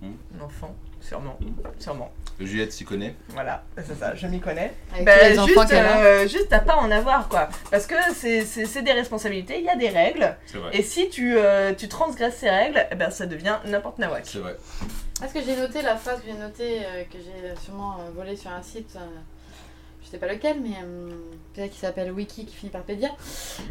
Speaker 4: Hmm.
Speaker 11: un enfant sûrement sûrement
Speaker 4: Juliette s'y connaît.
Speaker 11: voilà c'est ça je m'y connais
Speaker 1: Avec
Speaker 11: Bah,
Speaker 1: tous les enfants
Speaker 11: juste
Speaker 1: qu'elle a.
Speaker 11: euh, juste t'as pas à en avoir quoi parce que c'est c'est- c'est des responsabilités il y a des règles
Speaker 4: C'est vrai.
Speaker 11: et si tu euh, tu transgresses ces règles eh ben ça devient n'importe nawak
Speaker 4: C'est vrai.
Speaker 1: Est-ce que j'ai noté la phrase que j'ai notée, euh, que j'ai sûrement euh, volée sur un site, euh, je sais pas lequel, mais euh, peut-être qui s'appelle Wiki, qui finit par Pédia.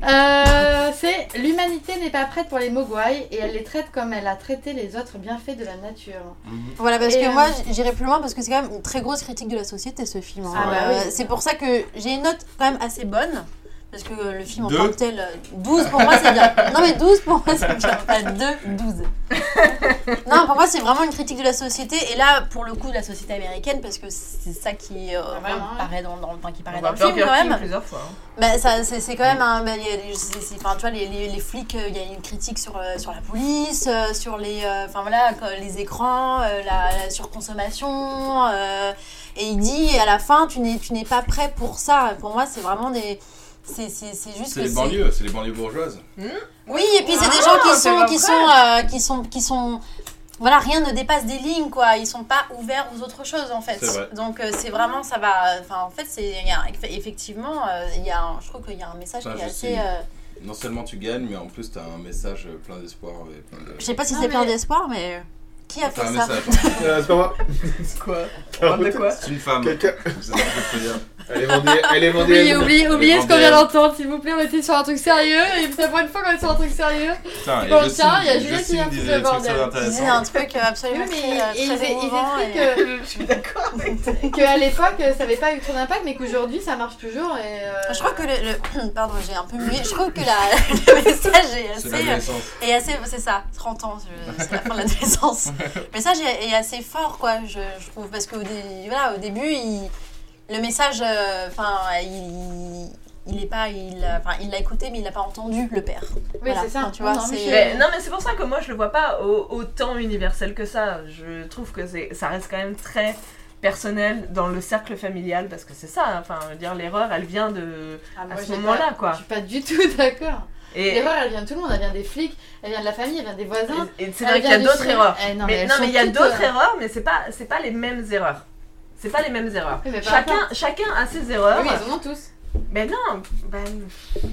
Speaker 1: Euh, c'est L'humanité n'est pas prête pour les Mogwai et elle les traite comme elle a traité les autres bienfaits de la nature.
Speaker 5: Voilà, parce
Speaker 1: Et,
Speaker 5: que
Speaker 1: euh,
Speaker 5: moi j'irai plus loin parce que c'est quand même une très grosse critique de la société ce film. hein.
Speaker 1: Ah bah
Speaker 5: Euh,
Speaker 1: oui.
Speaker 5: C'est pour ça que j'ai une note quand même assez bonne. Parce que euh, le film en
Speaker 4: Deux.
Speaker 5: tant que tel, euh, 12 pour moi c'est bien. Non mais 12 pour moi c'est bien. Pas 2, 12. Non, pour moi c'est vraiment une critique de la société. Et là, pour le coup, de la société américaine, parce que c'est ça qui, euh,
Speaker 1: Ah,
Speaker 5: paraît dans, dans- enfin, qui paraît
Speaker 11: On
Speaker 5: dans
Speaker 11: va
Speaker 5: le film
Speaker 11: Burger
Speaker 5: quand
Speaker 11: King
Speaker 5: même.
Speaker 11: plusieurs fois hein.
Speaker 5: Bah, ça, c'est, c'est quand même un. bah, y a les- c'est- c'est- enfin, tu vois, les, les- les flics, il y a une critique sur, euh, sur la police, euh, sur les, euh, enfin, voilà, quoi, les écrans, euh, la, la surconsommation. euh, et il dit, à la fin, tu n'es, tu n'es pas prêt pour ça. Pour moi, c'est vraiment des. C'est, c'est, c'est juste
Speaker 4: C'est
Speaker 5: que
Speaker 4: les banlieues, c'est les banlieues bourgeoises.
Speaker 5: oui, et puis c'est
Speaker 11: Ah,
Speaker 5: des gens qui
Speaker 11: c'est
Speaker 5: sont,
Speaker 11: pas
Speaker 5: qui
Speaker 11: vrai.
Speaker 5: sont, euh, qui sont, qui sont, voilà, rien ne dépasse des lignes, quoi. Ils sont pas ouverts aux autres choses, en fait.
Speaker 11: C'est vrai.
Speaker 5: Donc euh, c'est vraiment, ça va. Enfin, en fait, c'est, il y a- effectivement, euh, il y a, un- je trouve qu'il y a un message
Speaker 4: Enfin,
Speaker 5: qui est
Speaker 4: je
Speaker 5: assez.
Speaker 4: sais.
Speaker 5: euh,
Speaker 4: Non seulement tu gagnes, mais en plus t'as un message plein d'espoir. et plein de-
Speaker 5: je sais pas si
Speaker 1: Non,
Speaker 5: c'est
Speaker 1: mais-
Speaker 5: plein d'espoir, mais euh, qui a
Speaker 4: T'as
Speaker 5: fait
Speaker 4: un
Speaker 5: ça
Speaker 4: message.
Speaker 3: Euh, c'est pas moi.
Speaker 11: C'est quoi
Speaker 4: C'est une femme. Vous avez compris le dire.
Speaker 3: Elle est vendée. Elle est vendée.
Speaker 1: Oubliez, oubliez, oubliez ce qu'on vient
Speaker 4: Vendéenne.
Speaker 1: d'entendre, s'il vous plaît, on était sur un truc sérieux, et c'est la première fois qu'on est sur un truc sérieux.
Speaker 4: Putain,
Speaker 1: Et
Speaker 4: et
Speaker 1: bon,
Speaker 4: Justine-
Speaker 1: tiens, il y a
Speaker 4: Justine
Speaker 1: Juliette qui vient
Speaker 4: disait
Speaker 1: foutre
Speaker 4: des
Speaker 1: le
Speaker 4: trucs très
Speaker 1: bordel.
Speaker 5: Ils
Speaker 4: intéressants.
Speaker 5: disaient un truc absolument
Speaker 1: Oui, mais
Speaker 5: très, euh,
Speaker 1: ils- ils-
Speaker 5: très
Speaker 1: ils
Speaker 5: émouvant
Speaker 1: expliquent
Speaker 5: et- euh,
Speaker 1: que- Qu'à l'époque, ça n'avait pas eu trop d'impact, mais qu'aujourd'hui, ça marche toujours. Et euh,
Speaker 5: Je crois que le, le- pardon, j'ai un peu mué. Je trouve que la, le message est
Speaker 1: C'est
Speaker 5: assez,
Speaker 1: l'adolescence.
Speaker 5: est assez, c'est ça, 30 ans, je- c'est la fin de l'adolescence. le message est, est assez fort, quoi, je, je trouve, parce qu'au dé- voilà, au début, il- le message, euh, enfin, il, il est pas, il, enfin, il l'a écouté, mais il l'a pas entendu, le père. Voilà,
Speaker 1: c'est ça.
Speaker 5: enfin, Tu vois,
Speaker 1: Non, non, mais
Speaker 5: c'est.
Speaker 11: Mais- non mais c'est pour ça que moi je le vois pas au- autant universel que ça. Je trouve que c'est, ça reste quand même très personnel dans le cercle familial parce que c'est ça. hein. Enfin, je veux dire l'erreur, elle vient de
Speaker 1: moi,
Speaker 11: à ce
Speaker 1: j'ai
Speaker 11: moment-là
Speaker 1: pas-
Speaker 11: quoi.
Speaker 1: Je suis pas du tout d'accord.
Speaker 11: Et-
Speaker 1: L'erreur, elle vient de tout le monde. Elle vient des flics, elle vient de la famille, elle vient des voisins.
Speaker 11: Et c'est
Speaker 1: elle
Speaker 11: vrai qu'il y
Speaker 1: vient
Speaker 11: a
Speaker 1: du
Speaker 11: d'autres
Speaker 1: cinéma.
Speaker 11: erreurs.
Speaker 1: Eh, non, mais,
Speaker 11: mais,
Speaker 1: elles
Speaker 11: non,
Speaker 1: sont
Speaker 11: mais il y a
Speaker 1: toutes,
Speaker 11: d'autres
Speaker 1: euh,
Speaker 11: erreurs, mais c'est pas, c'est pas les mêmes erreurs. C'est pas les mêmes erreurs.
Speaker 1: Oui, mais par
Speaker 11: Chacun,
Speaker 1: rapport-
Speaker 11: chacun a ses erreurs.
Speaker 1: Oui, ils en ont tous.
Speaker 11: Mais non. ben-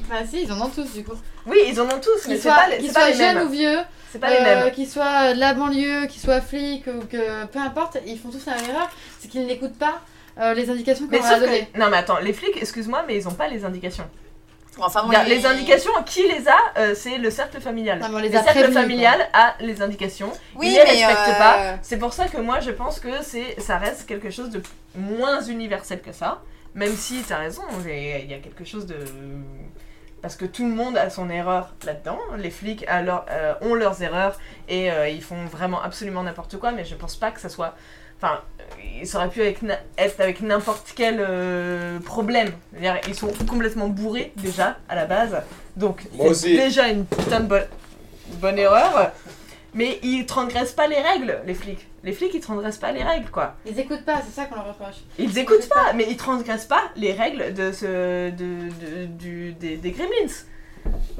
Speaker 1: Bah si, ils en ont tous du coup.
Speaker 11: Oui, ils en ont tous, mais
Speaker 1: Qu'ils
Speaker 11: c'est
Speaker 1: soient,
Speaker 11: pas, les-
Speaker 1: qu'ils
Speaker 11: c'est pas
Speaker 1: soient
Speaker 11: les mêmes.
Speaker 1: jeunes ou vieux, euh,
Speaker 11: C'est pas les mêmes.
Speaker 1: qu'ils soient de la banlieue, qu'ils soient flics ou que peu importe, ils font tous la même erreur, c'est qu'ils n'écoutent pas euh, les indications qu'on
Speaker 11: Mais
Speaker 1: leur a
Speaker 11: sauf
Speaker 1: données.
Speaker 11: que... Non mais attends, les flics, excuse-moi, mais ils ont pas les indications.
Speaker 5: Enfin, bon,
Speaker 11: Bien,
Speaker 5: il-
Speaker 11: Les indications, qui les a euh, C'est le cercle familial.
Speaker 1: on les
Speaker 11: le
Speaker 1: a
Speaker 11: cercle
Speaker 1: prévenus,
Speaker 11: familial a les indications.
Speaker 5: Oui,
Speaker 11: il les
Speaker 5: mais,
Speaker 11: respecte
Speaker 5: euh,
Speaker 11: pas. C'est pour ça que moi, je pense que c'est, ça reste quelque chose de moins universel que ça. Même si t'as raison, mais il y a quelque chose de parce que tout le monde a son erreur là-dedans. Les flics a leur- euh, ont leurs erreurs et euh, ils font vraiment absolument n'importe quoi. Mais je pense pas que ça soit. Enfin, euh, ils auraient pu avec na- être avec n'importe quel euh, problème. C'est-à-dire, ils sont complètement bourrés déjà à la base. Donc,
Speaker 4: Moi aussi.
Speaker 11: c'est déjà une putain de bonne, bonne erreur. Mais ils transgressent pas les règles, les flics. Les flics, ils transgressent pas les règles, quoi.
Speaker 1: Ils écoutent pas, c'est ça qu'on leur reproche.
Speaker 11: Ils écoutent pas, mais ils transgressent pas les règles de ce, de, de- du- des, des gremlins.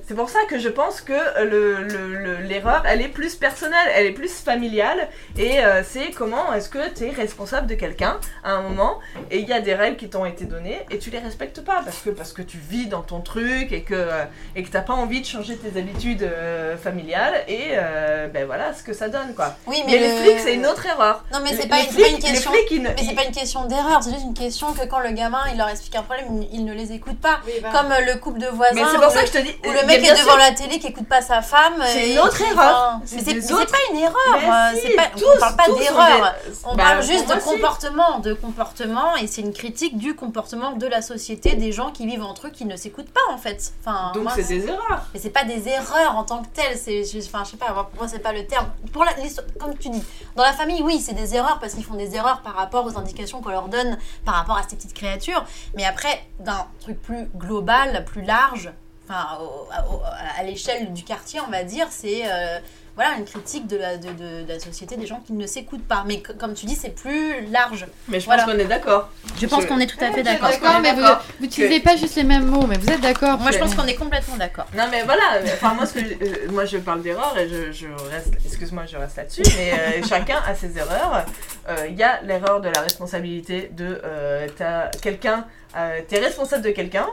Speaker 11: C'est pour ça que je pense que le- le- le- l'erreur, elle est plus personnelle, elle est plus familiale, et euh, c'est comment est-ce que tu es responsable de quelqu'un à un moment, et il y a des règles qui t'ont été données, et tu les respectes pas, parce que, parce que tu vis dans ton truc, et que euh, et que t'as pas envie de changer tes habitudes euh, familiales, et euh, ben voilà ce que ça donne, quoi.
Speaker 5: Oui, mais
Speaker 11: mais les
Speaker 5: le-
Speaker 11: flics, c'est une autre erreur.
Speaker 5: Non, mais
Speaker 11: Les-
Speaker 5: c'est pas,
Speaker 11: les
Speaker 5: c'est pas une
Speaker 11: flics- les
Speaker 5: question.
Speaker 11: flics, ils ne-
Speaker 5: mais c'est pas une question d'erreur, c'est juste une question que quand le gamin il leur explique un problème, ils ne les écoutent pas.
Speaker 1: bah.
Speaker 5: Comme euh, le couple de voisins.
Speaker 11: Mais c'est pour
Speaker 5: où le-
Speaker 11: ça que je te dis,
Speaker 5: Ou
Speaker 11: euh,
Speaker 5: le mec
Speaker 11: Mais bien
Speaker 5: est devant
Speaker 11: sûr.
Speaker 5: la télé qui écoute pas sa femme.
Speaker 11: C'est
Speaker 5: et
Speaker 11: une autre
Speaker 5: qui-
Speaker 11: erreur.
Speaker 5: Mais
Speaker 11: C'est
Speaker 5: c'est
Speaker 11: des
Speaker 5: mais c'est
Speaker 11: autres.
Speaker 5: pas une erreur. euh,
Speaker 11: Mais
Speaker 5: c'est
Speaker 11: si,
Speaker 5: pas, on
Speaker 11: tous,
Speaker 5: parle pas
Speaker 11: tous ont
Speaker 5: d'erreur.
Speaker 11: des-
Speaker 5: On
Speaker 11: Bah,
Speaker 5: parle
Speaker 11: pour
Speaker 5: juste de
Speaker 11: moi, si.
Speaker 5: comportement, de comportement, et c'est une critique du comportement de la société, des gens qui vivent entre eux, qui ne s'écoutent pas en fait. Enfin,
Speaker 11: Donc
Speaker 5: moi,
Speaker 11: c'est des erreurs.
Speaker 5: Mais c'est pas des erreurs en tant que telles. C'est, je- enfin, je sais pas. Moi, pour moi, c'est pas le terme. Pour la, les- comme tu dis, dans la famille, oui, c'est des erreurs parce qu'ils font des erreurs par rapport aux indications qu'on leur donne, par rapport à ces petites créatures. Mais après, d'un truc plus global, plus large, enfin, au- à, au- à l'échelle du quartier, on va dire, c'est euh, voilà une critique de la, de, de- de la société des gens qui ne s'écoutent pas. Mais co- comme tu dis, c'est plus large.
Speaker 11: Mais je
Speaker 5: Voilà.
Speaker 11: pense qu'on est d'accord.
Speaker 5: Je pense qu'on est tout à fait d'accord.
Speaker 1: D'accord, mais vous vous n'utilisez pas juste les mêmes mots, mais vous êtes d'accord.
Speaker 5: Moi, je
Speaker 1: que-
Speaker 5: pense qu'on est complètement d'accord.
Speaker 11: Non mais voilà, mais, enfin moi, ce que je, euh, moi je parle d'erreurs et je, je reste, excuse-moi, je reste là-dessus, mais euh, chacun a ses erreurs. Euh, Il y a l'erreur de la responsabilité de euh, t'as quelqu'un, euh, t'es responsable de quelqu'un,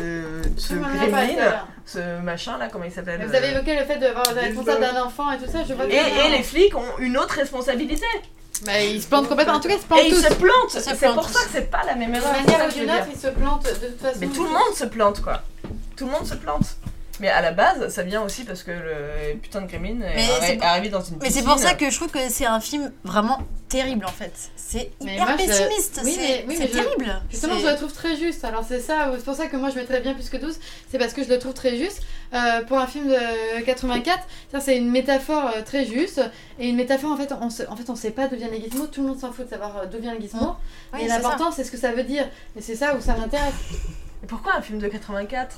Speaker 11: euh, ce
Speaker 1: Oui, mais on en a parlé tout à
Speaker 11: gremlin,
Speaker 1: l'heure.
Speaker 11: ce machin là, comment il s'appelle
Speaker 1: Mais Vous avez
Speaker 11: euh,
Speaker 1: évoqué le fait d'avoir la responsable d'un enfant et tout ça, je vois que-
Speaker 11: Et, et les flics ont une autre responsabilité.
Speaker 1: Mais ils se plantent complètement. En tout cas, ils se plantent
Speaker 11: Et ils
Speaker 1: tous.
Speaker 11: se plantent.
Speaker 1: Ils se
Speaker 11: C'est
Speaker 1: plantent
Speaker 11: pour
Speaker 1: tous.
Speaker 11: ça que c'est pas la même
Speaker 1: De
Speaker 11: erreur. c'est
Speaker 1: manière
Speaker 11: ça
Speaker 1: ou
Speaker 11: que je
Speaker 1: d'une
Speaker 11: veux
Speaker 1: autre,
Speaker 11: dire.
Speaker 1: ils se plantent de toute façon.
Speaker 11: Mais tout le monde se plante quoi. Tout le monde se plante. Mais à la base, ça vient aussi parce que le putain de Gremlin
Speaker 5: Mais
Speaker 11: est
Speaker 5: c'est
Speaker 11: arri-
Speaker 5: pour-
Speaker 11: arrivé dans une
Speaker 5: Mais c'est
Speaker 11: piscine.
Speaker 5: pour ça que je trouve que c'est un film vraiment terrible en fait. C'est
Speaker 1: Mais
Speaker 5: hyper
Speaker 1: moi, je-
Speaker 5: pessimiste,
Speaker 1: Oui,
Speaker 5: c'est
Speaker 1: mais- oui,
Speaker 5: c'est
Speaker 1: mais je-
Speaker 5: terrible.
Speaker 1: Justement,
Speaker 5: C'est-
Speaker 1: je le trouve très juste. Alors, c'est ça, c'est pour ça que moi je mettrais bien plus que 12. C'est parce que je le trouve très juste. Euh, pour un film de 84, ça c'est une métaphore euh, très juste. Et une métaphore, en fait, on se... en fait, on sait pas d'où vient les gizmos. Tout le monde s'en fout de savoir euh, d'où vient le gizmo.
Speaker 5: Oui,
Speaker 11: Ah,
Speaker 1: Mais
Speaker 5: c'est
Speaker 1: l'important, c'est ce que ça veut dire. Et c'est ça où ça m'intéresse.
Speaker 11: Mais pourquoi un film de 84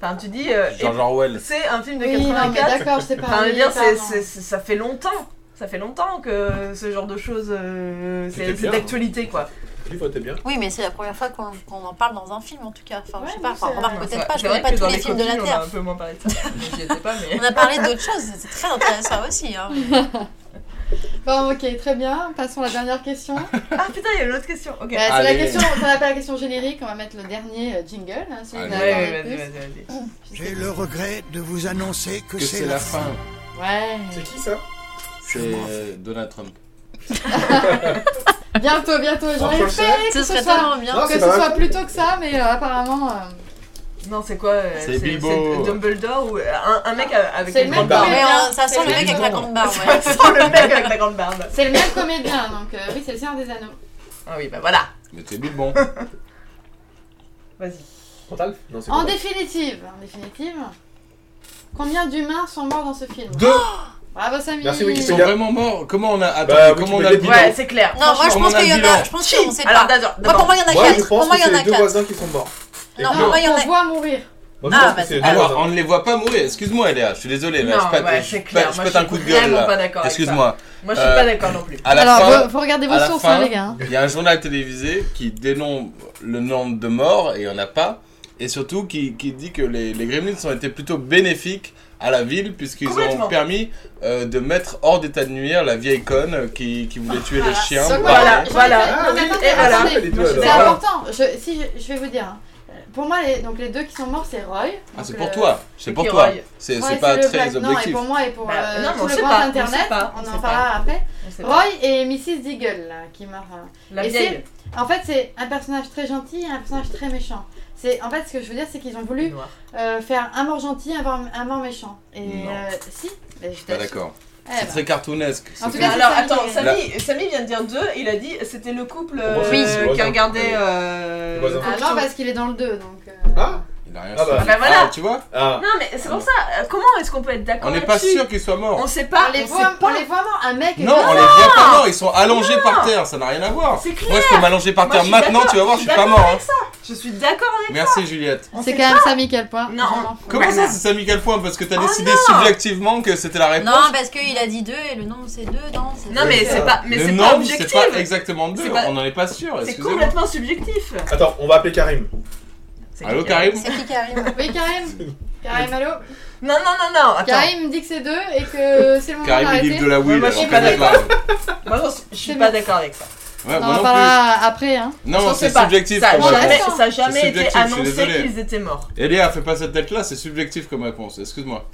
Speaker 11: Enfin, tu dis. euh,
Speaker 4: George
Speaker 11: et-
Speaker 4: Orwell.
Speaker 11: C'est un film de
Speaker 1: Oui, non, mais
Speaker 11: 84.
Speaker 1: d'accord, je sais pas,
Speaker 11: Enfin, je veux
Speaker 1: oui,
Speaker 11: dire, c'est-
Speaker 1: pardon.
Speaker 11: c'est- c'est- ça fait longtemps. Ça fait longtemps que ce genre de choses. euh,
Speaker 17: C'était
Speaker 11: c'est
Speaker 17: bien,
Speaker 11: c'est d'actualité quoi.
Speaker 17: Le livre était bien.
Speaker 5: Oui, mais c'est la première fois qu'on qu'on en parle dans un film en tout cas. Enfin, je sais pas,
Speaker 11: Ouais,
Speaker 5: enfin,
Speaker 11: c'est-
Speaker 5: remarque peut-être
Speaker 11: c'est-
Speaker 5: pas,
Speaker 11: c'est
Speaker 5: je connais
Speaker 11: vrai
Speaker 5: pas
Speaker 11: que
Speaker 5: tous
Speaker 11: dans
Speaker 5: les films de la
Speaker 11: copines, On a
Speaker 5: Terre.
Speaker 11: un peu moins parlé de ça. J'y étais pas, mais.
Speaker 5: On a parlé d'autres choses, c'est très intéressant aussi. hein.
Speaker 1: Bon, ok, très bien. Passons à la dernière question.
Speaker 11: Ah putain, il y a une autre question. Ok.
Speaker 1: Bah, c'est la
Speaker 4: Allez.
Speaker 1: question, on n'a pas la question générique, on va mettre le dernier euh, jingle, hein, celui qu'on attendait
Speaker 11: Allez. Ouais,
Speaker 1: le
Speaker 11: ouais, Ah, vas-y,
Speaker 1: plus.
Speaker 10: J'ai le regret de vous annoncer que, c'est la, fin.
Speaker 1: Ouais.
Speaker 10: C'est qui ça
Speaker 4: C'est euh, Donald Trump.
Speaker 1: Bientôt, bientôt,
Speaker 4: Encore
Speaker 1: j'aurais
Speaker 4: ça
Speaker 1: fait que
Speaker 5: Ce
Speaker 1: ce
Speaker 5: serait
Speaker 1: soit-
Speaker 5: tellement bien.
Speaker 1: que
Speaker 4: Non,
Speaker 1: ce
Speaker 4: Ah, c'est pas
Speaker 1: soit
Speaker 4: mal.
Speaker 1: plus tôt que ça, mais euh, apparemment. euh,
Speaker 11: Non, c'est quoi euh,
Speaker 4: C'est Bilbo.
Speaker 11: Dumbledore ou euh, un, un mec avec
Speaker 1: C'est
Speaker 11: une
Speaker 1: le même
Speaker 11: grande barbe.
Speaker 5: Mais,
Speaker 1: comédien.
Speaker 5: euh, ça sent le mec avec la grande barbe. ouais.
Speaker 11: Ça sent le mec avec la grande barbe.
Speaker 1: C'est le même comédien, donc euh, oui, c'est le Seigneur des Anneaux.
Speaker 11: Ah oui, bah voilà.
Speaker 4: Mais t'es bien bon.
Speaker 11: Vas-y.
Speaker 17: Pantalf Non, c'est
Speaker 1: En
Speaker 17: pas
Speaker 1: définitive, en définitive, combien d'humains sont morts dans ce film
Speaker 4: Deux
Speaker 1: Bravo Samy
Speaker 17: Merci,
Speaker 4: Ils
Speaker 17: Wikipédia.
Speaker 4: sont vraiment morts. Comment on a. Attendez,
Speaker 17: Bah,
Speaker 4: comment on a
Speaker 17: Wikipédia.
Speaker 4: le bilan
Speaker 11: Ouais, c'est clair.
Speaker 5: Non, moi je
Speaker 4: Franchement,
Speaker 5: pense
Speaker 4: on a
Speaker 5: qu'il y
Speaker 4: un
Speaker 5: en a.
Speaker 4: bilan.
Speaker 5: Je pense qu'on sait pas.
Speaker 11: Alors, d'accord,
Speaker 5: Moi pour moi il y en a
Speaker 17: Moi, je
Speaker 5: quatre. Pour
Speaker 17: pense
Speaker 5: moi
Speaker 17: que
Speaker 5: il y en
Speaker 17: c'est
Speaker 5: a
Speaker 17: les deux
Speaker 5: quatre.
Speaker 17: voisins qui sont morts. puis,
Speaker 5: Non, pour
Speaker 3: Ah,
Speaker 5: moi il y en
Speaker 1: On
Speaker 5: a.
Speaker 1: voit mourir.
Speaker 17: Moi, je
Speaker 5: Ah,
Speaker 17: pense
Speaker 5: bah,
Speaker 17: que c'est les deux
Speaker 4: Eh, Alors,
Speaker 17: voisins.
Speaker 4: on ne les voit pas mourir. Excuse-moi, Léa, je suis désolé. Là,
Speaker 11: Non,
Speaker 4: Eh ben, je pète,
Speaker 11: ouais,
Speaker 4: je
Speaker 11: c'est
Speaker 4: pète-
Speaker 11: clair.
Speaker 4: je
Speaker 11: Moi,
Speaker 4: pète
Speaker 11: je
Speaker 4: un
Speaker 11: suis
Speaker 4: coup de gueule.
Speaker 11: vraiment
Speaker 4: là.
Speaker 11: pas d'accord avec ça.
Speaker 4: Excuse-moi.
Speaker 11: Moi je suis
Speaker 4: Euh,
Speaker 11: pas d'accord non plus.
Speaker 4: À la
Speaker 1: Alors,
Speaker 4: fin,
Speaker 1: vous- vous regardez vos
Speaker 4: à la
Speaker 1: sources,
Speaker 4: fin,
Speaker 1: hein, les gars, hein.
Speaker 4: Il y a un journal télévisé qui dénombre le nombre de morts, et il n'y en a pas, et surtout qui, qui dit que les, les Gremlins ont été plutôt bénéfiques à la ville, puisqu'ils
Speaker 11: Complètement.
Speaker 4: ont permis euh, de mettre hors d'état de nuire la vieille conne qui, qui voulait tuer les chiens.
Speaker 1: Ah, Donc
Speaker 4: par an.
Speaker 11: voilà.
Speaker 1: J'en ai
Speaker 11: voilà.
Speaker 1: fait-
Speaker 11: Ah
Speaker 1: non, mais
Speaker 11: oui,
Speaker 1: attendez,
Speaker 11: et voilà.
Speaker 1: attendez.
Speaker 17: Les deux, alors.
Speaker 1: C'est
Speaker 17: Voilà.
Speaker 1: important. Je, si, je, je vais vous dire. hein. Pour moi, les, donc les deux qui sont morts, c'est Roy.
Speaker 4: Ah,
Speaker 1: donc
Speaker 4: c'est
Speaker 1: le-
Speaker 4: pour toi, c'est pour
Speaker 11: qui
Speaker 4: toi.
Speaker 11: roille.
Speaker 4: C'est
Speaker 1: Roy,
Speaker 4: c'est pas
Speaker 1: le
Speaker 4: très
Speaker 1: black- Non, et
Speaker 4: objectif.
Speaker 1: pour moi et pour
Speaker 11: Bah,
Speaker 1: euh,
Speaker 11: non, mais on
Speaker 1: tout le
Speaker 11: sait
Speaker 1: grand
Speaker 11: pas, on
Speaker 1: internet,
Speaker 11: sait pas, on
Speaker 1: on,
Speaker 11: sait
Speaker 1: en
Speaker 11: pas.
Speaker 1: parlera après.
Speaker 11: On sait pas.
Speaker 1: Roy et Mrs. Deagle, là, qui meurt. hein.
Speaker 11: La
Speaker 1: Et
Speaker 11: vieille.
Speaker 1: c'est- En fait, c'est un personnage très gentil et un personnage très méchant. C'est en fait ce que je veux dire, c'est qu'ils ont voulu
Speaker 11: Noir.
Speaker 1: euh, faire un mort gentil, un mort, un mort méchant. Et
Speaker 4: Non.
Speaker 1: euh, si, mais je
Speaker 4: Pas
Speaker 1: t'assure.
Speaker 4: d'accord.
Speaker 1: Eh
Speaker 4: C'est
Speaker 1: ben.
Speaker 4: très cartoonesque.
Speaker 1: En tout
Speaker 4: c'est
Speaker 1: cas,
Speaker 4: très-
Speaker 11: Alors
Speaker 1: Samy
Speaker 11: attends,
Speaker 1: qui-
Speaker 11: Samy, Samy vient de dire deux, il a dit c'était le couple
Speaker 17: Pour moi, c'est
Speaker 11: euh,
Speaker 17: les voisins.
Speaker 11: qui regardait.
Speaker 17: Les
Speaker 11: Euh...
Speaker 17: voisins.
Speaker 1: Ah non, parce qu'il est dans le 2, donc. euh,
Speaker 17: Ah
Speaker 3: Hein
Speaker 4: Il a rien
Speaker 17: Ah bah.
Speaker 4: sur-
Speaker 11: Ah bah voilà.
Speaker 4: tu vois
Speaker 17: Ah,
Speaker 11: Non mais c'est pour ça, euh, comment est-ce qu'on peut être d'accord
Speaker 4: On n'est pas
Speaker 11: là-dessus
Speaker 4: sûr qu'ils soient morts.
Speaker 11: On sait pas,
Speaker 1: on les
Speaker 11: on sait
Speaker 1: voit,
Speaker 11: pas.
Speaker 1: on les voit vraiment un mec. et
Speaker 4: Non,
Speaker 1: tout.
Speaker 4: on les voit pas morts, ils sont allongés par terre, ça n'a rien à voir.
Speaker 11: C'est clair.
Speaker 4: Moi, je peux m'allonger par
Speaker 11: Moi, je
Speaker 4: terre
Speaker 11: suis
Speaker 4: maintenant,
Speaker 11: d'accord,
Speaker 4: tu vas voir, je suis pas
Speaker 11: d'accord
Speaker 4: mort.
Speaker 11: avec
Speaker 4: hein.
Speaker 11: ça. Je suis d'accord avec
Speaker 4: Merci Juliette.
Speaker 11: on
Speaker 1: C'est
Speaker 11: sait
Speaker 1: quand même Samy quel point.
Speaker 11: Non, on-
Speaker 4: Comment ça, c'est Samy quel point Parce que t'as
Speaker 11: Oh
Speaker 4: décidé
Speaker 11: non.
Speaker 4: subjectivement que c'était la réponse.
Speaker 5: Non parce qu'il a dit deux et le nombre c'est deux non. c'est-
Speaker 11: Non mais c'est pas, mais
Speaker 4: le
Speaker 11: c'est pas
Speaker 4: nombre,
Speaker 11: objectif.
Speaker 4: c'est pas exactement deux,
Speaker 11: C'est pas-
Speaker 4: on n'en est pas sûr.
Speaker 11: C'est
Speaker 4: excusez-moi.
Speaker 11: complètement subjectif.
Speaker 17: Attends, on va appeler Karim.
Speaker 11: C'est
Speaker 4: Allô
Speaker 11: clair.
Speaker 4: Karim
Speaker 5: C'est qui qui arrive
Speaker 1: Oui, Karim Karim, allô
Speaker 11: Non non non non. Attends.
Speaker 1: Karim dit que c'est deux et que c'est le moment
Speaker 4: Karim, il
Speaker 1: d'arrêter.
Speaker 4: livre de la
Speaker 11: Ouais,
Speaker 4: Will.
Speaker 11: moi, je
Speaker 4: alors
Speaker 11: suis pas
Speaker 4: que
Speaker 11: d'accord.
Speaker 4: là-
Speaker 11: Moi j'en- je suis
Speaker 1: C'est
Speaker 11: pas
Speaker 1: bon.
Speaker 11: d'accord avec ça.
Speaker 4: Ouais,
Speaker 1: Non,
Speaker 4: moi
Speaker 1: on en
Speaker 4: non plus.
Speaker 1: parlera après. Hein.
Speaker 4: Non,
Speaker 11: J'en sais
Speaker 4: c'est
Speaker 11: pas.
Speaker 4: subjectif
Speaker 11: Ça a
Speaker 4: comme
Speaker 11: jamais,
Speaker 4: réponse.
Speaker 1: réponse.
Speaker 11: ça a jamais
Speaker 4: C'est
Speaker 11: été
Speaker 4: subjectif, je suis
Speaker 11: annoncé
Speaker 4: désolé.
Speaker 11: qu'ils étaient morts.
Speaker 4: Elia, fais pas cette tête-là, c'est subjectif comme réponse, excuse-moi.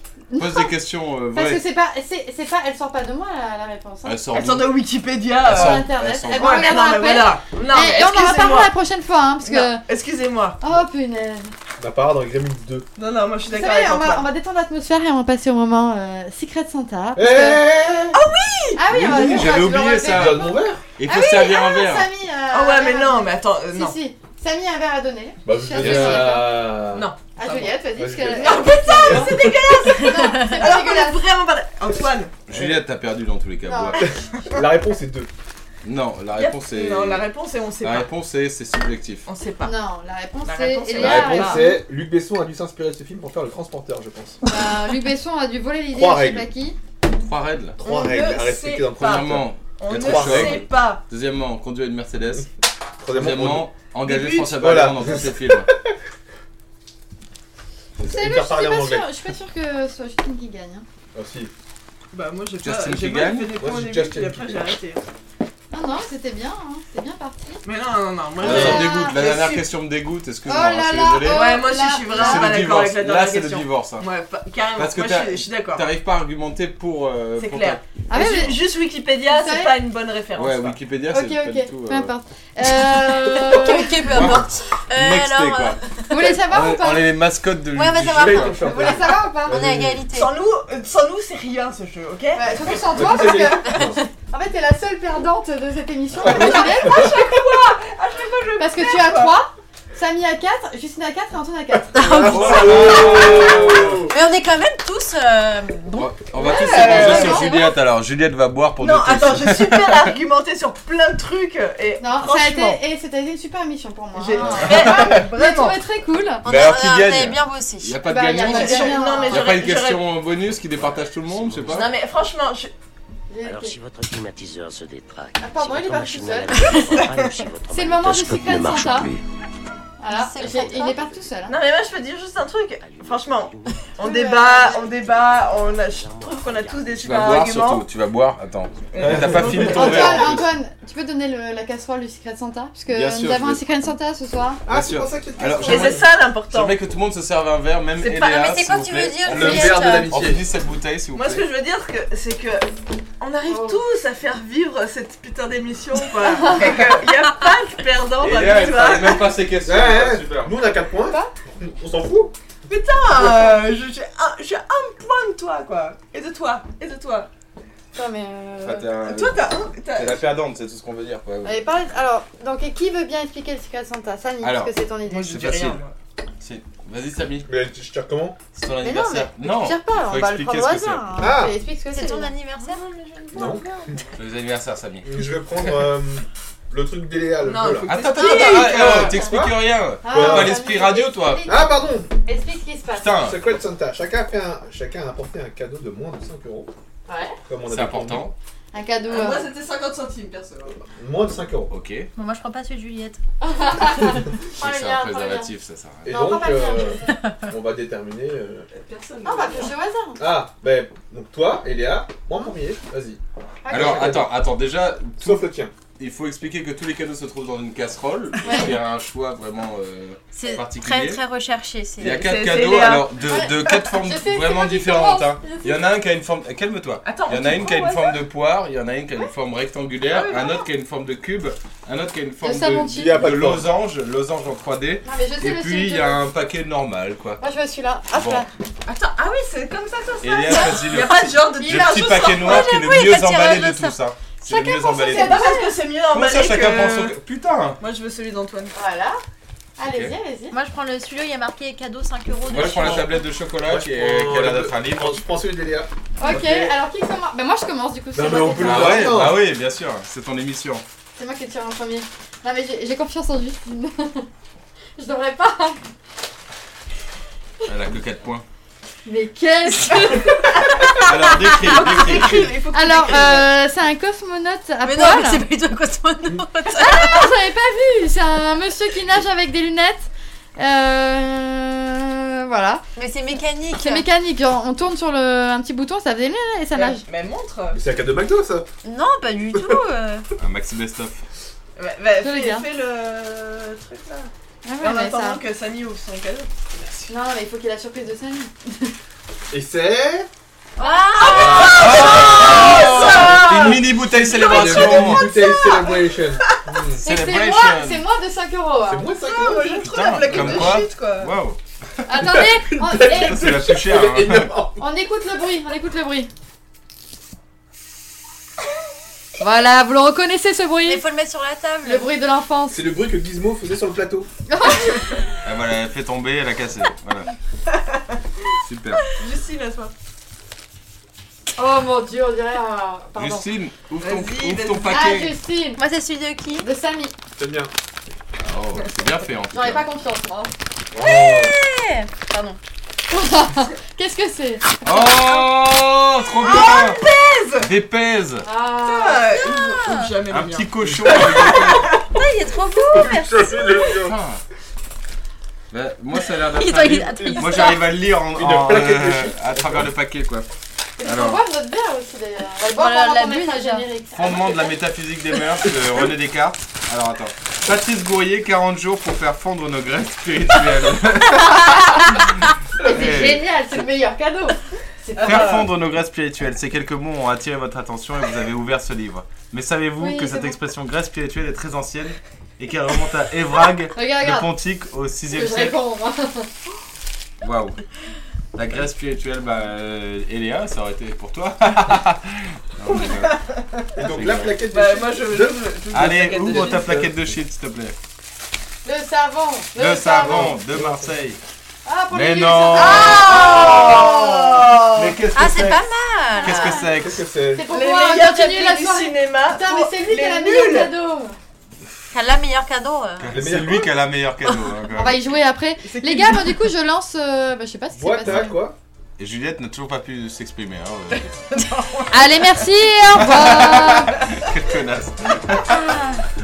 Speaker 4: Pose des questions euh,
Speaker 1: Parce que
Speaker 4: vraies.
Speaker 1: c'est pas, c'est, c'est pas, elle sort pas de moi la, la réponse. Hein.
Speaker 4: Elles sont
Speaker 11: Elles sont de Wikipédia.
Speaker 4: Elles
Speaker 1: Sur
Speaker 4: sont-
Speaker 11: euh,
Speaker 1: internet.
Speaker 4: elles sont-
Speaker 1: Eh ben, on
Speaker 11: Ouais, mais non,
Speaker 1: regardera
Speaker 11: mais
Speaker 1: après.
Speaker 11: voilà. Non,
Speaker 1: Et, et
Speaker 11: mais
Speaker 1: on en reparlera
Speaker 11: excusez-moi.
Speaker 1: la prochaine fois, hein, parce que.
Speaker 11: Non, Excusez-moi.
Speaker 1: Oh punaise.
Speaker 3: Bah, pas dans Gremlins 2.
Speaker 11: Non, non, moi je suis
Speaker 1: Vous
Speaker 11: d'accord
Speaker 1: savez,
Speaker 11: avec
Speaker 1: on va, on
Speaker 11: toi.
Speaker 1: va détendre l'atmosphère et on va passer au moment euh, Secret Santa. parce
Speaker 11: Eh
Speaker 1: Ah oui Ah oui, on va-
Speaker 3: eh,
Speaker 1: on va- je
Speaker 4: J'avais
Speaker 1: le
Speaker 4: oublié
Speaker 1: refais.
Speaker 4: ça.
Speaker 1: Ah
Speaker 3: mon verre
Speaker 4: Il faut servir un
Speaker 1: oui,
Speaker 4: verre.
Speaker 1: Samy, euh,
Speaker 11: Ah ouais,
Speaker 1: un
Speaker 11: mais non,
Speaker 1: verre.
Speaker 11: mais attends, euh,
Speaker 1: Si,
Speaker 11: non.
Speaker 1: si. Samy, un verre à donner.
Speaker 3: Bah, vous
Speaker 1: Cher
Speaker 3: pouvez,
Speaker 1: Juliette.
Speaker 3: euh,
Speaker 11: Non.
Speaker 1: À Juliette, vas-y.
Speaker 3: Vas-y,
Speaker 1: parce que-
Speaker 3: Juliette.
Speaker 1: Non, putain, c'est dégueulasse Non, c'est pas
Speaker 11: Alors qu'on est
Speaker 1: dégueulasse.
Speaker 11: vraiment pas. Antoine
Speaker 4: Juliette, t'as perdu dans tous les cas.
Speaker 1: Non.
Speaker 4: bois.
Speaker 3: La réponse est 2.
Speaker 4: Non, la réponse est.
Speaker 11: Non, la réponse est on sait
Speaker 4: La
Speaker 11: pas.
Speaker 4: réponse est c'est subjectif.
Speaker 11: On sait pas.
Speaker 1: Non, la réponse
Speaker 11: La
Speaker 1: c'est
Speaker 11: réponse est-
Speaker 1: Elia
Speaker 3: La réponse
Speaker 1: Alba.
Speaker 3: c'est Luc Besson a dû s'inspirer de ce film pour faire le transporteur, je pense.
Speaker 1: Euh, Luc Besson a dû voler l'idée
Speaker 3: Trois
Speaker 1: à je sais
Speaker 3: règles.
Speaker 1: pas qui.
Speaker 4: Trois règles.
Speaker 3: Trois
Speaker 11: On
Speaker 3: règles
Speaker 11: ne
Speaker 3: à respecter
Speaker 11: sait
Speaker 3: dans le
Speaker 11: pas.
Speaker 3: premier
Speaker 4: Premièrement,
Speaker 11: On
Speaker 4: être
Speaker 11: ne
Speaker 4: trois
Speaker 11: sait
Speaker 4: règles.
Speaker 11: pas.
Speaker 4: Deuxièmement, conduire une Mercedes.
Speaker 3: Troisièmement,
Speaker 4: Deuxièmement, engager
Speaker 3: Début.
Speaker 4: François
Speaker 3: Voilà.
Speaker 4: Bayrou dans tous ses films.
Speaker 1: C'est
Speaker 3: Et
Speaker 1: le, je
Speaker 3: faire
Speaker 1: suis
Speaker 3: parler en
Speaker 1: pas
Speaker 3: anglais.
Speaker 1: sûre, je suis pas sûre que ce soit Justin qui gagne. hein.
Speaker 3: Ah, si.
Speaker 11: Bah, moi j'ai pas.
Speaker 4: Justin qui
Speaker 11: J'ai pas
Speaker 4: gagne
Speaker 11: fait des points
Speaker 3: Moi,
Speaker 11: au
Speaker 3: c'est
Speaker 11: début,
Speaker 3: Justin
Speaker 11: puis
Speaker 3: qui
Speaker 11: après j'ai
Speaker 3: gagne.
Speaker 11: arrêté.
Speaker 1: Non, non, c'était bien, hein, c'était bien parti.
Speaker 11: Mais non, non, non, moi
Speaker 17: Ah,
Speaker 4: Ça
Speaker 11: j'ai.
Speaker 4: me dégoûte. La
Speaker 11: Je
Speaker 4: dernière
Speaker 11: suis-
Speaker 4: question me dégoûte.
Speaker 1: Oh
Speaker 4: Excuse-moi, hein,
Speaker 1: là
Speaker 4: je
Speaker 1: là,
Speaker 4: suis désolé.
Speaker 1: oh
Speaker 11: Ouais, moi aussi, je suis
Speaker 1: là là.
Speaker 11: vraiment
Speaker 4: C'est le
Speaker 11: pas d'accord avec
Speaker 4: divorce.
Speaker 11: la
Speaker 4: Là,
Speaker 11: dernière
Speaker 4: c'est le
Speaker 11: question.
Speaker 4: divorce. hein.
Speaker 11: Ouais, pas- carrément.
Speaker 4: Parce que
Speaker 11: moi, je
Speaker 4: t'as-
Speaker 11: suis- je suis d'accord.
Speaker 4: T'arrives pas à argumenter pour. euh,
Speaker 11: C'est
Speaker 4: pour
Speaker 11: clair.
Speaker 1: Ah ouais, mais-
Speaker 11: Ju- Juste Wikipédia,
Speaker 1: Vous
Speaker 11: c'est
Speaker 1: savez-
Speaker 11: pas une bonne
Speaker 4: ta-
Speaker 11: référence.
Speaker 4: Ouais,
Speaker 11: quoi.
Speaker 4: Wikipédia,
Speaker 1: Ok,
Speaker 4: c'est pas du
Speaker 1: ok,
Speaker 4: tout.
Speaker 1: peu
Speaker 4: euh,
Speaker 1: importe. Euh,
Speaker 5: Ok, ok, peu importe. Euh,
Speaker 4: Next day,
Speaker 5: alors, euh,
Speaker 4: quoi.
Speaker 1: Vous voulez savoir
Speaker 4: On-
Speaker 1: ou
Speaker 4: On
Speaker 1: pas
Speaker 4: est les mascottes de
Speaker 5: Ouais, on va
Speaker 4: du
Speaker 5: savoir.
Speaker 4: jeu,
Speaker 5: On
Speaker 4: quoi.
Speaker 1: Vous voulez savoir ou pas
Speaker 5: on est à égalité.
Speaker 11: Sans nous, euh, sans nous, c'est rien ce jeu, ok
Speaker 1: Ouais, Surtout sans toi, parce que en fait, t'es la seule perdante de cette émission. Parce que- Parce que tu as 3, Samy à 4, Justine à 4 et Antoine à 4.
Speaker 3: Oh
Speaker 5: Ah Mais on est quand même tous. euh, bons.
Speaker 4: On va tous
Speaker 11: Ouais,
Speaker 4: se manger sur
Speaker 11: vraiment.
Speaker 4: Juliette alors. Juliette va boire pour nous
Speaker 11: Non, attends,
Speaker 4: tous.
Speaker 11: j'ai super argumenté sur plein de trucs et
Speaker 1: Non, ça a
Speaker 11: franchement,
Speaker 1: été, et c'était une super émission pour moi.
Speaker 11: j'ai
Speaker 1: hein.
Speaker 11: très-
Speaker 1: Vous avez
Speaker 11: vraiment.
Speaker 1: trouvé très cool.
Speaker 5: On,
Speaker 4: Mais
Speaker 5: a,
Speaker 4: alors qui
Speaker 5: on a- on
Speaker 4: gagne
Speaker 5: avait bien
Speaker 4: Il n'y
Speaker 5: bossé.
Speaker 4: a pas de
Speaker 1: Bah, y a
Speaker 4: gagnant
Speaker 1: pas de
Speaker 4: Il
Speaker 1: gagnant.
Speaker 11: Non, mais
Speaker 4: n'y a
Speaker 11: j'aurais-
Speaker 4: pas une
Speaker 11: j'aurais-
Speaker 4: question bonus qui départage tout le monde, je sais pas
Speaker 11: Non mais franchement, je-
Speaker 1: J'ai-
Speaker 18: Alors si votre climatiseur se détraque,
Speaker 1: Ah, pardon,
Speaker 18: si
Speaker 1: il est
Speaker 18: votre
Speaker 1: parti
Speaker 18: machine à
Speaker 1: tout seul.
Speaker 18: laver ne comprend pas, ou si votre
Speaker 1: C'est le moment du
Speaker 18: magnétoscope
Speaker 1: secret
Speaker 18: ne marche
Speaker 1: Santa.
Speaker 18: plus.
Speaker 1: Voilà,
Speaker 5: C'est le
Speaker 1: j'ai-
Speaker 5: contrat.
Speaker 1: Ah, il est parti tout seul. hein.
Speaker 11: non mais moi je peux dire juste un truc. Franchement, on débat, on débat, on a, je trouve qu'on a tous des
Speaker 4: Tu
Speaker 11: super
Speaker 4: vas boire
Speaker 11: arguments.
Speaker 4: surtout, tu vas boire, attends.
Speaker 11: Euh,
Speaker 4: T'as pas fini ton
Speaker 1: Antoine,
Speaker 4: verre. en plus.
Speaker 1: Antoine, tu peux donner le- la casserole du Secret Santa Puisque
Speaker 4: Bien
Speaker 1: nous
Speaker 4: sûr,
Speaker 1: avons
Speaker 4: je
Speaker 1: un
Speaker 4: vais-
Speaker 1: Secret Santa ce soir.
Speaker 3: Ah,
Speaker 4: sûr.
Speaker 3: c'est pour ça qu'il y a
Speaker 4: Alors,
Speaker 3: une
Speaker 11: Mais
Speaker 3: question.
Speaker 11: c'est ça l'important.
Speaker 4: J'aimerais que tout le monde se serve un verre, même
Speaker 11: C'est pas-
Speaker 4: Eléa,
Speaker 5: mais c'est
Speaker 4: s'il
Speaker 5: quoi
Speaker 4: vous
Speaker 5: tu
Speaker 4: plaît.
Speaker 5: veux dire,
Speaker 4: On
Speaker 3: Le
Speaker 4: finit-
Speaker 5: Juliette
Speaker 3: verre de
Speaker 4: On
Speaker 3: l'amitié.
Speaker 4: finit cette bouteille, s'il vous
Speaker 11: Moi ce que
Speaker 4: plaît.
Speaker 11: je veux dire c'est que- c'est que on arrive tous à faire vivre cette putain d'émission quoi. Et qu'il n'y a pas de perdant dans
Speaker 4: Eléa, elle
Speaker 11: l'histoire.
Speaker 4: parlait même pas ses questions. Ah,
Speaker 3: Ouais, ouais,
Speaker 4: Super.
Speaker 3: Nous on a 4 points. On s'en fout.
Speaker 11: Ah, euh, je, j'ai un, j'ai un point de toi, quoi. Et de toi, et de toi.
Speaker 1: Putain, mais. euh,
Speaker 11: Toi,
Speaker 4: T'es
Speaker 11: t'as un. t'as-
Speaker 4: la perdante, c'est tout ce qu'on veut dire. quoi.
Speaker 1: allez, parlez- Alors, donc, qui veut bien expliquer le Secret Santa Samy,
Speaker 4: Alors.
Speaker 1: parce que c'est ton idée.
Speaker 11: Moi,
Speaker 4: C'est
Speaker 11: je dis rien.
Speaker 4: facile.
Speaker 11: moi.
Speaker 4: Si. Vas-y, Samy,
Speaker 3: Mais je tire comment
Speaker 4: c'est ton
Speaker 1: Mais non,
Speaker 4: anniversaire.
Speaker 1: mais tu tires pas,
Speaker 4: faut
Speaker 1: on va le
Speaker 4: expliquer
Speaker 1: prendre au
Speaker 4: ce que c'est.
Speaker 1: hasard. hein.
Speaker 3: Ah.
Speaker 1: Je t'explique ce que
Speaker 5: C'est
Speaker 1: c'est.
Speaker 5: ton anniversaire
Speaker 3: Non.
Speaker 4: Joyeux anniversaire, Samy.
Speaker 3: Je vais prendre euh, le truc d'Eléa, le
Speaker 11: Non,
Speaker 3: bleu,
Speaker 11: il faut
Speaker 3: là.
Speaker 11: que
Speaker 4: Attends, attends,
Speaker 11: t'expliques.
Speaker 4: attends, ah, t'expliques rien.
Speaker 1: Ah,
Speaker 4: T'as pas
Speaker 1: Samy,
Speaker 4: l'esprit radio, toi.
Speaker 1: explique-
Speaker 3: Ah, pardon
Speaker 1: Explique ce qui se passe.
Speaker 4: Putain,
Speaker 3: Secret Santa. Chacun a, fait un- Chacun a apporté un cadeau de moins de 5 euros.
Speaker 1: Ouais.
Speaker 3: Comme on
Speaker 4: c'est
Speaker 3: avait
Speaker 4: important.
Speaker 1: Un cadeau.
Speaker 11: Euh, Moi,
Speaker 1: euh,
Speaker 11: c'était 50 centimes, perso.
Speaker 3: convenu. Moins de 5 euros.
Speaker 4: Ok.
Speaker 5: Bon, moi je prends pas celui de Juliette.
Speaker 1: Prends le
Speaker 4: C'est
Speaker 1: lien,
Speaker 4: un
Speaker 1: prends le lien.
Speaker 4: préservatif, ça sert à rien.
Speaker 3: Et
Speaker 1: Non, on
Speaker 3: donc,
Speaker 1: prend pas le
Speaker 3: euh,
Speaker 1: mien.
Speaker 3: on va déterminer. euh,
Speaker 11: Personne.
Speaker 1: Ah, on va piocher au hasard.
Speaker 3: Ah, ben, donc toi, Eléa, moi en premier, vas-y.
Speaker 4: Alors, attends, attends, déjà,
Speaker 3: Sauf le tien.
Speaker 4: Il faut expliquer que tous les cadeaux se trouvent dans une casserole.
Speaker 1: Ouais.
Speaker 4: Il y a un choix vraiment. euh,
Speaker 5: C'est
Speaker 4: Particulier.
Speaker 5: très très recherché. c'est-
Speaker 4: Il y a
Speaker 11: c'est
Speaker 4: quatre cadeaux,
Speaker 11: Léa.
Speaker 4: alors de, de quatre formes
Speaker 1: Je sais, c'est
Speaker 4: vraiment
Speaker 1: moi qui
Speaker 4: différentes.
Speaker 1: commence.
Speaker 4: hein. Il y en a un qui a une forme. Calme-toi.
Speaker 11: Attends,
Speaker 4: Il y en
Speaker 11: on
Speaker 4: a
Speaker 11: te
Speaker 4: une
Speaker 11: prend
Speaker 4: qui a
Speaker 11: au
Speaker 4: une
Speaker 11: hasard
Speaker 4: forme de poire, il y en a une qui a une forme rectangulaire, un autre qui a une forme de cube, un autre qui a une forme de,
Speaker 1: samouraï.
Speaker 3: Il y a pas
Speaker 4: de
Speaker 3: de forme.
Speaker 4: losange, losange en 3D,
Speaker 1: Non, mais je sais
Speaker 4: et
Speaker 1: le
Speaker 4: puis il y
Speaker 1: sujet.
Speaker 4: a un paquet normal quoi.
Speaker 1: Moi, je veux celui-là. Ah,
Speaker 4: Bon.
Speaker 1: celui-là.
Speaker 11: Attends, ah oui, c'est comme ça, ça,
Speaker 4: Et il y a
Speaker 11: ça.
Speaker 4: choisi
Speaker 11: Il
Speaker 4: le
Speaker 11: n'y a pas de genre de
Speaker 4: petit,
Speaker 11: tirage
Speaker 4: le petit
Speaker 11: au sort.
Speaker 4: paquet noir qui est le
Speaker 5: j'avoue, il y a
Speaker 4: mieux
Speaker 5: pas de
Speaker 4: emballé
Speaker 5: tirage
Speaker 4: de
Speaker 5: au
Speaker 4: tout ça. C'est le
Speaker 1: Chacun
Speaker 4: mieux
Speaker 1: prend son
Speaker 4: emballé de
Speaker 11: C'est
Speaker 4: tout
Speaker 11: pas
Speaker 4: ça.
Speaker 11: parce que c'est mieux
Speaker 4: Comment
Speaker 11: emballé
Speaker 4: ça, chacun prend
Speaker 11: que...
Speaker 4: son. Putain
Speaker 11: Moi, je veux celui d'Antoine.
Speaker 1: Voilà. Allez-y, allez-y.
Speaker 5: Moi je prends le celui où il y a marqué cadeau 5 euros
Speaker 4: Moi je prends la
Speaker 5: dessus.
Speaker 4: tablette de chocolat
Speaker 3: Moi,
Speaker 4: qui
Speaker 3: je
Speaker 4: est-
Speaker 3: prends
Speaker 4: qui a l'air
Speaker 3: la-
Speaker 4: d'être un
Speaker 3: Je
Speaker 4: livre.
Speaker 3: pense- je pense celui d'Eléa.
Speaker 1: Ok,
Speaker 3: Ok.
Speaker 1: alors qui commence Bah, moi, je commence du coup. c'est
Speaker 3: Non,
Speaker 1: moi
Speaker 3: mais on
Speaker 1: qui
Speaker 3: peut le
Speaker 1: commence.
Speaker 4: Ah ouais,
Speaker 3: Non.
Speaker 4: bah oui, bien sûr, c'est ton émission.
Speaker 1: C'est moi qui tire en premier. Non mais j'ai j'ai confiance en Justine. je devrais pas.
Speaker 4: Elle a que 4 points.
Speaker 1: Mais qu'est-ce
Speaker 4: Alors décris, décris.
Speaker 11: Il faut que tu
Speaker 1: Alors,
Speaker 11: l'écrives.
Speaker 1: euh, c'est un cosmonaute à
Speaker 5: Mais non,
Speaker 1: poil.
Speaker 5: mais c'est plutôt cosmonaute.
Speaker 1: Ah, j'avais pas vu. C'est un monsieur qui nage avec des lunettes. Euh, voilà.
Speaker 5: Mais c'est mécanique.
Speaker 1: C'est mécanique. Genre, on tourne sur le un petit bouton, ça fait et ça nage.
Speaker 11: Mais montre.
Speaker 3: Mais C'est un cadeau de McDo, ça
Speaker 5: Non, pas du tout. euh.
Speaker 4: Un maxi best-of.
Speaker 11: Bah, bah,
Speaker 1: Je le
Speaker 11: fais,
Speaker 1: garde.
Speaker 11: fais le truc là.
Speaker 1: Ah ouais,
Speaker 11: en
Speaker 1: mais ça-
Speaker 11: attendant que Samy ouvre son cadeau.
Speaker 1: Non, mais il faut qu'il y ait la surprise de Samy.
Speaker 3: Et c'est.
Speaker 5: Ah,
Speaker 4: Oh, Une mini bouteille célébration.
Speaker 3: Une bouteille Celebration. Hmm.
Speaker 1: Et c'est
Speaker 4: Celebration.
Speaker 1: moins, c'est moins de 5 euros. hein.
Speaker 3: C'est moins 5
Speaker 11: Ah,
Speaker 3: euros.
Speaker 11: moi je trouve
Speaker 4: Oh, Putain,
Speaker 11: la plaquette
Speaker 4: comme
Speaker 11: de
Speaker 4: quoi
Speaker 11: shit quoi.
Speaker 4: Wow.
Speaker 1: Attendez on, eh,
Speaker 4: C'est la suchère. Hein.
Speaker 1: on écoute le bruit, on écoute le bruit. Voilà, vous le reconnaissez ce bruit
Speaker 5: Il faut le mettre sur la table.
Speaker 1: Le bruit de l'enfance.
Speaker 17: C'est le bruit que Gizmo faisait sur le plateau.
Speaker 4: Ah, Elle m'a la fait tomber, elle a cassé. Voilà. Super.
Speaker 11: Justine, assois.
Speaker 1: Oh mon dieu, on dirait un... Pardon.
Speaker 4: Justine, ouvre ton,
Speaker 11: Vas-y,
Speaker 4: ouvre ton
Speaker 11: vas-y.
Speaker 1: Ah,
Speaker 4: paquet.
Speaker 1: Justine
Speaker 5: Moi, c'est celui de qui
Speaker 1: De Samy.
Speaker 17: C'est bien.
Speaker 4: Oh, c'est bien fait en tout
Speaker 1: J'en ai
Speaker 4: cas. Oh.
Speaker 1: pas confiance, moi.
Speaker 5: Eh, Pardon.
Speaker 1: Qu'est-ce que c'est
Speaker 4: Oh, trop bien Des pèses
Speaker 1: Ah,
Speaker 4: Un petit cochon avec-
Speaker 5: Ah, il est trop beau, merci.
Speaker 4: Putain. Bah, moi ça a l'air d'être.
Speaker 5: Il doit-
Speaker 4: un
Speaker 5: il
Speaker 4: livre.
Speaker 5: a pris
Speaker 4: Moi
Speaker 5: ça.
Speaker 4: j'arrive à le lire en,
Speaker 17: Une
Speaker 4: en-
Speaker 17: plaquette de
Speaker 4: euh,
Speaker 17: chiffres.
Speaker 4: à travers le paquet quoi.
Speaker 1: Il faut
Speaker 4: Alors.
Speaker 1: boire notre verre aussi d'ailleurs. On va le boire
Speaker 5: Voilà,
Speaker 1: pendant
Speaker 5: la
Speaker 1: qu'on met
Speaker 5: bulle,
Speaker 1: le
Speaker 5: déjà.
Speaker 1: générique.
Speaker 4: Fondement de la métaphysique des mœurs de René Descartes. Alors attends. Patrice Bourrier, 40 jours pour faire fondre nos graisses spirituelles.
Speaker 1: Mais C'est
Speaker 4: Eh.
Speaker 1: génial, c'est le meilleur cadeau. C'est pas
Speaker 4: Faire fondre nos graisses spirituelles, ces quelques mots ont attiré votre attention et vous avez ouvert ce livre. Mais savez-vous
Speaker 1: Oui,
Speaker 4: que
Speaker 1: c'est
Speaker 4: cette
Speaker 1: bon.
Speaker 4: expression graisse spirituelle est très ancienne et qu'elle remonte à Évrague
Speaker 1: Regarde,
Speaker 4: de
Speaker 1: regarde.
Speaker 4: Pontique au
Speaker 1: ce
Speaker 4: 6e
Speaker 1: que je
Speaker 4: siècle
Speaker 1: réponds. moi.
Speaker 4: Waouh La graisse spirituelle, bah, euh, Eléa, ça aurait été pour toi. Non, mais, euh,
Speaker 17: Et donc
Speaker 4: c'est
Speaker 17: la
Speaker 4: vrai.
Speaker 17: plaquette de
Speaker 11: Bah,
Speaker 17: chips
Speaker 11: moi, je-
Speaker 17: de-
Speaker 11: je- je-
Speaker 4: Allez,
Speaker 11: plaquette de
Speaker 4: ouvre ta
Speaker 11: chips.
Speaker 4: plaquette de shit, s'il te plaît.
Speaker 1: Le savon.
Speaker 4: Le savon de Marseille.
Speaker 1: Ah, pour
Speaker 4: Mais
Speaker 1: les Ah,
Speaker 4: non
Speaker 1: yeux, ça-
Speaker 4: Mais qu'est-ce que
Speaker 5: Ah, c'est
Speaker 4: c'est
Speaker 5: pas mal.
Speaker 4: Qu'est-ce que c'est
Speaker 17: Qu'est-ce que c'est
Speaker 1: C'est pour
Speaker 11: Les
Speaker 1: pouvoir
Speaker 11: meilleurs
Speaker 1: continuer la
Speaker 11: cafés du
Speaker 1: soirée.
Speaker 11: cinéma.
Speaker 1: Putain, mais
Speaker 11: pour
Speaker 1: c'est lui qui
Speaker 11: les
Speaker 1: a la
Speaker 11: nuls.
Speaker 1: meilleure cadeau.
Speaker 5: Quel est le meilleur cadeau euh.
Speaker 4: C'est lui qui a la meilleure cadeau. hein, quand
Speaker 1: On
Speaker 4: même.
Speaker 1: va y jouer après.
Speaker 11: C'est qui
Speaker 1: Les gars, moi du coup, je lance. euh, bah, je sais pas si c'est
Speaker 17: Boîte à
Speaker 1: passé.
Speaker 17: quoi
Speaker 4: Et Juliette n'a toujours pas pu s'exprimer. hein, euh,
Speaker 1: Allez, merci et au revoir.
Speaker 4: Quelle connasse.
Speaker 5: Ah,